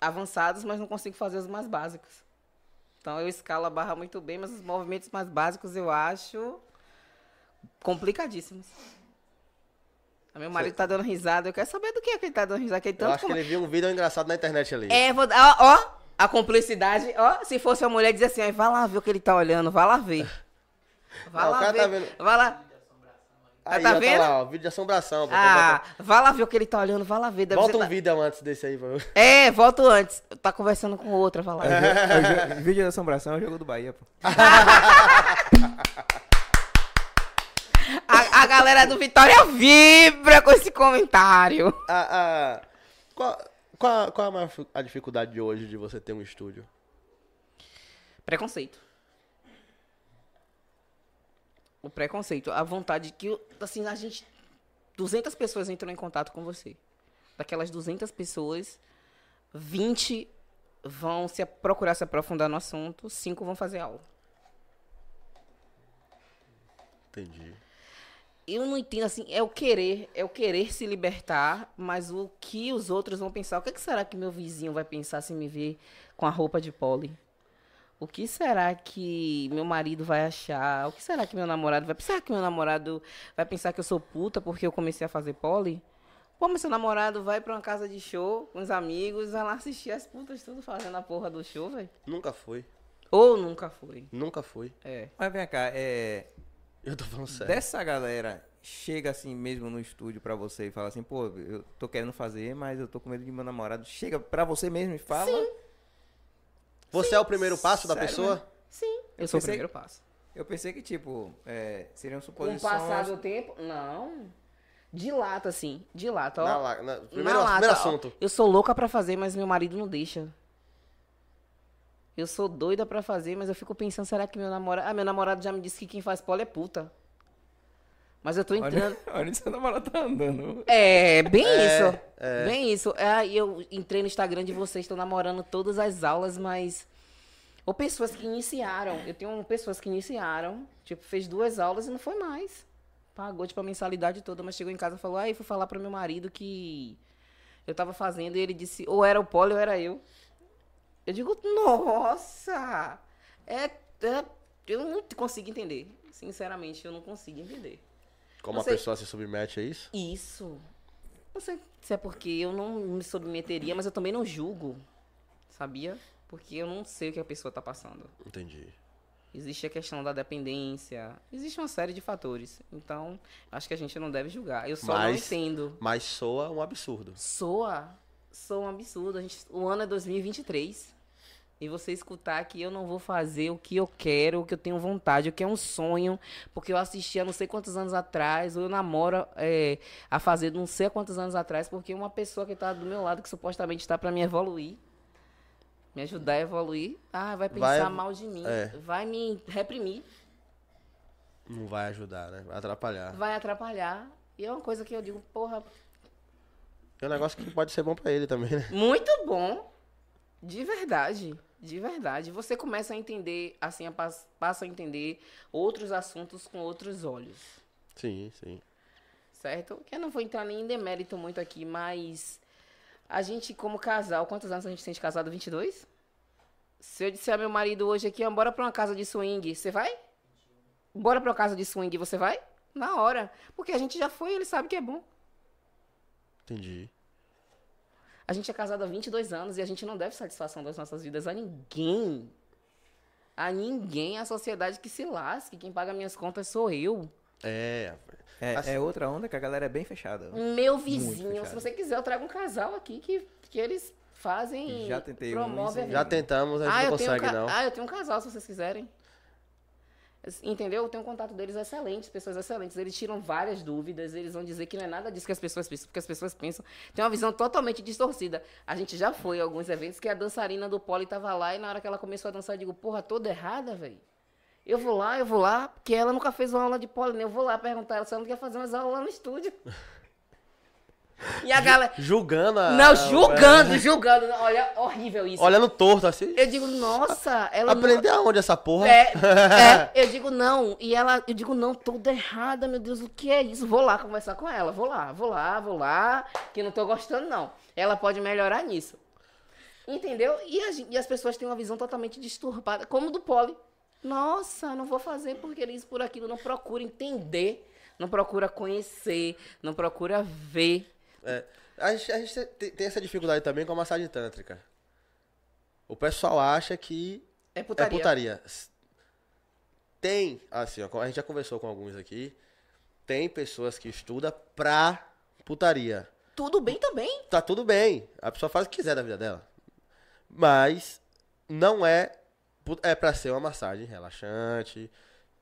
S4: avançados, mas não consigo fazer os mais básicos. Então eu escalo a barra muito bem, mas os movimentos mais básicos eu acho complicadíssimos. O Meu marido tá dando risada. Eu quero saber do que é que ele tá dando risada. Que ele
S3: Eu
S4: tanto
S3: acho que
S4: como-
S3: ele viu um vídeo engraçado na internet ali.
S4: é, vou, ó, ó, a cumplicidade, ó, se fosse uma mulher dizer assim, ó, vai lá ver o que ele tá olhando, vai lá ver. Vai
S3: Ah, o
S4: lá
S3: cara
S4: ver,
S3: tá vendo.
S4: vai lá.
S3: Aí,
S4: tá
S3: ó,
S4: vendo?
S3: lá, ó, vídeo de assombração. pô.
S4: Ah, vai lá ver o que ele tá olhando, vai lá ver. Deve
S3: Bota
S4: ser-
S3: um vídeo antes desse aí, pra eu-
S4: É, volto antes. Tá conversando com outra, vai lá.
S2: É o jo- Vídeo da assombração é o jogo do Bahia, pô.
S4: A, a galera do Vitória vibra com esse comentário.
S3: a, a- qual, qual, qual é a, maior fi- a dificuldade de hoje de você ter um estúdio?
S4: Preconceito. O preconceito, a vontade que, assim, a gente... 200 pessoas entram em contato com você. Daquelas 200 pessoas, 20 vão se procurar se aprofundar no assunto, 5 vão fazer aula.
S3: Entendi.
S4: Eu não entendo, assim, é o querer, é o querer se libertar, mas o que os outros vão pensar? O que, é que será que meu vizinho vai pensar se me ver com a roupa de pole? O que será que meu marido vai achar? O que será que meu namorado vai pensar? que meu namorado vai pensar que eu sou puta porque eu comecei a fazer pole? Pô, mas seu namorado vai pra uma casa de show com os amigos, vai lá assistir as putas tudo fazendo a porra do show, velho.
S3: Nunca foi.
S4: Ou nunca foi.
S3: Nunca foi.
S4: É.
S2: Mas vem cá, é, Tá.
S3: Eu tô falando sério.
S2: dessa galera chega assim mesmo no estúdio pra você e fala assim, pô, eu tô querendo fazer, mas eu tô com medo de meu namorado. Chega pra você mesmo e fala.
S3: Você é o primeiro passo da
S2: Sério,
S3: pessoa?
S2: né?
S4: Sim, eu sou o
S2: pensei-
S4: primeiro passo.
S2: Eu pensei que, tipo, é, seriam
S4: Com o
S2: suposições.
S4: passar do tempo, não. Dilata, assim, dilata, ó.
S3: Na la- na-
S4: Na
S3: primeiro,
S4: lata,
S3: primeiro
S4: ó.
S3: assunto.
S4: Eu sou louca pra fazer, mas meu marido não deixa. Eu sou doida pra fazer, mas eu fico pensando, será que meu namorado... Ah, meu namorado já me disse que quem faz polo é puta. Mas eu tô entrando...
S2: Olha, olha onde seu namorado tá andando.
S4: É, bem
S3: É,
S4: isso. Bem isso. Ah, e eu entrei no Instagram de vocês, estão namorando todas as aulas, mas. Ou pessoas que iniciaram. Eu tenho pessoas que iniciaram, tipo, fez duas aulas e não foi mais. Pagou, tipo, a mensalidade toda, mas chegou em casa e falou: aí fui falar pro meu marido que eu tava fazendo e ele disse: ou era o pole ou era eu. Eu digo: nossa! É. é- eu não consigo entender. Sinceramente, eu não consigo entender.
S3: Como
S4: Não
S3: a
S4: sei.
S3: pessoa se submete a isso?
S4: Isso. Não sei se é porque eu não me submeteria, mas eu também não julgo, sabia? Porque eu não sei o que a pessoa tá passando.
S3: Entendi.
S4: Existe a questão da dependência, existe uma série de fatores. Então, acho que a gente não deve julgar. Eu só não
S3: Mas-
S4: entendo.
S3: Mas soa um absurdo.
S4: Soa, soa um absurdo. A gente, o ano é 2023. E você escutar que eu não vou fazer o que eu quero, o que eu tenho vontade, o que é um sonho, porque eu assisti há não sei quantos anos atrás, ou eu namoro é, a fazer não sei há quantos anos atrás, porque uma pessoa que tá do meu lado, que supostamente está para me evoluir, me ajudar a evoluir, ah, vai pensar
S3: Vai-
S4: mal de mim,
S3: é.
S4: vai me reprimir,
S3: Não vai ajudar, né? Vai atrapalhar.
S4: vai atrapalhar. E é uma coisa que eu digo, porra,
S3: É um negócio que pode ser bom pra ele também, né?
S4: Muito bom. De verdade. De verdade. Você começa a entender, assim, a pas- passa a entender outros assuntos com outros olhos.
S3: Sim, sim.
S4: Certo? Que eu não vou entrar nem em demérito muito aqui, mas a gente, como casal, quantos anos a gente tem de casado? 22? Se eu disser a meu marido hoje aqui, ó, bora pra uma casa de swing, você vai? Bora pra uma casa de swing, você vai? Na hora. Porque a gente já foi, ele sabe que é bom.
S3: Entendi.
S4: A gente é casado há 22 anos e a gente não deve satisfação das nossas vidas a ninguém. A ninguém, a sociedade que se lasque. Quem paga minhas contas sou eu.
S3: É, rapaz.
S2: É,
S3: Assim-
S2: é outra onda que a galera é bem fechada.
S4: Meu
S2: Muito
S4: vizinho.
S2: fechado.
S4: Se você quiser, eu trago um casal aqui que, que eles fazem.
S2: Já tentei uns e-
S4: promovem a
S3: já
S4: vida.
S3: tentamos, a gente
S4: ah,
S3: não
S4: eu tenho um
S3: consegue,
S4: ca-
S3: não.
S4: ah, eu tenho um casal, se vocês quiserem. Entendeu? Eu tenho um contato deles excelente, pessoas excelentes. Eles tiram várias dúvidas, eles vão dizer que não é nada disso que as pessoas pensam, porque as pessoas pensam. Tem uma visão totalmente distorcida. A gente já foi a alguns eventos que a dançarina do Poli tava lá e na hora que ela começou a dançar, eu digo, porra, toda errada, velho. Eu vou lá, eu vou lá, porque ela nunca fez uma aula de poli, né? Eu vou lá perguntar ela se ela não quer fazer umas aulas lá no estúdio. E a galera.
S3: Julgando a.
S4: Não,
S3: a-
S4: julgando, julgando. Olha, horrível isso.
S3: Olhando torto assim.
S4: Eu digo, nossa, ela não-
S3: Aprender aonde essa porra?
S4: é, é, eu digo não. E ela, eu digo não, toda errada, meu Deus, o que é isso? Vou lá conversar com ela, vou lá, vou lá, vou lá, que não tô gostando não. Ela pode melhorar nisso. Entendeu? E, a gen- e as pessoas têm uma visão totalmente disturbada, como do Poli. Nossa, não vou fazer porque ele isso por aquilo. Não procura entender, não procura conhecer, não procura ver.
S3: É. A gente, a gente te- tem essa dificuldade também com a massagem tântrica. O pessoal acha que
S4: É putaria.
S3: É putaria. S- Tem, assim, ó, a gente já conversou com alguns aqui. Tem pessoas que estudam pra putaria.
S4: Tudo bem também.
S3: Tá tudo bem. A pessoa faz o que quiser da vida dela. Mas não é. pu- É pra ser uma massagem relaxante,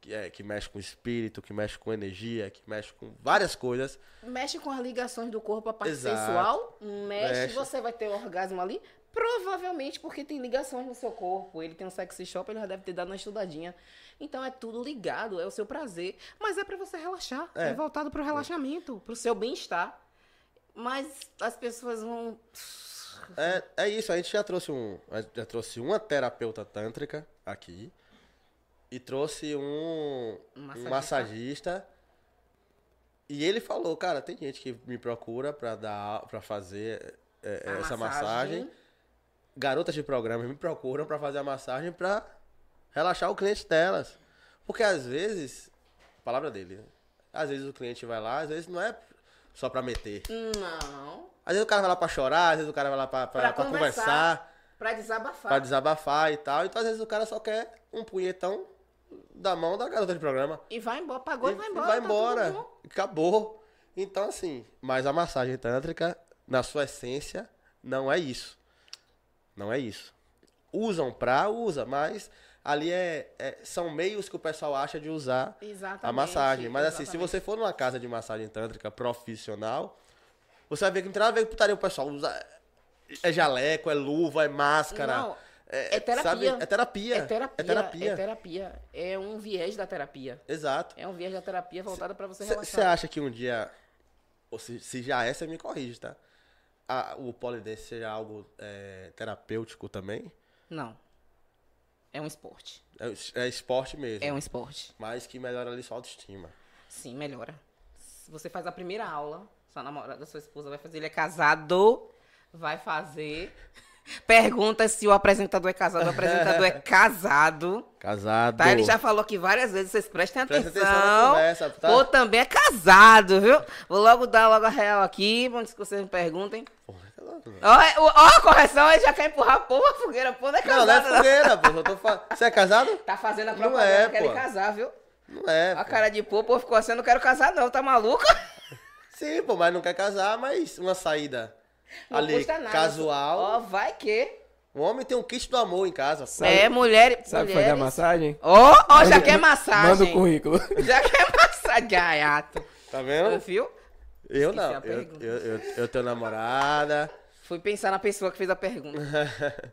S3: que, é, que mexe com o espírito, que mexe com energia, que mexe com várias coisas.
S4: Mexe com as ligações do corpo, a parte
S3: Exato.
S4: sensual, mexe,
S3: Mexe.
S4: você vai ter um orgasmo ali, provavelmente porque tem ligações no seu corpo, ele tem um sexy shop, ele já deve ter dado uma estudadinha. Então é tudo ligado, é o seu prazer, mas é pra você relaxar, é,
S3: É.
S4: voltado pro relaxamento, pro seu bem-estar. Mas as pessoas vão
S3: É, é isso, a gente já trouxe um. a gente Já trouxe uma terapeuta tântrica aqui. E trouxe um
S4: Um
S3: um massagista.
S4: massagista.
S3: E ele falou, cara, tem gente que me procura pra dar para fazer é, é,
S4: a
S3: essa massagem. Garotas de programa me procuram pra fazer a massagem pra relaxar o cliente delas. Porque às vezes, palavra dele, né? às vezes o cliente vai lá, às vezes não é só pra meter.
S4: Não,
S3: Às vezes o cara vai lá pra chorar, às vezes o cara vai lá pra, pra-
S4: Pra
S3: pra
S4: conversar.
S3: conversar
S4: pra desabafar.
S3: pra desabafar e tal. Então, às vezes, o cara só quer um punhetão da mão da garota de programa.
S4: E vai embora, pagou e, vai embora.
S3: Vai
S4: tá
S3: embora.
S4: tudo bom.
S3: acabou. Então, assim, mas a massagem tântrica, na sua essência, não é isso. Não é isso. Usam pra, usa, mas ali é, é- são meios que o pessoal acha de usar
S4: Exatamente.
S3: a massagem. Mas assim, se
S4: exatamente.
S3: você for numa casa de massagem tântrica profissional, você vai ver que não tem nada a ver com putaria. O pessoal usa. É jaleco, é luva, é máscara.
S4: Não, é terapia.
S3: sabe? É terapia.
S4: É terapia,
S3: É terapia.
S4: É terapia. É um viés da terapia.
S3: Exato.
S4: É um viés da terapia voltada pra você
S3: Você
S4: relaxar.
S3: acha que um dia, ou se, se já é, você me corrige, tá? A- o polidense seja algo é, terapêutico também?
S4: Não. É um esporte.
S3: É, es- é esporte mesmo,
S4: É um esporte.
S3: mas que melhora ali sua autoestima.
S4: Sim, melhora. Se Você faz a primeira aula, sua namorada, sua esposa vai fazer, ele é casado, vai fazer. Pergunta se o apresentador é casado, o apresentador é casado.
S3: Casado.
S4: Tá, ele já falou aqui várias vezes, vocês prestem
S3: Presta
S4: atenção.
S3: atenção na conversa, tá?
S4: Ou também é casado, viu? Vou logo dar logo a real aqui, antes que vocês me perguntem.
S3: Porra, tá louco, velho.
S4: Ó, é- ó, a correção, ele já quer empurrar a porra a fogueira, pô, não é
S3: Não,
S4: casado,
S3: não
S4: não.
S3: é fogueira, pô. só tô falando. Você é casado?
S4: Tá fazendo a
S3: Não
S4: propaganda,
S3: é,
S4: é, quer
S3: pô.
S4: ele casar, viu?
S3: Não é.
S4: Ó a
S3: pô.
S4: cara de pô, pô, ficou assim, eu não quero casar não, tá maluco?
S3: Sim, pô, mas não quer casar, mas uma saída
S4: Não
S3: ali
S4: custa nada. Ó,
S3: casual.
S4: vai que...
S3: O homem tem um kit do amor em casa. pô.
S4: é, mulher...
S2: Sabe
S4: mulheres...
S2: fazer a massagem?
S4: Ó, ó, já
S2: Manda-
S4: quer
S2: Manda
S4: massagem.
S2: o currículo.
S4: Já quer massagem, gaiato.
S3: Tá vendo?
S4: Viu?
S3: Eu
S4: Esqueci
S3: não.
S4: a
S3: Eu,
S4: é pergunta.
S3: eu, eu, eu tenho namorada.
S4: Fui pensar na pessoa que fez a pergunta.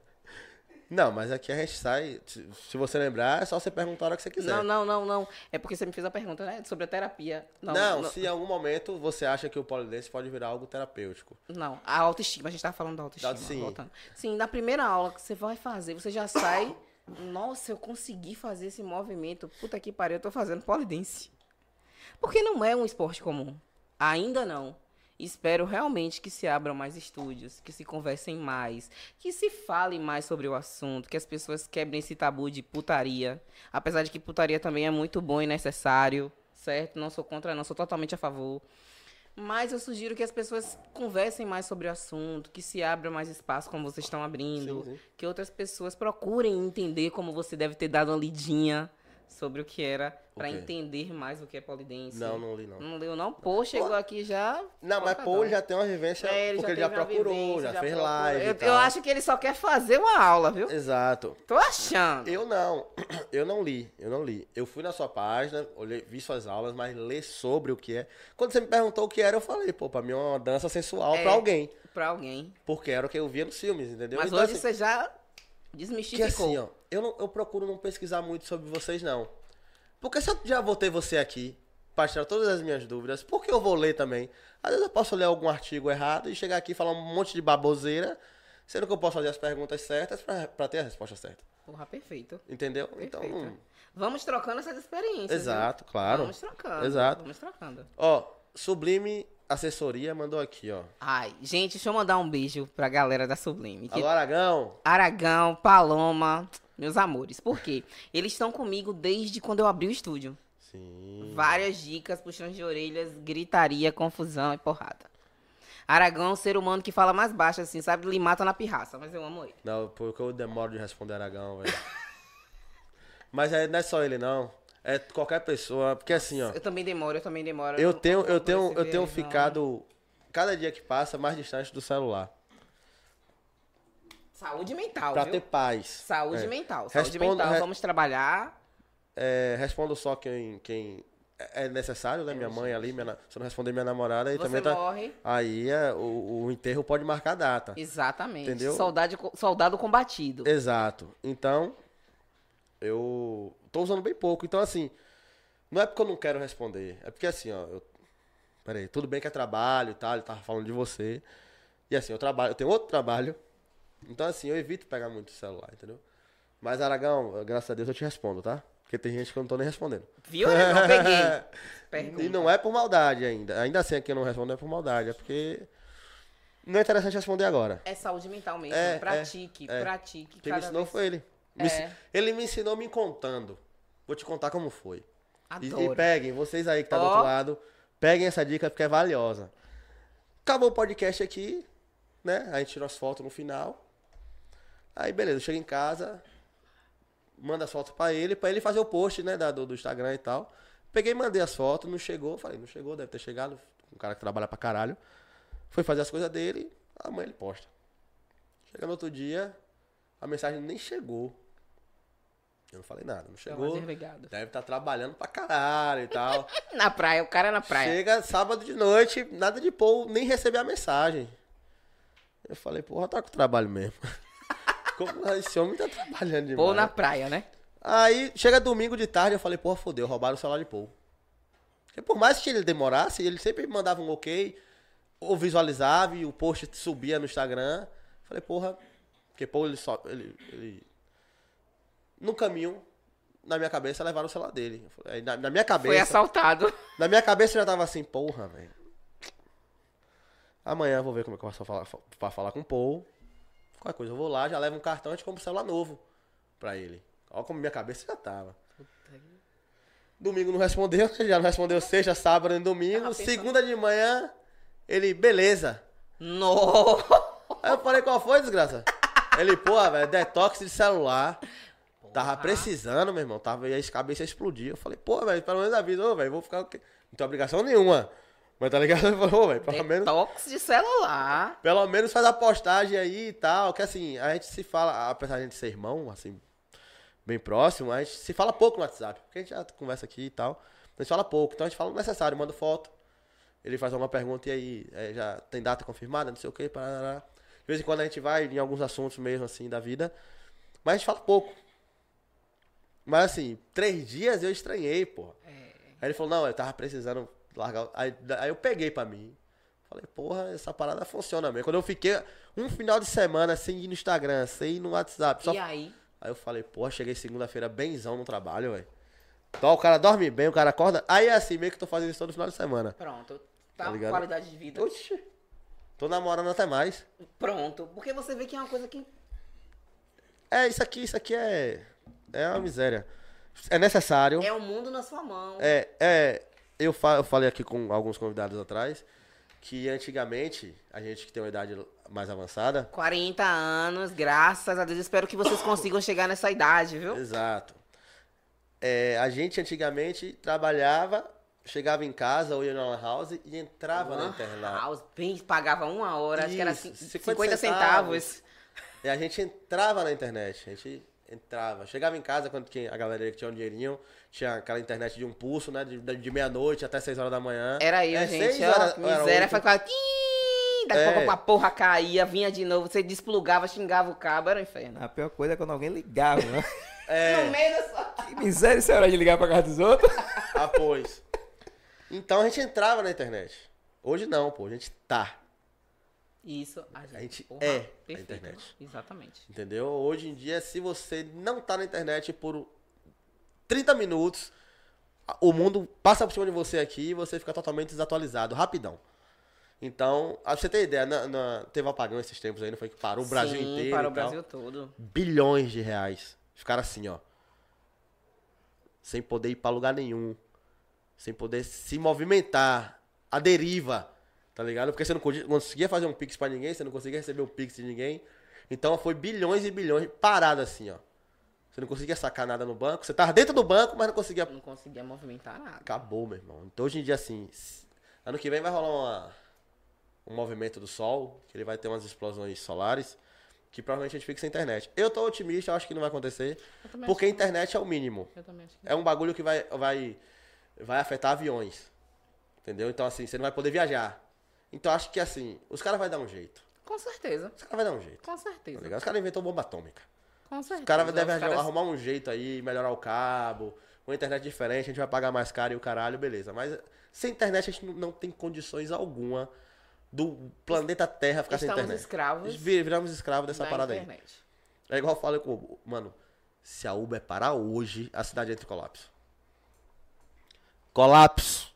S3: Não, mas aqui a gente sai. Se se você lembrar, é só você perguntar a hora que você quiser.
S4: Não, não, não, não. É porque você me fez a pergunta, né? Sobre a terapia. Não,
S3: Não,
S4: não,
S3: se em algum momento você acha que o polidense pode virar algo terapêutico.
S4: não. a autoestima. A gente tava falando da autoestima.
S3: Da- sim.
S4: Voltando. Sim, na primeira aula que você vai fazer, você já sai. Nossa, eu consegui fazer esse movimento. Puta que pariu, eu tô fazendo polidense. Porque não é um esporte comum. Ainda não. Espero realmente que se abram mais estúdios, que se conversem mais, que se fale mais sobre o assunto, que as pessoas quebrem esse tabu de putaria. Apesar de que putaria também é muito bom e necessário, certo? Não sou contra, não, sou totalmente a favor. Mas eu sugiro que as pessoas conversem mais sobre o assunto, que se abra mais espaço como vocês estão abrindo,
S3: Sim, sim.
S4: que outras pessoas procurem entender como você deve ter dado uma lidinha sobre o que era, para
S3: Ok.
S4: entender mais o que é polidência.
S3: Não, não li não.
S4: Não leu, não? Pô, chegou aqui já.
S3: Não, mas pô, ele já tem uma vivência
S4: É,
S3: porque ele já
S4: teve uma
S3: procurou,
S4: vivência,
S3: já, fez
S4: procurou.
S3: live. e
S4: Eu,
S3: tal.
S4: eu acho que ele só quer fazer uma aula, viu?
S3: Exato.
S4: Tô achando.
S3: Eu não, eu não li, eu não li. Eu fui na sua página, olhei, vi suas aulas, mas ler sobre o que é. Quando você me perguntou o que era, eu falei, pô, pra mim é uma dança sensual
S4: É.
S3: pra alguém.
S4: Pra alguém.
S3: Porque era o que eu via nos filmes, entendeu?
S4: Mas
S3: Então,
S4: hoje
S3: assim,
S4: você já
S3: Que
S4: desmistificou.
S3: assim, ó, eu, não- eu procuro não pesquisar muito sobre vocês, não. Porque se eu já botei você aqui pra tirar todas as minhas dúvidas, por que eu vou ler também? Às vezes eu posso ler algum artigo errado e chegar aqui e falar um monte de baboseira, sendo que eu posso fazer as perguntas certas pra, pra ter a resposta certa.
S4: Porra, perfeito.
S3: Entendeu? Então,
S4: Perfeito.
S3: hum,
S4: Vamos trocando essas experiências. viu?
S3: exato, claro.
S4: Vamos trocando.
S3: Exato.
S4: Vamos trocando.
S3: Ó, Sublime Assessoria mandou aqui, ó.
S4: Ai, gente, deixa eu mandar um beijo pra galera da Sublime. que
S3: Alô, Aragão.
S4: Aragão, Paloma, meus amores. Por quê? Eles estão comigo desde quando eu abri o estúdio.
S3: Sim.
S4: Várias dicas, puxões de orelhas, gritaria, confusão e porrada. Aragão é um ser humano que fala mais baixo, assim, sabe? Ele mata na pirraça, mas eu amo ele.
S3: Não, porque eu demoro de responder Aragão, velho. Mas é, não é só ele, não. É qualquer pessoa. Porque assim, ó.
S4: Eu também demoro, eu também demoro.
S3: Eu
S4: não
S3: tenho,
S4: consigo
S3: eu tenho, eu
S4: perceber
S3: tenho
S4: eles, não.
S3: ficado cada dia que passa mais distante do celular
S4: Saúde mental,
S3: Pra
S4: viu?
S3: ter paz.
S4: Saúde
S3: É.
S4: mental, saúde
S3: Respondo-
S4: mental.
S3: re-
S4: Vamos trabalhar.
S3: É, respondo só quem, quem é é necessário, né? Minha mãe ali, minha na- se eu não responder minha namorada, aí
S4: Você
S3: também tá.
S4: morre.
S3: Aí é, o, o enterro pode marcar data.
S4: Exatamente.
S3: Ah. Entendeu? É.
S4: Soldado, co- soldado combatido.
S3: Exato. Então, eu tô usando bem pouco. Então, assim, não é porque eu não quero responder. É porque, assim, ó, eu... Peraí, tudo bem que é trabalho e tal, ele tava falando de você. E, assim, eu trabalho, eu tenho outro trabalho. Então, assim, eu evito pegar muito o celular, entendeu? Mas, Aragão, eu, graças a Deus eu te respondo, tá? Porque tem gente que eu não tô nem respondendo.
S4: Viu? Eu não peguei. Pergunta.
S3: E não é por maldade ainda. Ainda assim, aqui eu não respondo é por maldade. É porque não é interessante responder agora.
S4: É saúde mental mesmo.
S3: É, é,
S4: pratique, pratique.
S3: Quem me
S4: cada
S3: ensinou
S4: vez-
S3: foi ele. Me ensi-
S4: É.
S3: Ele me ensinou me contando. Vou te contar como foi. E, e
S4: Adoro.
S3: peguem, vocês aí que tá do
S4: Ó.
S3: outro lado, peguem essa dica porque é valiosa. Acabou o podcast aqui, né? A gente tirou as fotos no final. Aí beleza, chega em casa, manda as fotos pra ele, pra ele fazer o post, né, da- do, do Instagram e tal. Peguei e mandei as fotos, não chegou, falei, não chegou, deve ter chegado, um cara que trabalha pra caralho. Foi fazer as coisas dele, amanhã ele posta. Chega no outro dia, a mensagem nem chegou. Eu não falei nada, não chegou.
S4: desligado.
S3: Deve estar trabalhando pra caralho e tal.
S4: Na praia, o cara é na praia.
S3: Chega sábado de noite, nada de pôr, nem receber a mensagem. Eu falei, porra, tá com trabalho mesmo. Como esse homem tá trabalhando demais.
S4: Pô, na praia, né?
S3: Aí chega domingo de tarde, eu falei, porra, fodeu, roubaram o celular de Paul. Porque por mais que ele demorasse, ele sempre mandava um ok, ou visualizava e o post subia no Instagram. Falei, porra, porque Paul ele só. Ele, ele- No caminho, na minha cabeça, levaram o celular dele. Eu falei, aí, Na, na minha cabeça.
S4: Foi assaltado.
S3: Na minha cabeça eu já tava assim, porra, velho. Amanhã eu vou ver como é que eu posso falar, pra falar com o Paul. Qualquer coisa, eu vou lá, já levo um cartão e te compro um celular novo pra ele. Olha como minha cabeça já tava. Domingo não respondeu, já não respondeu sexta, sábado e domingo.
S4: Tava pensando.
S3: Segunda de manhã, ele, beleza.
S4: No!
S3: Aí eu falei, qual foi, desgraça? Ele, porra, velho, detox de celular. Tava precisando, meu irmão. Tava, e a cabeça explodia. Eu falei, porra, velho, pelo menos avisa, ô, velho, vou ficar. o quê? Não tem obrigação nenhuma. Mas tá ligado? Ele falou, ô, velho, pelo menos.
S4: Detox de celular.
S3: Pelo menos faz a postagem aí e tal. Que assim, a gente se fala, apesar de a gente ser irmão, assim, bem próximo, a gente se fala pouco no WhatsApp. Porque a gente já conversa aqui e tal. A gente fala pouco. Então a gente fala o necessário, manda foto. Ele faz alguma pergunta e aí é, já tem data confirmada, não sei o que, parará. De vez em quando a gente vai em alguns assuntos mesmo, assim, da vida. Mas a gente fala pouco. Mas assim, três dias eu estranhei, porra. Aí ele falou, não, eu tava precisando largar. o- Aí, aí eu peguei pra mim. Falei, porra, essa parada funciona mesmo. Quando eu fiquei um final de semana sem ir no Instagram, sem ir no WhatsApp, só
S4: E aí?
S3: Aí eu falei, porra, cheguei segunda-feira benzão no trabalho, velho. Então o cara dorme bem, o cara acorda. Aí é assim, meio que eu tô fazendo isso todo final de semana.
S4: Pronto. Tá
S3: Tá
S4: com
S3: ligado?
S4: qualidade de vida.
S3: Oxi. Tô namorando até mais.
S4: Pronto. Porque você vê que é uma coisa que.
S3: É, isso aqui, isso aqui é. É uma miséria. É necessário.
S4: É o mundo na sua mão.
S3: É, é. Eu, fa eu falei aqui com alguns convidados atrás que antigamente, a gente que tem uma idade mais avançada,
S4: 40 anos, graças a Deus. Espero que vocês consigam chegar nessa idade, viu?
S3: Exato. É, a gente antigamente trabalhava, chegava em casa ou ia na lan house e entrava na
S4: Lan
S3: internet.
S4: house, bem, Ah, pagava uma hora, acho que era
S3: Isso,
S4: cin- 50,
S3: 50
S4: centavos.
S3: E a gente entrava na internet, a gente entrava. Chegava em casa quando tinha- a galera que tinha um dinheirinho, tinha aquela internet de um pulso, né? De, de meia-noite até 6 horas da manhã.
S4: Era eu,
S3: É,
S4: gente.
S3: seis
S4: Ó,
S3: horas-
S4: que
S3: era
S4: miséria.
S3: oito.
S4: Ficava. "Tim", Daqui a
S3: É.
S4: pouco a porra caía, vinha de novo. Você desplugava, xingava o cabo, era um inferno.
S2: A pior coisa é quando alguém ligava. né?
S3: É.
S4: No meio da sua.
S2: que miséria isso é hora de ligar pra casa dos outros.
S3: Após. Então a gente entrava na internet. Hoje não, pô, a gente tá.
S4: Isso, a gente,
S3: gente
S4: porra,
S3: é a
S4: perfeito.
S3: internet.
S4: Exatamente.
S3: Entendeu? Hoje em dia, se você não tá na internet por 30 minutos, a- o mundo passa por cima de você aqui e você fica totalmente desatualizado, rapidão. Então, pra você ter ideia, na- na- teve um apagão esses tempos aí, não foi que parou o Brasil
S4: Sim,
S3: inteiro.
S4: Para
S3: e
S4: o
S3: tal.
S4: Brasil todo.
S3: Bilhões de reais. Ficaram assim, ó. Sem poder ir pra lugar nenhum. Sem poder se movimentar. A deriva. Tá ligado? Porque você não con- conseguia fazer um pix pra ninguém, você não conseguia receber um pix de ninguém. Então foi bilhões e bilhões parado assim, ó. Você não conseguia sacar nada no banco. Você tava dentro do banco, mas não conseguia.
S4: Não conseguia movimentar nada.
S3: Acabou, meu irmão. Então hoje em dia, assim. s- Ano que vem vai rolar uma- um movimento do sol, que ele vai ter umas explosões solares, que provavelmente a gente fica sem internet. Eu tô otimista, eu acho que não vai acontecer,
S4: Eu também
S3: porque a
S4: acho que
S3: internet é o mínimo.
S4: não. Eu também acho que
S3: É um bagulho que vai, vai, vai afetar aviões. Entendeu? Então, assim, você não vai poder viajar. Então, acho que, assim, os caras vão dar um jeito.
S4: não. Com certeza.
S3: Os caras vão dar um jeito.
S4: Com
S3: Tá
S4: certeza.
S3: ligado? Os caras inventam bomba atômica.
S4: Com certeza.
S3: O cara deve
S4: Os caras-
S3: arrumar um jeito aí, melhorar o cabo, uma internet diferente, a gente vai pagar mais caro e o caralho, beleza. Mas sem internet a gente não- não tem condições alguma do planeta Terra ficar sem
S4: Estamos
S3: internet.
S4: escravos
S3: Vi- Viramos escravos dessa
S4: da
S3: parada aí.
S4: internet.
S3: É igual eu falo com o Hugo, mano, se a Uber parar hoje, a cidade entra em colapso. Colapso.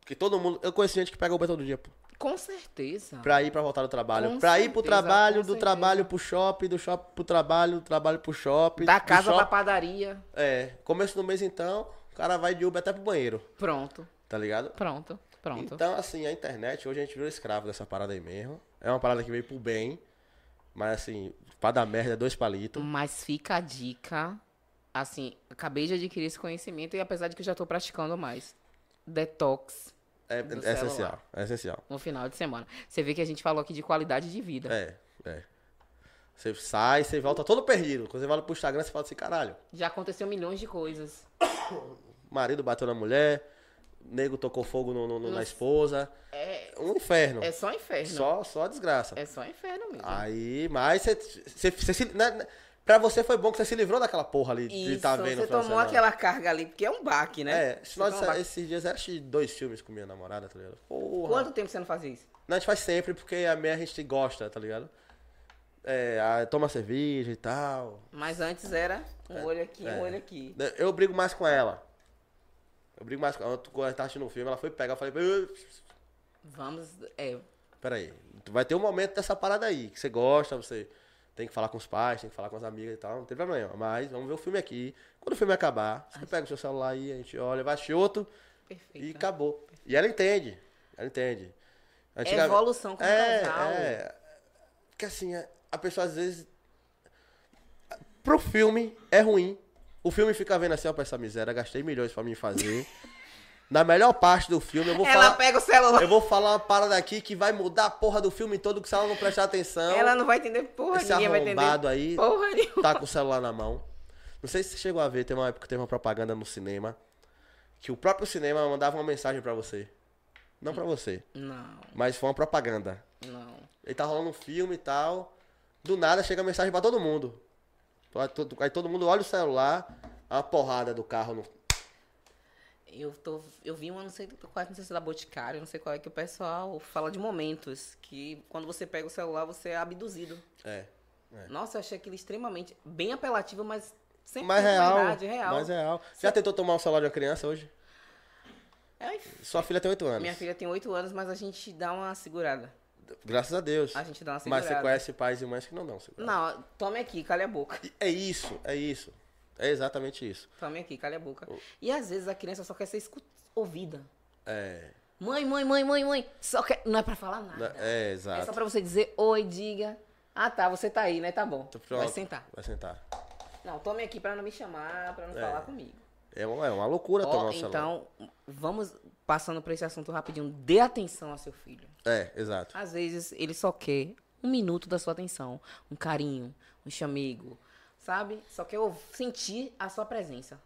S3: Porque todo mundo. Eu conheço gente que pega Uber todo dia, pô.
S4: Com certeza.
S3: Pra ir pra voltar do trabalho.
S4: Ah. Com
S3: pra ir pro
S4: certeza,
S3: trabalho,
S4: com
S3: do
S4: certeza.
S3: trabalho pro shopping, do shopping pro trabalho, do trabalho pro shopping.
S4: Da
S3: do
S4: casa pra
S3: shopping-
S4: padaria.
S3: é, começo do mês então, o cara vai de Uber até pro banheiro,
S4: Pronto,
S3: tá ligado?
S4: pronto, pronto.
S3: Então, assim, a internet, hoje a gente virou escravo dessa parada aí mesmo. É uma parada que
S4: Hum,
S3: veio pro bem, mas assim, pra dar merda é dois palitos.
S4: Mas fica a dica assim, acabei de adquirir esse conhecimento e apesar de que eu já tô praticando mais. Detox
S3: É,
S4: Do
S3: é essencial,
S4: celular.
S3: é essencial.
S4: no final de semana. Você vê que a gente falou aqui de qualidade de vida.
S3: É, é. Você sai, você volta todo perdido. Quando você vai pro Instagram, você fala assim, caralho,
S4: Já aconteceu milhões de coisas.
S3: marido bateu na mulher, nego tocou fogo no- no- no- na
S4: Nossa.
S3: esposa.
S4: É,
S3: Um inferno.
S4: é só inferno.
S3: Só, Ah, só desgraça.
S4: É só inferno mesmo.
S3: Aí, mas você, você, você se, né, né, pra você foi bom que você se livrou daquela porra ali de
S4: Isso,
S3: tá vendo.
S4: você
S3: no final de
S4: tomou
S3: semana.
S4: aquela carga ali, porque é um baque, né?
S3: É,
S4: Você
S3: nós,
S4: toma um baque.
S3: esses dias eu assisti dois filmes com minha namorada, tá ligado? Porra.
S4: Quanto tempo você não faz isso?
S3: Não, a gente faz sempre porque a minha a gente gosta, tá ligado? É, a- toma cerveja e tal.
S4: Mas antes era um olho aqui, um
S3: é.
S4: olho aqui.
S3: Eu brigo mais com ela. Eu brigo mais com ela. Quando ela tá assistindo um filme, ela foi pegar, eu falei, "Ui,
S4: Vamos. É,
S3: peraí, tu vai ter um momento dessa parada aí, que você gosta, você tem que falar com os pais, tem que falar com as amigas e tal, não tem problema nenhum. Mas vamos ver o filme aqui. Quando o filme acabar, você pega o seu celular aí, a gente olha, vai assistir outro
S4: perfeito.
S3: e acabou. E ela entende. Ela entende. Antiga-
S4: É evolução como casal.
S3: É. Porque assim, a- a pessoa às vezes. Pro filme é ruim. O filme fica vendo assim, ó, pra essa miséria, gastei milhões pra mim fazer. Na melhor parte do filme, eu vou
S4: Ela
S3: falar.
S4: pega o celular.
S3: Eu vou falar uma parada aqui que vai mudar a porra do filme todo, que se ela não prestar atenção,
S4: Ela não vai entender porra
S3: esse
S4: ninguém vai entender.
S3: arrombado aí
S4: Porra nenhuma.
S3: tá com o celular na mão. Não sei se você chegou a ver, tem uma época que teve uma propaganda no cinema que o próprio cinema mandava uma mensagem pra você. Não pra você,
S4: Não,
S3: mas foi uma propaganda.
S4: não.
S3: Ele tá rolando um filme e tal. Do nada chega a mensagem pra todo mundo. Aí todo- Aí todo mundo olha o celular, a porrada do carro no.
S4: Eu, tô, eu vi uma, não sei qual não sei se é da Boticário, não sei qual é que o pessoal fala de momentos que quando você pega o celular você é abduzido.
S3: É.
S4: Nossa, eu achei aquilo extremamente bem apelativo, mas sempre
S3: Mas
S4: teve
S3: real.
S4: verdade, real.
S3: Mas é- real. Já tentou tomar o celular de uma criança hoje?
S4: É, enfim.
S3: Sua filha tem 8 anos.
S4: minha filha tem oito anos, mas a gente dá uma segurada.
S3: Graças a Deus.
S4: A gente dá uma
S3: Mas
S4: segurada.
S3: você conhece pais e mães que não dão segurança.
S4: tá Não, tome aqui, calha a boca.
S3: É isso, é isso. É exatamente isso.
S4: Tome aqui, calha a boca. E às vezes a criança só quer ser escu- ouvida.
S3: É,
S4: Mãe, mãe, mãe, mãe, mãe. Só quer. Não é pra falar nada.
S3: é
S4: É só
S3: exato.
S4: pra você dizer oi, diga. Ah, tá, você tá aí, né? Tá bom.
S3: Tô pronto.
S4: Vai sentar.
S3: Vai sentar.
S4: Não, tome aqui pra não me chamar, pra não falar comigo.
S3: É uma, é uma loucura
S4: Ó,
S3: tomar o celular.
S4: então, vamos passando pra esse assunto rapidinho. Dê atenção ao seu filho.
S3: É, exato.
S4: Às vezes ele só quer um minuto da sua atenção, um carinho, um chamego, sabe? Só quer ouv- sentir a sua presença.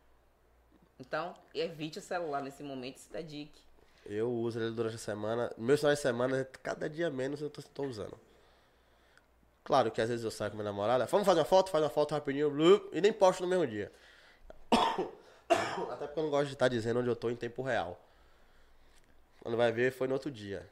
S4: Então, evite o celular nesse momento e se dedique.
S3: Eu uso ele durante a semana. Meus finais de semana, cada dia menos eu tô, tô usando. Claro que às vezes eu saio com minha namorada. Vamos fazer uma foto? Faz uma foto rapidinho. blu, E nem posto no mesmo dia. Até porque eu não gosto de estar dizendo onde eu tô em tempo real. Quando vai ver, foi no outro dia.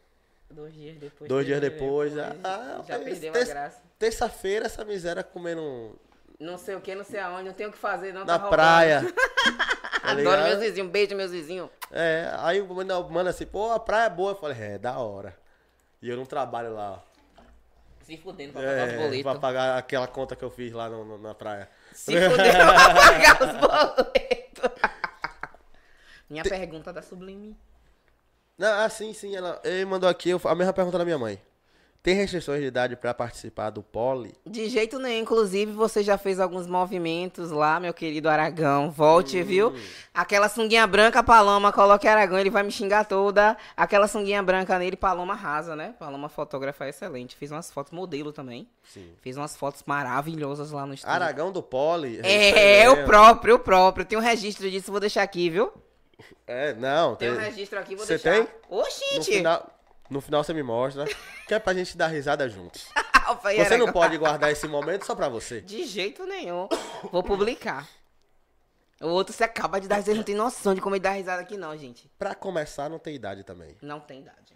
S4: Dois dias depois.
S3: Dois dias
S4: três
S3: depois, ah,
S4: é, né, já
S3: mas
S4: perdeu a
S3: esse-
S4: graça.
S3: Terça-feira, essa miséria comendo um-
S4: Não sei o que, não sei aonde, não tenho o que fazer, não tá
S3: na
S4: roubando.
S3: praia. tá
S4: Adoro
S3: ligado?
S4: meus vizinhos, um beijo meus vizinhos.
S3: É, aí o mano manda assim, pô, a praia é boa. Eu falei, é, da hora. E eu não trabalho lá, ó.
S4: Se fudendo pra pagar os
S3: É, pra
S4: boletos.
S3: pagar aquela conta que eu fiz lá no- no- na praia.
S4: Se fudendo pra pagar os boletos. Minha pergunta da Sublime.
S3: Não, ah, sim, sim. Ela, ele mandou aqui eu- a mesma pergunta da minha mãe. Tem restrições de idade pra participar do poli?
S4: De jeito nenhum. Inclusive, você já fez alguns movimentos lá, meu querido Aragão.
S3: Hum.
S4: Volte, viu? Aquela sunguinha branca, Paloma, coloque Aragão, ele vai me xingar toda. Aquela sunguinha branca nele, Paloma arrasa, né? Paloma fotógrafa excelente. Fiz umas fotos modelo também.
S3: Sim.
S4: Fiz umas fotos maravilhosas lá no estúdio.
S3: Aragão do poli?
S4: É,
S3: eu
S4: o próprio, o próprio. Tem um registro disso, vou deixar aqui, viu?
S3: É, não.
S4: Tem
S3: Tem,
S4: um registro aqui, vou
S3: Você
S4: deixar.
S3: tem? no,
S4: Oxente!
S3: final, no final você me mostra, que é pra gente dar risada juntos.
S4: Eu falei,
S3: Você não
S4: Aragão.
S3: pode guardar esse momento só pra você.
S4: De jeito nenhum. Vou publicar. O outro você acaba de dar risada. Vocês não tem noção de como ele dá risada aqui, não, gente.
S3: Pra começar, não tem idade também.
S4: Não tem idade.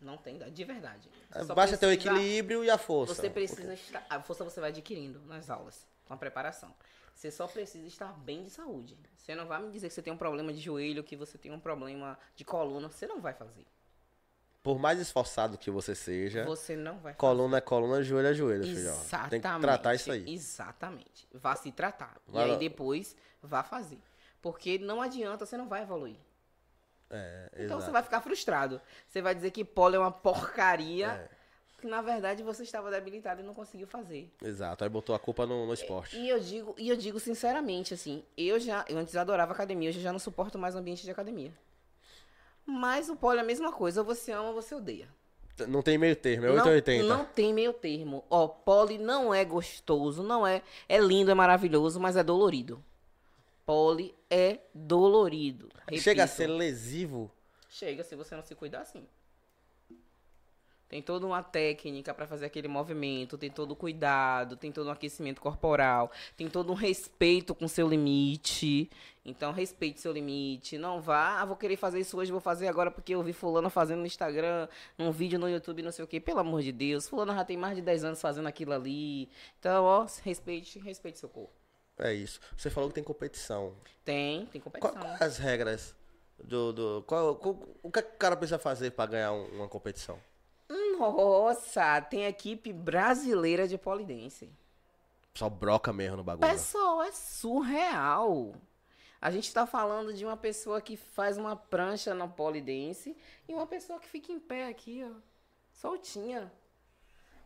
S4: Não tem idade, de verdade.
S3: É,
S4: Só
S3: Basta ter o
S4: precisa-
S3: equilíbrio e a força.
S4: Você precisa estar. A força você vai adquirindo nas aulas, com a preparação. Você só precisa estar bem de saúde. Você não vai me dizer que você tem um problema de joelho, que você tem um problema de coluna. Você não vai fazer.
S3: Por mais esforçado que você seja,
S4: Você não vai fazer.
S3: coluna é coluna, joelho é joelho, filhão.
S4: Exatamente.
S3: Tem que tratar isso aí.
S4: Exatamente. Vá se tratar.
S3: Vai
S4: e
S3: lá.
S4: aí depois vá fazer. Porque não adianta, você não vai evoluir.
S3: É,
S4: Então
S3: exato.
S4: você vai ficar frustrado. Você vai dizer que polo é uma é porcaria. que na verdade você estava debilitado e não conseguiu fazer.
S3: Exato, aí botou a culpa no, no esporte.
S4: E eu digo, e eu digo sinceramente, assim, eu já, eu antes adorava academia, hoje eu já não suporto mais o ambiente de academia. Mas o polo é a mesma coisa, ou você ama, ou você odeia.
S3: Não tem meio termo, é
S4: não,
S3: 880.
S4: não tem meio termo. Ó, poli não é gostoso, não é. É lindo, é maravilhoso, mas é dolorido. Poli é dolorido.
S3: Chega a
S4: Repito.
S3: ser lesivo.
S4: Chega se você não se cuidar assim. Tem toda uma técnica pra fazer aquele movimento, tem todo o cuidado, tem todo um aquecimento corporal, tem todo um respeito com seu limite. Então, respeite seu limite. Não vá, ah, vou querer fazer isso hoje, vou fazer agora porque eu vi fulano fazendo no Instagram, num vídeo no YouTube, não sei o quê. Pelo amor de Deus, fulano já tem mais de 10 anos fazendo aquilo ali. Então, ó, respeite, respeite seu corpo.
S3: É isso. Você falou que tem competição.
S4: Tem, tem
S3: Qual,
S4: competição.
S3: qual as regras do. do qual, qual- o que o cara precisa fazer pra ganhar um- uma competição?
S4: Nossa, tem a equipe brasileira de polidense.
S3: Só broca mesmo no bagulho.
S4: Pessoal, é surreal. A gente tá falando de uma pessoa que faz uma prancha na polidense e uma pessoa que fica em pé aqui, ó. Soltinha.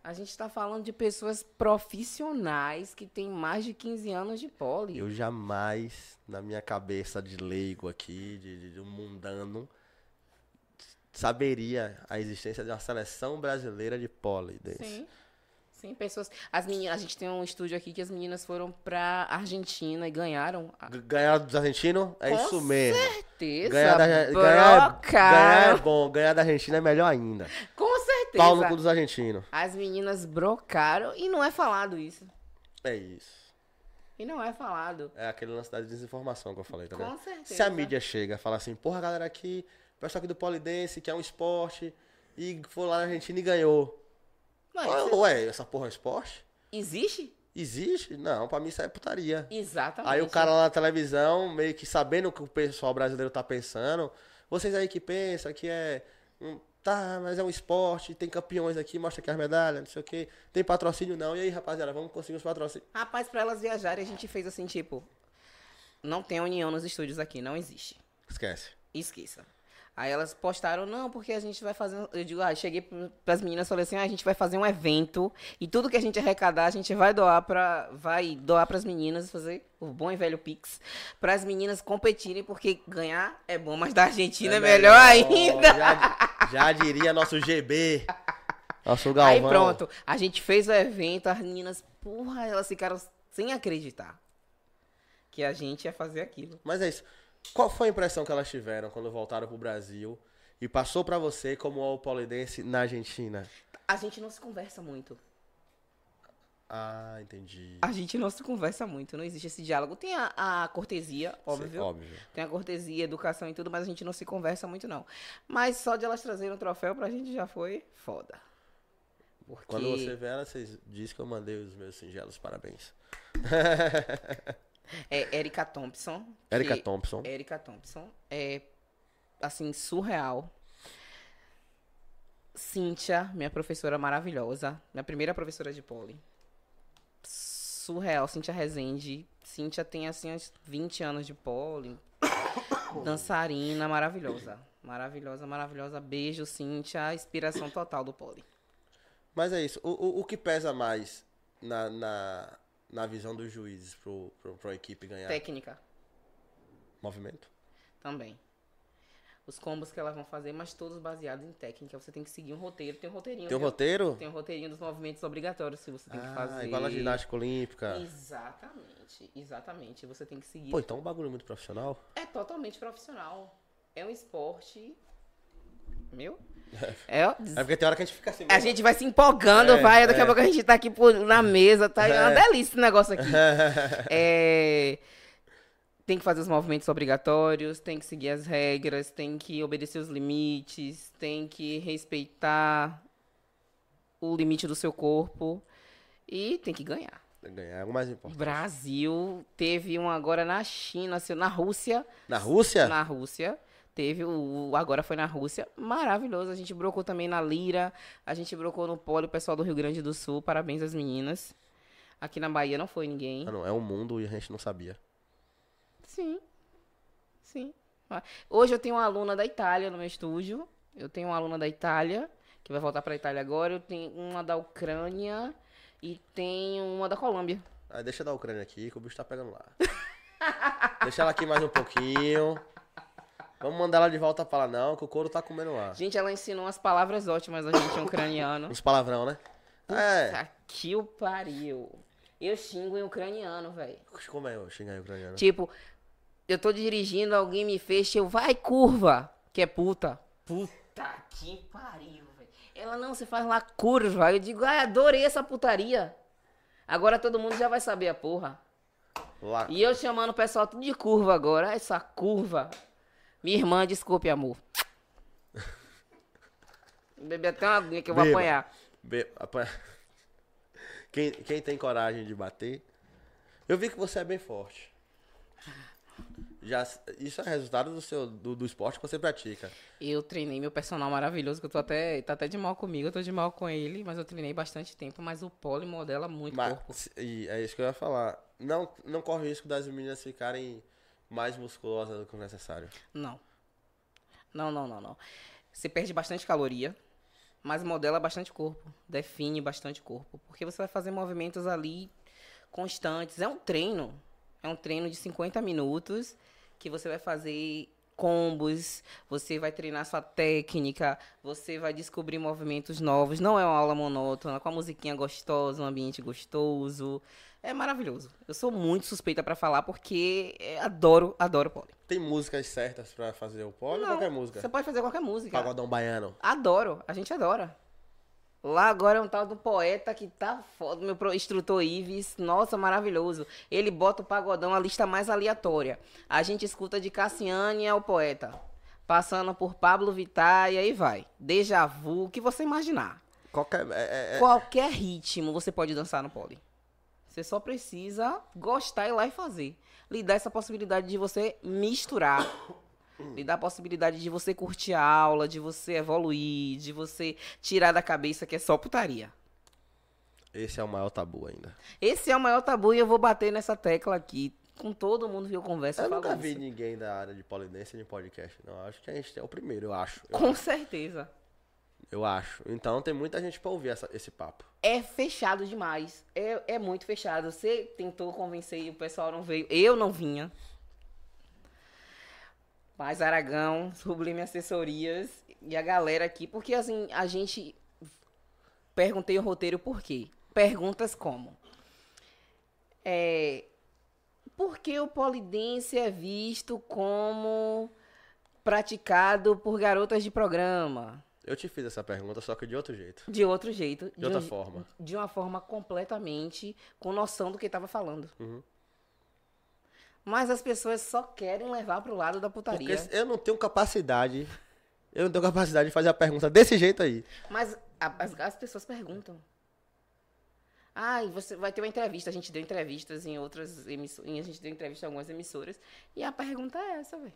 S4: A gente tá falando de pessoas profissionais que têm mais de 15 anos de poli.
S3: Eu jamais, na minha cabeça de leigo aqui, de, de- de um mundano, saberia a existência de uma seleção brasileira de pole dance.
S4: Sim. Sim, pessoas. As meninas, a gente tem um estúdio aqui que as meninas foram pra Argentina e ganharam. A...
S3: G- Ganhar dos argentinos é
S4: Com
S3: isso mesmo.
S4: certeza.
S3: Ganhar da, ganhar, ganhar é
S4: brocaram.
S3: bom, ganhar da Argentina é melhor ainda.
S4: Com certeza.
S3: Pau no cu dos argentinos.
S4: As meninas brocaram e não é falado isso.
S3: É isso.
S4: E não é falado.
S3: É aquele lance da desinformação que eu falei, tá
S4: Com
S3: vendo?
S4: certeza.
S3: Se a mídia chega e fala assim, porra, galera aqui, o pessoal aqui do polidense, que é um esporte, e foi lá na Argentina e ganhou.
S4: Mas,
S3: Ué, ué, essa porra é um esporte?
S4: existe?
S3: Existe? Não, pra mim isso é putaria.
S4: Exatamente.
S3: Aí o cara lá na televisão, meio que sabendo o que o pessoal brasileiro tá pensando, vocês aí que pensam que é. um- Tá, mas é um esporte, tem campeões aqui, mostra aqui as medalhas, não sei o quê. Tem patrocínio não. E aí, rapaziada, vamos conseguir os patrocínios.
S4: Rapaz, pra elas viajarem, a gente fez assim, tipo... Não tem união nos estúdios aqui, não existe.
S3: Esquece.
S4: Esqueça. Aí elas postaram, não, porque a gente vai fazer... Eu digo, ah, cheguei pr- pras meninas e falei assim, ah, a gente vai fazer um evento e tudo que a gente arrecadar, a gente vai doar pra... Vai doar pras meninas, fazer o bom e velho Pix, pras meninas competirem, porque ganhar é bom, mas da Argentina é, melhor, ainda.
S3: Já, já diria nosso GB. Nosso Galvão.
S4: Aí pronto, a gente fez o evento, as meninas, porra, elas ficaram sem acreditar que a gente ia fazer aquilo.
S3: Mas é isso. Qual foi a impressão que elas tiveram quando voltaram pro Brasil e passou pra você como é o polidense na Argentina?
S4: A gente não se conversa muito.
S3: Ah, entendi.
S4: A gente não se conversa muito, não existe esse diálogo. Tem a, a cortesia,
S3: Sim,
S4: óbvio.
S3: óbvio.
S4: Tem a cortesia, educação e tudo, mas a gente não se conversa muito, não. Mas só de elas trazerem o troféu pra gente já foi foda. Porque...
S3: Quando você vê ela, vocês dizem que eu mandei os meus singelos parabéns.
S4: É Erika Thompson.
S3: Erika
S4: que-
S3: Thompson.
S4: Erika Thompson é, assim, surreal. Cíntia, minha professora maravilhosa, minha primeira professora de poli. Surreal, Cíntia Rezende. Cíntia tem, assim, uns 20 anos de poli. Dançarina maravilhosa. Maravilhosa, maravilhosa. Beijo, Cíntia. Inspiração total do poli.
S3: Mas é isso. O, o, o que pesa mais na, na, na visão dos juízes pro, pro, pro equipe ganhar?
S4: Técnica
S3: Movimento?
S4: também. Os combos que elas vão fazer, mas todos baseados em técnica. Você tem que seguir um roteiro. Tem um roteirinho.
S3: Tem um
S4: viu?
S3: roteiro?
S4: Tem o roteirinho dos movimentos obrigatórios que você tem que
S3: Ah,
S4: fazer.
S3: igual na ginástica olímpica.
S4: Exatamente, exatamente. Você tem que seguir.
S3: Pô, então o bagulho é muito profissional.
S4: É totalmente profissional. É um esporte. Meu? É.
S3: É porque tem hora que a gente fica assim.
S4: A gente vai se empolgando,
S3: É,
S4: vai. Daqui
S3: é.
S4: a pouco a gente tá aqui por- na mesa, tá? É uma
S3: É.
S4: delícia esse negócio aqui. É, Tem que fazer os movimentos obrigatórios, tem que seguir as regras, tem que obedecer os limites, tem que respeitar o limite do seu corpo e tem que ganhar.
S3: Ganhar é o mais
S4: O
S3: importante.
S4: Brasil teve um agora na China, se- na Rússia,
S3: Na Rússia?
S4: na Rússia. Teve o o agora foi na Rússia, maravilhoso. A gente brocou também na Lira, a gente brocou no Polo, o pessoal do Rio Grande do Sul, parabéns às meninas. Aqui na Bahia não foi ninguém.
S3: Ah, não, é um mundo e a gente não sabia.
S4: Sim. Sim. Ah, Hoje eu tenho uma aluna da Itália no meu estúdio. Eu tenho uma aluna da Itália que vai voltar pra Itália agora. Eu tenho uma da Ucrânia e tenho uma da Colômbia.
S3: Aí Ah, deixa da Ucrânia aqui, que o bicho tá pegando lá. deixa ela aqui mais um pouquinho. Vamos mandar ela de volta pra lá, não, que o couro tá comendo lá.
S4: Gente, ela ensinou umas palavras ótimas a gente, um ucraniano.
S3: Uns palavrão, né? É.
S4: Puta que o pariu. Eu xingo em ucraniano, velho.
S3: Como é eu xingar em ucraniano?
S4: Tipo, eu tô dirigindo, alguém me fecha, eu vai curva, que é puta. Puta que pariu, velho. Ela não se faz lá curva. Eu digo, ai, adorei essa putaria. Agora todo mundo já vai saber a porra.
S3: Lá.
S4: E eu chamando o pessoal tudo de curva agora. Ai, Essa curva. Minha irmã, desculpe, amor. Bebi até uma aguinha que eu vou
S3: Beba.
S4: apanhar.
S3: Be- apanha- Quem, quem tem coragem de bater? Eu vi que você é bem forte.
S4: Ah.
S3: Já, isso é resultado do, seu, do, do esporte que você pratica.
S4: Eu treinei meu personal maravilhoso, que eu tô até. Tá até de mal comigo, eu tô de mal com ele, mas eu treinei bastante tempo, mas o pole modela muito corpo.
S3: Mas, e é isso que eu ia falar. Não, não corre risco das meninas ficarem mais musculosas do que o necessário.
S4: Não. Não, não, não, não. Você perde bastante caloria, mas modela bastante corpo. Define bastante corpo. Porque você vai fazer movimentos ali constantes. É um treino. É um treino de 50 minutos que você vai fazer combos, você vai treinar sua técnica, você vai descobrir movimentos novos. Não é uma aula monótona, com a musiquinha gostosa, um ambiente gostoso. É maravilhoso. Eu sou muito suspeita pra falar porque eh, adoro, adoro pole.
S3: Tem músicas certas pra fazer o pole ou
S4: Não,
S3: qualquer música?
S4: Você pode fazer qualquer música.
S3: Pagodão baiano.
S4: Adoro, a gente adora. Lá agora é um tal do poeta que tá foda, meu pro- instrutor Ives, nossa, maravilhoso. Ele bota o pagodão, a lista mais aleatória. A gente escuta de Cassiane ao poeta, passando por Pablo Vittar e aí vai. Deja vu, o que você imaginar.
S3: Qualquer. é- é- é-
S4: Qualquer ritmo você pode dançar no pole. Você só precisa gostar e ir lá e fazer. Lhe dá essa possibilidade de você misturar. Lhe dá a possibilidade de você curtir a aula, de você evoluir, de você tirar da cabeça que é só putaria.
S3: Esse é o maior tabu ainda.
S4: Esse é o maior tabu e eu vou bater nessa tecla aqui. Com todo mundo que eu converso, eu,
S3: Eu
S4: falo
S3: nunca vi
S4: isso.
S3: ninguém da área de polidência de podcast, não. Acho que a gente é o primeiro, eu acho. Eu
S4: Com certeza.
S3: Eu acho. Então tem muita gente pra ouvir essa- esse papo.
S4: é fechado demais. É, é muito fechado. Você tentou convencer e o pessoal não veio. Eu não vinha. Mas Aragão, Sublime Assessorias e a galera aqui. Porque assim, a gente. Perguntei o roteiro por quê. Perguntas como. É, por que o polidense é visto como praticado por garotas de programa?
S3: Eu te fiz essa pergunta, só que de outro jeito.
S4: De outro jeito. De, um
S3: outra
S4: je-
S3: forma.
S4: De uma forma completamente com noção do que estava falando.
S3: Uhum.
S4: Mas as pessoas só querem levar pro lado da
S3: Porque
S4: putaria.
S3: eu não tenho capacidade. Eu não tenho capacidade de fazer a pergunta desse jeito aí.
S4: Mas a- as, as pessoas perguntam. Ah, e você vai ter uma entrevista. A gente deu entrevistas em outras emissoras. A gente deu entrevista em algumas emissoras. E a pergunta é essa, velho.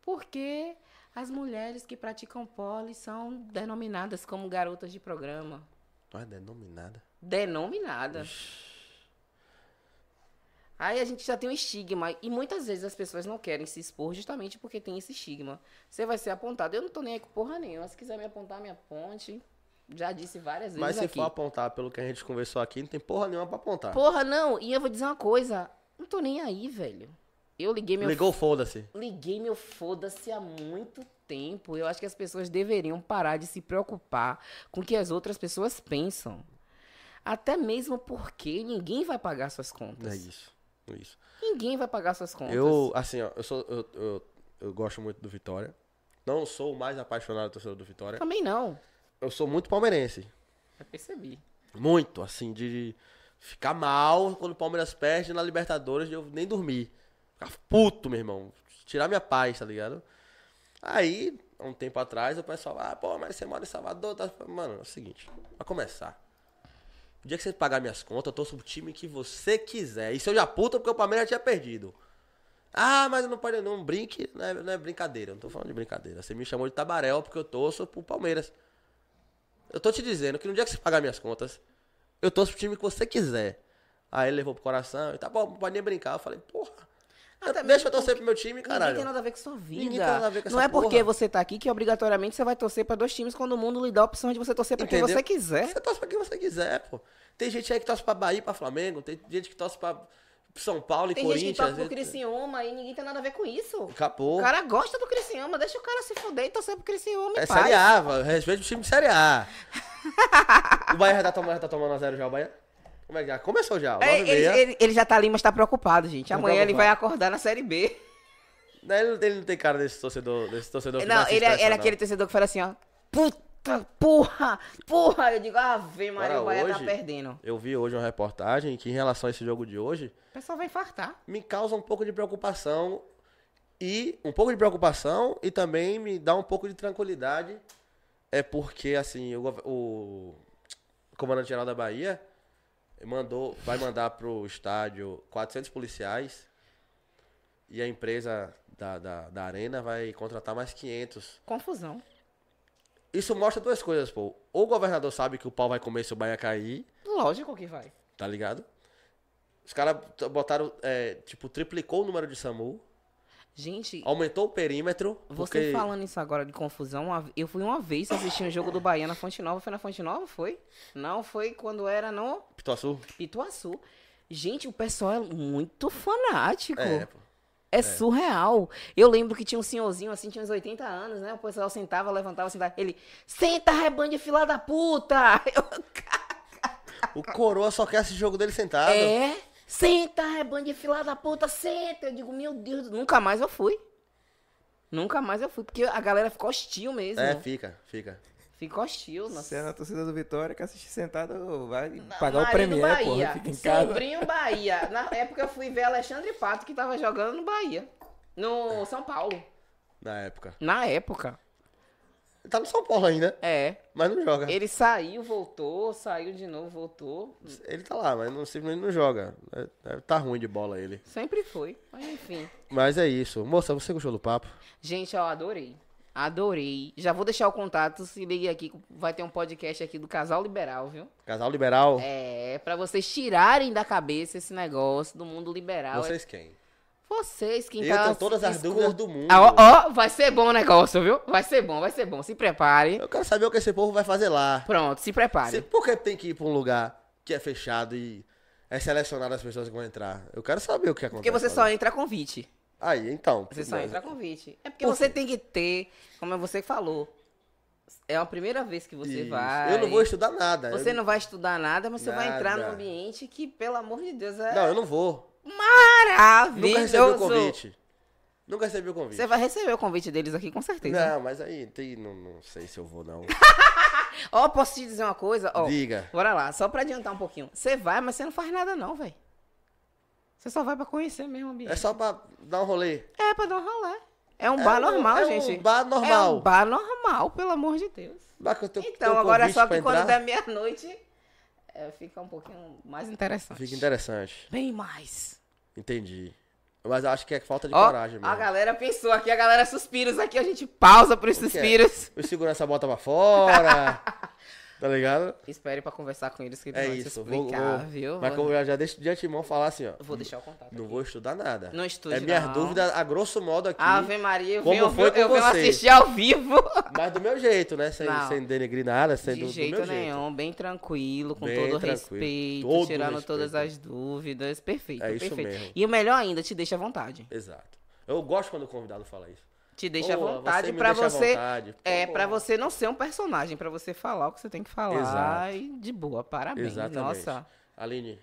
S4: Por que as mulheres que praticam pole são denominadas como garotas de programa?
S3: Não é denominada.
S4: denominada. Aí a gente já tem um estigma. E muitas vezes as pessoas não querem se expor justamente porque tem esse estigma. Você vai ser apontado. Eu não tô nem aí com porra nenhuma. Se quiser me apontar, me aponte. Já disse várias vezes
S3: Mas se
S4: aqui.
S3: for apontar pelo que a gente conversou aqui, não tem porra nenhuma pra apontar.
S4: Porra, não. E eu vou dizer uma coisa. Não tô nem aí, velho. Eu liguei meu
S3: Ligou, foda-se. É
S4: liguei meu foda-se há muito tempo. Eu acho que as pessoas deveriam parar de se preocupar com o que as outras pessoas pensam. Até mesmo porque ninguém vai pagar suas contas.
S3: É isso. É isso.
S4: Ninguém vai pagar suas contas.
S3: Eu, assim, ó, eu sou. Eu, eu, eu gosto muito do Vitória. Não sou o mais apaixonado torcedor do Vitória.
S4: Também não.
S3: Eu sou muito palmeirense.
S4: Eu percebi.
S3: Muito, assim, de ficar mal quando o Palmeiras perde na Libertadores de eu nem dormir. Ficar puto, meu irmão. Tirar minha paz, tá ligado? Aí, há um tempo atrás, o pessoal, ah, pô, mas você mora em Salvador, tá? Mano, é o seguinte, pra começar. O dia que você pagar minhas contas, eu torço pro time que você quiser. Isso eu já puto é porque o Palmeiras já tinha perdido. Ah, mas não pode, não brinque, não é, não é brincadeira, eu não tô falando de brincadeira. Você me chamou de tabaréu porque eu torço pro Palmeiras. Eu tô te dizendo que no dia que você pagar minhas contas, eu torço pro time que você quiser. Aí ele levou pro coração, e tá bom, não pode nem brincar. Eu falei, porra, Eu-
S4: Até
S3: Deixa
S4: mesmo
S3: eu torcer pro meu time,
S4: Ninguém
S3: caralho.
S4: tem nada a ver com sua vida.
S3: Ninguém tem nada a ver com
S4: não
S3: essa
S4: é porque
S3: porra.
S4: você tá aqui que obrigatoriamente você vai torcer pra dois times quando o mundo lhe dá a opção de você torcer pra quem
S3: Entendeu?
S4: você quiser.
S3: Você torce pra quem você quiser, pô. Tem gente aí que torce pra Bahia, pra Flamengo, tem gente que torce pra São Paulo e
S4: Tem gente que
S3: Corinthians. é-
S4: toca pro Criciúma e ninguém tem nada a ver com isso.
S3: Acabou.
S4: O cara gosta do Criciúma, deixa o cara se fuder e torcer pro Criciúma e
S3: É
S4: paz.
S3: Série A, mano. Respeita o time de Série A. o Bahia já tá tomando, já tá tomando a zero já, o Bahia? Como é que já? Começou já,
S4: É,
S3: 9
S4: ele,
S3: e meia.
S4: ele- ele já tá ali, mas tá preocupado, gente.
S3: Tá
S4: Amanhã ele
S3: preocupado.
S4: vai acordar na Série B.
S3: Não, Ele, não tem- ele não tem cara desse torcedor, desse torcedor que
S4: Não,
S3: se
S4: ele é-
S3: expressa,
S4: era
S3: não. assim,
S4: aquele torcedor que fala assim, ó. Puta, porra, porra. Eu digo, ah, vem, Maria,
S3: Agora,
S4: o Bahia tá
S3: hoje-
S4: perdendo.
S3: Eu vi hoje uma reportagem que em relação a esse jogo de hoje,
S4: O pessoal vai infartar.
S3: me causa um pouco de preocupação e um pouco de preocupação e também me dá um pouco de tranquilidade é porque assim o, gov- o comandante geral da Bahia mandou vai mandar pro estádio 400 policiais e a empresa da, da, da arena vai contratar mais 500
S4: Confusão.
S3: isso mostra duas coisas pô ou o governador sabe que o pau vai comer se o Bahia cair
S4: Lógico que vai.
S3: tá ligado os caras t- botaram é, tipo triplicou o número de SAMU
S4: Gente,
S3: Aumentou o perímetro.
S4: você
S3: porque
S4: falando isso agora de confusão, uma- eu fui uma vez assistir um jogo do Bahia na Fonte Nova. Foi na Fonte Nova? Foi? Não, foi quando era no
S3: Pituaçu?
S4: Pituaçu. Gente, o pessoal é muito fanático.
S3: É, pô.
S4: É surreal. Eu lembro que tinha um senhorzinho assim, tinha uns 80 anos, né? O pessoal sentava, levantava, sentava. Ele, senta, rebanho de fila da puta! Eu,
S3: O Coroa só quer esse jogo dele
S2: Ah,
S3: sentado.
S4: é? Senta, rebanho de fila da puta, senta! Eu digo, meu Deus, nunca mais eu fui. Nunca mais eu fui, porque a galera ficou hostil mesmo.
S3: É, fica, fica.
S4: Ficou hostil,
S2: Se
S4: nossa.
S2: é na torcida do Vitória que assistir sentado, vai pagar o
S4: Marido
S2: Premier,
S4: Bahia,
S2: porra. Fica em casa.
S4: Sobrinho Bahia. Na época eu fui ver Alexandre Pato, que tava jogando no Bahia. No São Paulo.
S3: Na época.
S4: Na época.
S3: Ele tá no São Paulo ainda,
S4: É.
S3: mas não joga. Ele,
S4: Ele saiu, voltou, saiu de novo, voltou.
S3: tá lá, mas não, simplesmente não joga. É, é, Tá ruim de bola ele.
S4: Sempre foi. Mas enfim.
S3: Mas é isso. Moça, você gostou do papo?
S4: Gente, ó, adorei. Adorei. Já vou deixar o contato, se ligue aqui. Vai ter um podcast aqui do Casal Liberal, viu?
S3: Casal liberal?
S4: É, pra vocês tirarem da cabeça esse negócio do mundo liberal. É
S3: Vocês quem?
S4: Vocês que então Ah,
S3: Eu tenho todas as dúvidas do mundo.
S4: Ó, ó, vai ser bom o negócio, viu? Vai ser bom, vai ser bom. Se prepare.
S3: Eu quero saber o que esse povo vai fazer lá.
S4: Pronto, se
S3: Se-
S4: prepare.
S3: por que tem que ir pra um lugar que é fechado e é selecionado as pessoas que vão entrar? Eu quero saber o que acontece.
S4: Porque você só
S3: lá.
S4: entra a convite.
S3: Aí, então.
S4: Você
S3: tudo
S4: só
S3: bem.
S4: entra a convite. É porque
S3: Por
S4: você
S3: quê?
S4: tem que ter, como você falou, é a primeira vez que você
S3: Isso.
S4: vai.
S3: Eu não vou estudar nada.
S4: Você
S3: Eu-
S4: não vai estudar nada, mas você vai entrar num
S3: Nada.
S4: ambiente que, pelo amor de Deus, é
S3: Não, eu não vou.
S4: maravilhoso.
S3: Nunca recebi o convite. Nunca recebi o convite.
S4: Você vai né? receber o convite deles aqui, com certeza.
S3: Não, mas aí tem, não, não sei se eu vou, não.
S4: Ó, posso te dizer uma coisa? Ó,
S3: Diga.
S4: Bora lá, só pra adiantar um pouquinho. Você vai, mas você não faz nada não, velho. Você só vai pra conhecer mesmo o ambiente.
S3: É só pra dar um rolê.
S4: É, pra dar um rolê. É um
S3: É
S4: bar
S3: um-
S4: normal,
S3: é um
S4: gente.
S3: bar normal.
S4: É um bar normal, pelo amor de Deus.
S3: Mas que eu tenho,
S4: Então,
S3: tenho um
S4: agora é
S3: convite
S4: só
S3: pra
S4: que quando
S3: entrar,
S4: der meia-noite, é, fica um pouquinho mais interessante.
S3: Fica interessante.
S4: Bem mais.
S3: Entendi. Mas eu acho que é falta de
S4: Ó,
S3: coragem mesmo.
S4: a galera pensou aqui, a galera suspiros aqui, a gente pausa pros
S3: que é?
S4: suspiros.
S3: Os segurança bota pra fora. tá ligado?
S4: Espere pra conversar com eles que eles
S3: É
S4: vão te
S3: isso. Vou,
S4: explicar,
S3: vou-
S4: viu?
S3: Mas
S4: vou,
S3: como eu já deixo de antemão falar assim, ó.
S4: vou deixar o contato.
S3: Não vou estudar nada.
S4: Não Ah, estude,
S3: É minhas
S4: não.
S3: dúvidas, a grosso modo aqui.
S4: Ave Maria, eu
S3: Como
S4: venho, eu
S3: foi
S4: venho- eu
S3: com
S4: venho
S3: você?
S4: assistir ao vivo.
S3: Mas do meu jeito, né? Sem,
S4: Não.
S3: sem denegrir nada, sem
S4: de
S3: do, do
S4: jeito
S3: meu jeito.
S4: nenhum, bem tranquilo, com
S3: Bem
S4: todo
S3: tranquilo,
S4: respeito,
S3: todo
S4: tirando
S3: respeito.
S4: todas as dúvidas. Perfeito,
S3: É isso
S4: perfeito.
S3: mesmo.
S4: E o melhor ainda, te deixa à vontade.
S3: Exato. Eu gosto quando o convidado fala isso.
S4: Te deixa
S3: Pô,
S4: à vontade
S3: você me
S4: pra
S3: deixa à
S4: você.
S3: vontade.
S4: É,
S3: Pô.
S4: pra você não ser um personagem, pra você falar o que você tem que falar.
S3: Exato.
S4: E de boa, parabéns.
S3: Exatamente.
S4: Nossa.
S3: Aline,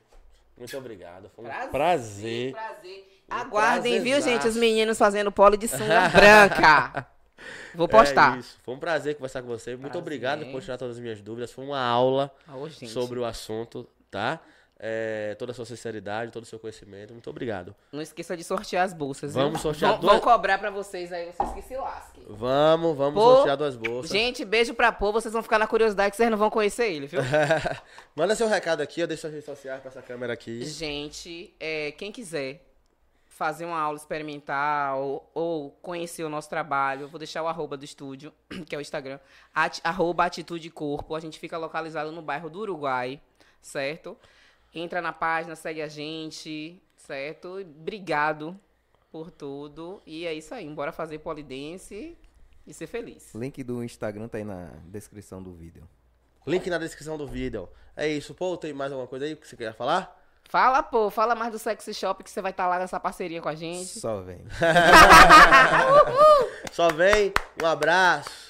S3: muito obrigado. Foi um
S4: Prazer,
S3: prazer.
S4: Prazer.
S3: Um
S4: Aguardem, viu,
S3: prazerzaço.
S4: gente, os meninos fazendo pole de sunga branca. Vou postar.
S3: É isso. Foi um prazer conversar com você. Muito
S4: Prazer.
S3: obrigado por tirar todas as minhas dúvidas. Foi uma aula
S4: Ô, gente.
S3: sobre o assunto, tá? É, toda a sua sinceridade, todo o seu conhecimento. Muito obrigado.
S4: Não esqueça de sortear as bolsas.
S3: Vamos
S4: viu?
S3: sortear
S4: Vão,
S3: duas-
S4: vão cobrar pra vocês aí, vocês que se lasquem.
S3: Vamos, vamos
S4: Pô,
S3: sortear duas bolsas.
S4: Gente, beijo pra pô, vocês vão ficar na curiosidade que vocês não vão conhecer ele, viu?
S3: Manda seu recado aqui, eu deixo suas redes sociais pra essa câmera aqui.
S4: gente, é, quem quiser fazer uma aula experimental ou conhecer o nosso trabalho, eu vou deixar o arroba do estúdio, que é o Instagram, at, arroba Atitude Corpo. A gente fica localizado no bairro do Uruguai, certo? Entra na página, segue a gente, certo? E Obrigado por tudo. E é isso aí. Bora fazer polidense e ser feliz.
S2: Link do Instagram tá aí na descrição do vídeo.
S3: Link na descrição do vídeo. É isso, pô, tem mais alguma coisa aí que você quer falar?
S4: Fala, pô, fala mais do Sexy Shop que você vai estar lá nessa parceria com a gente.
S2: Só vem.
S3: Só vem, um abraço.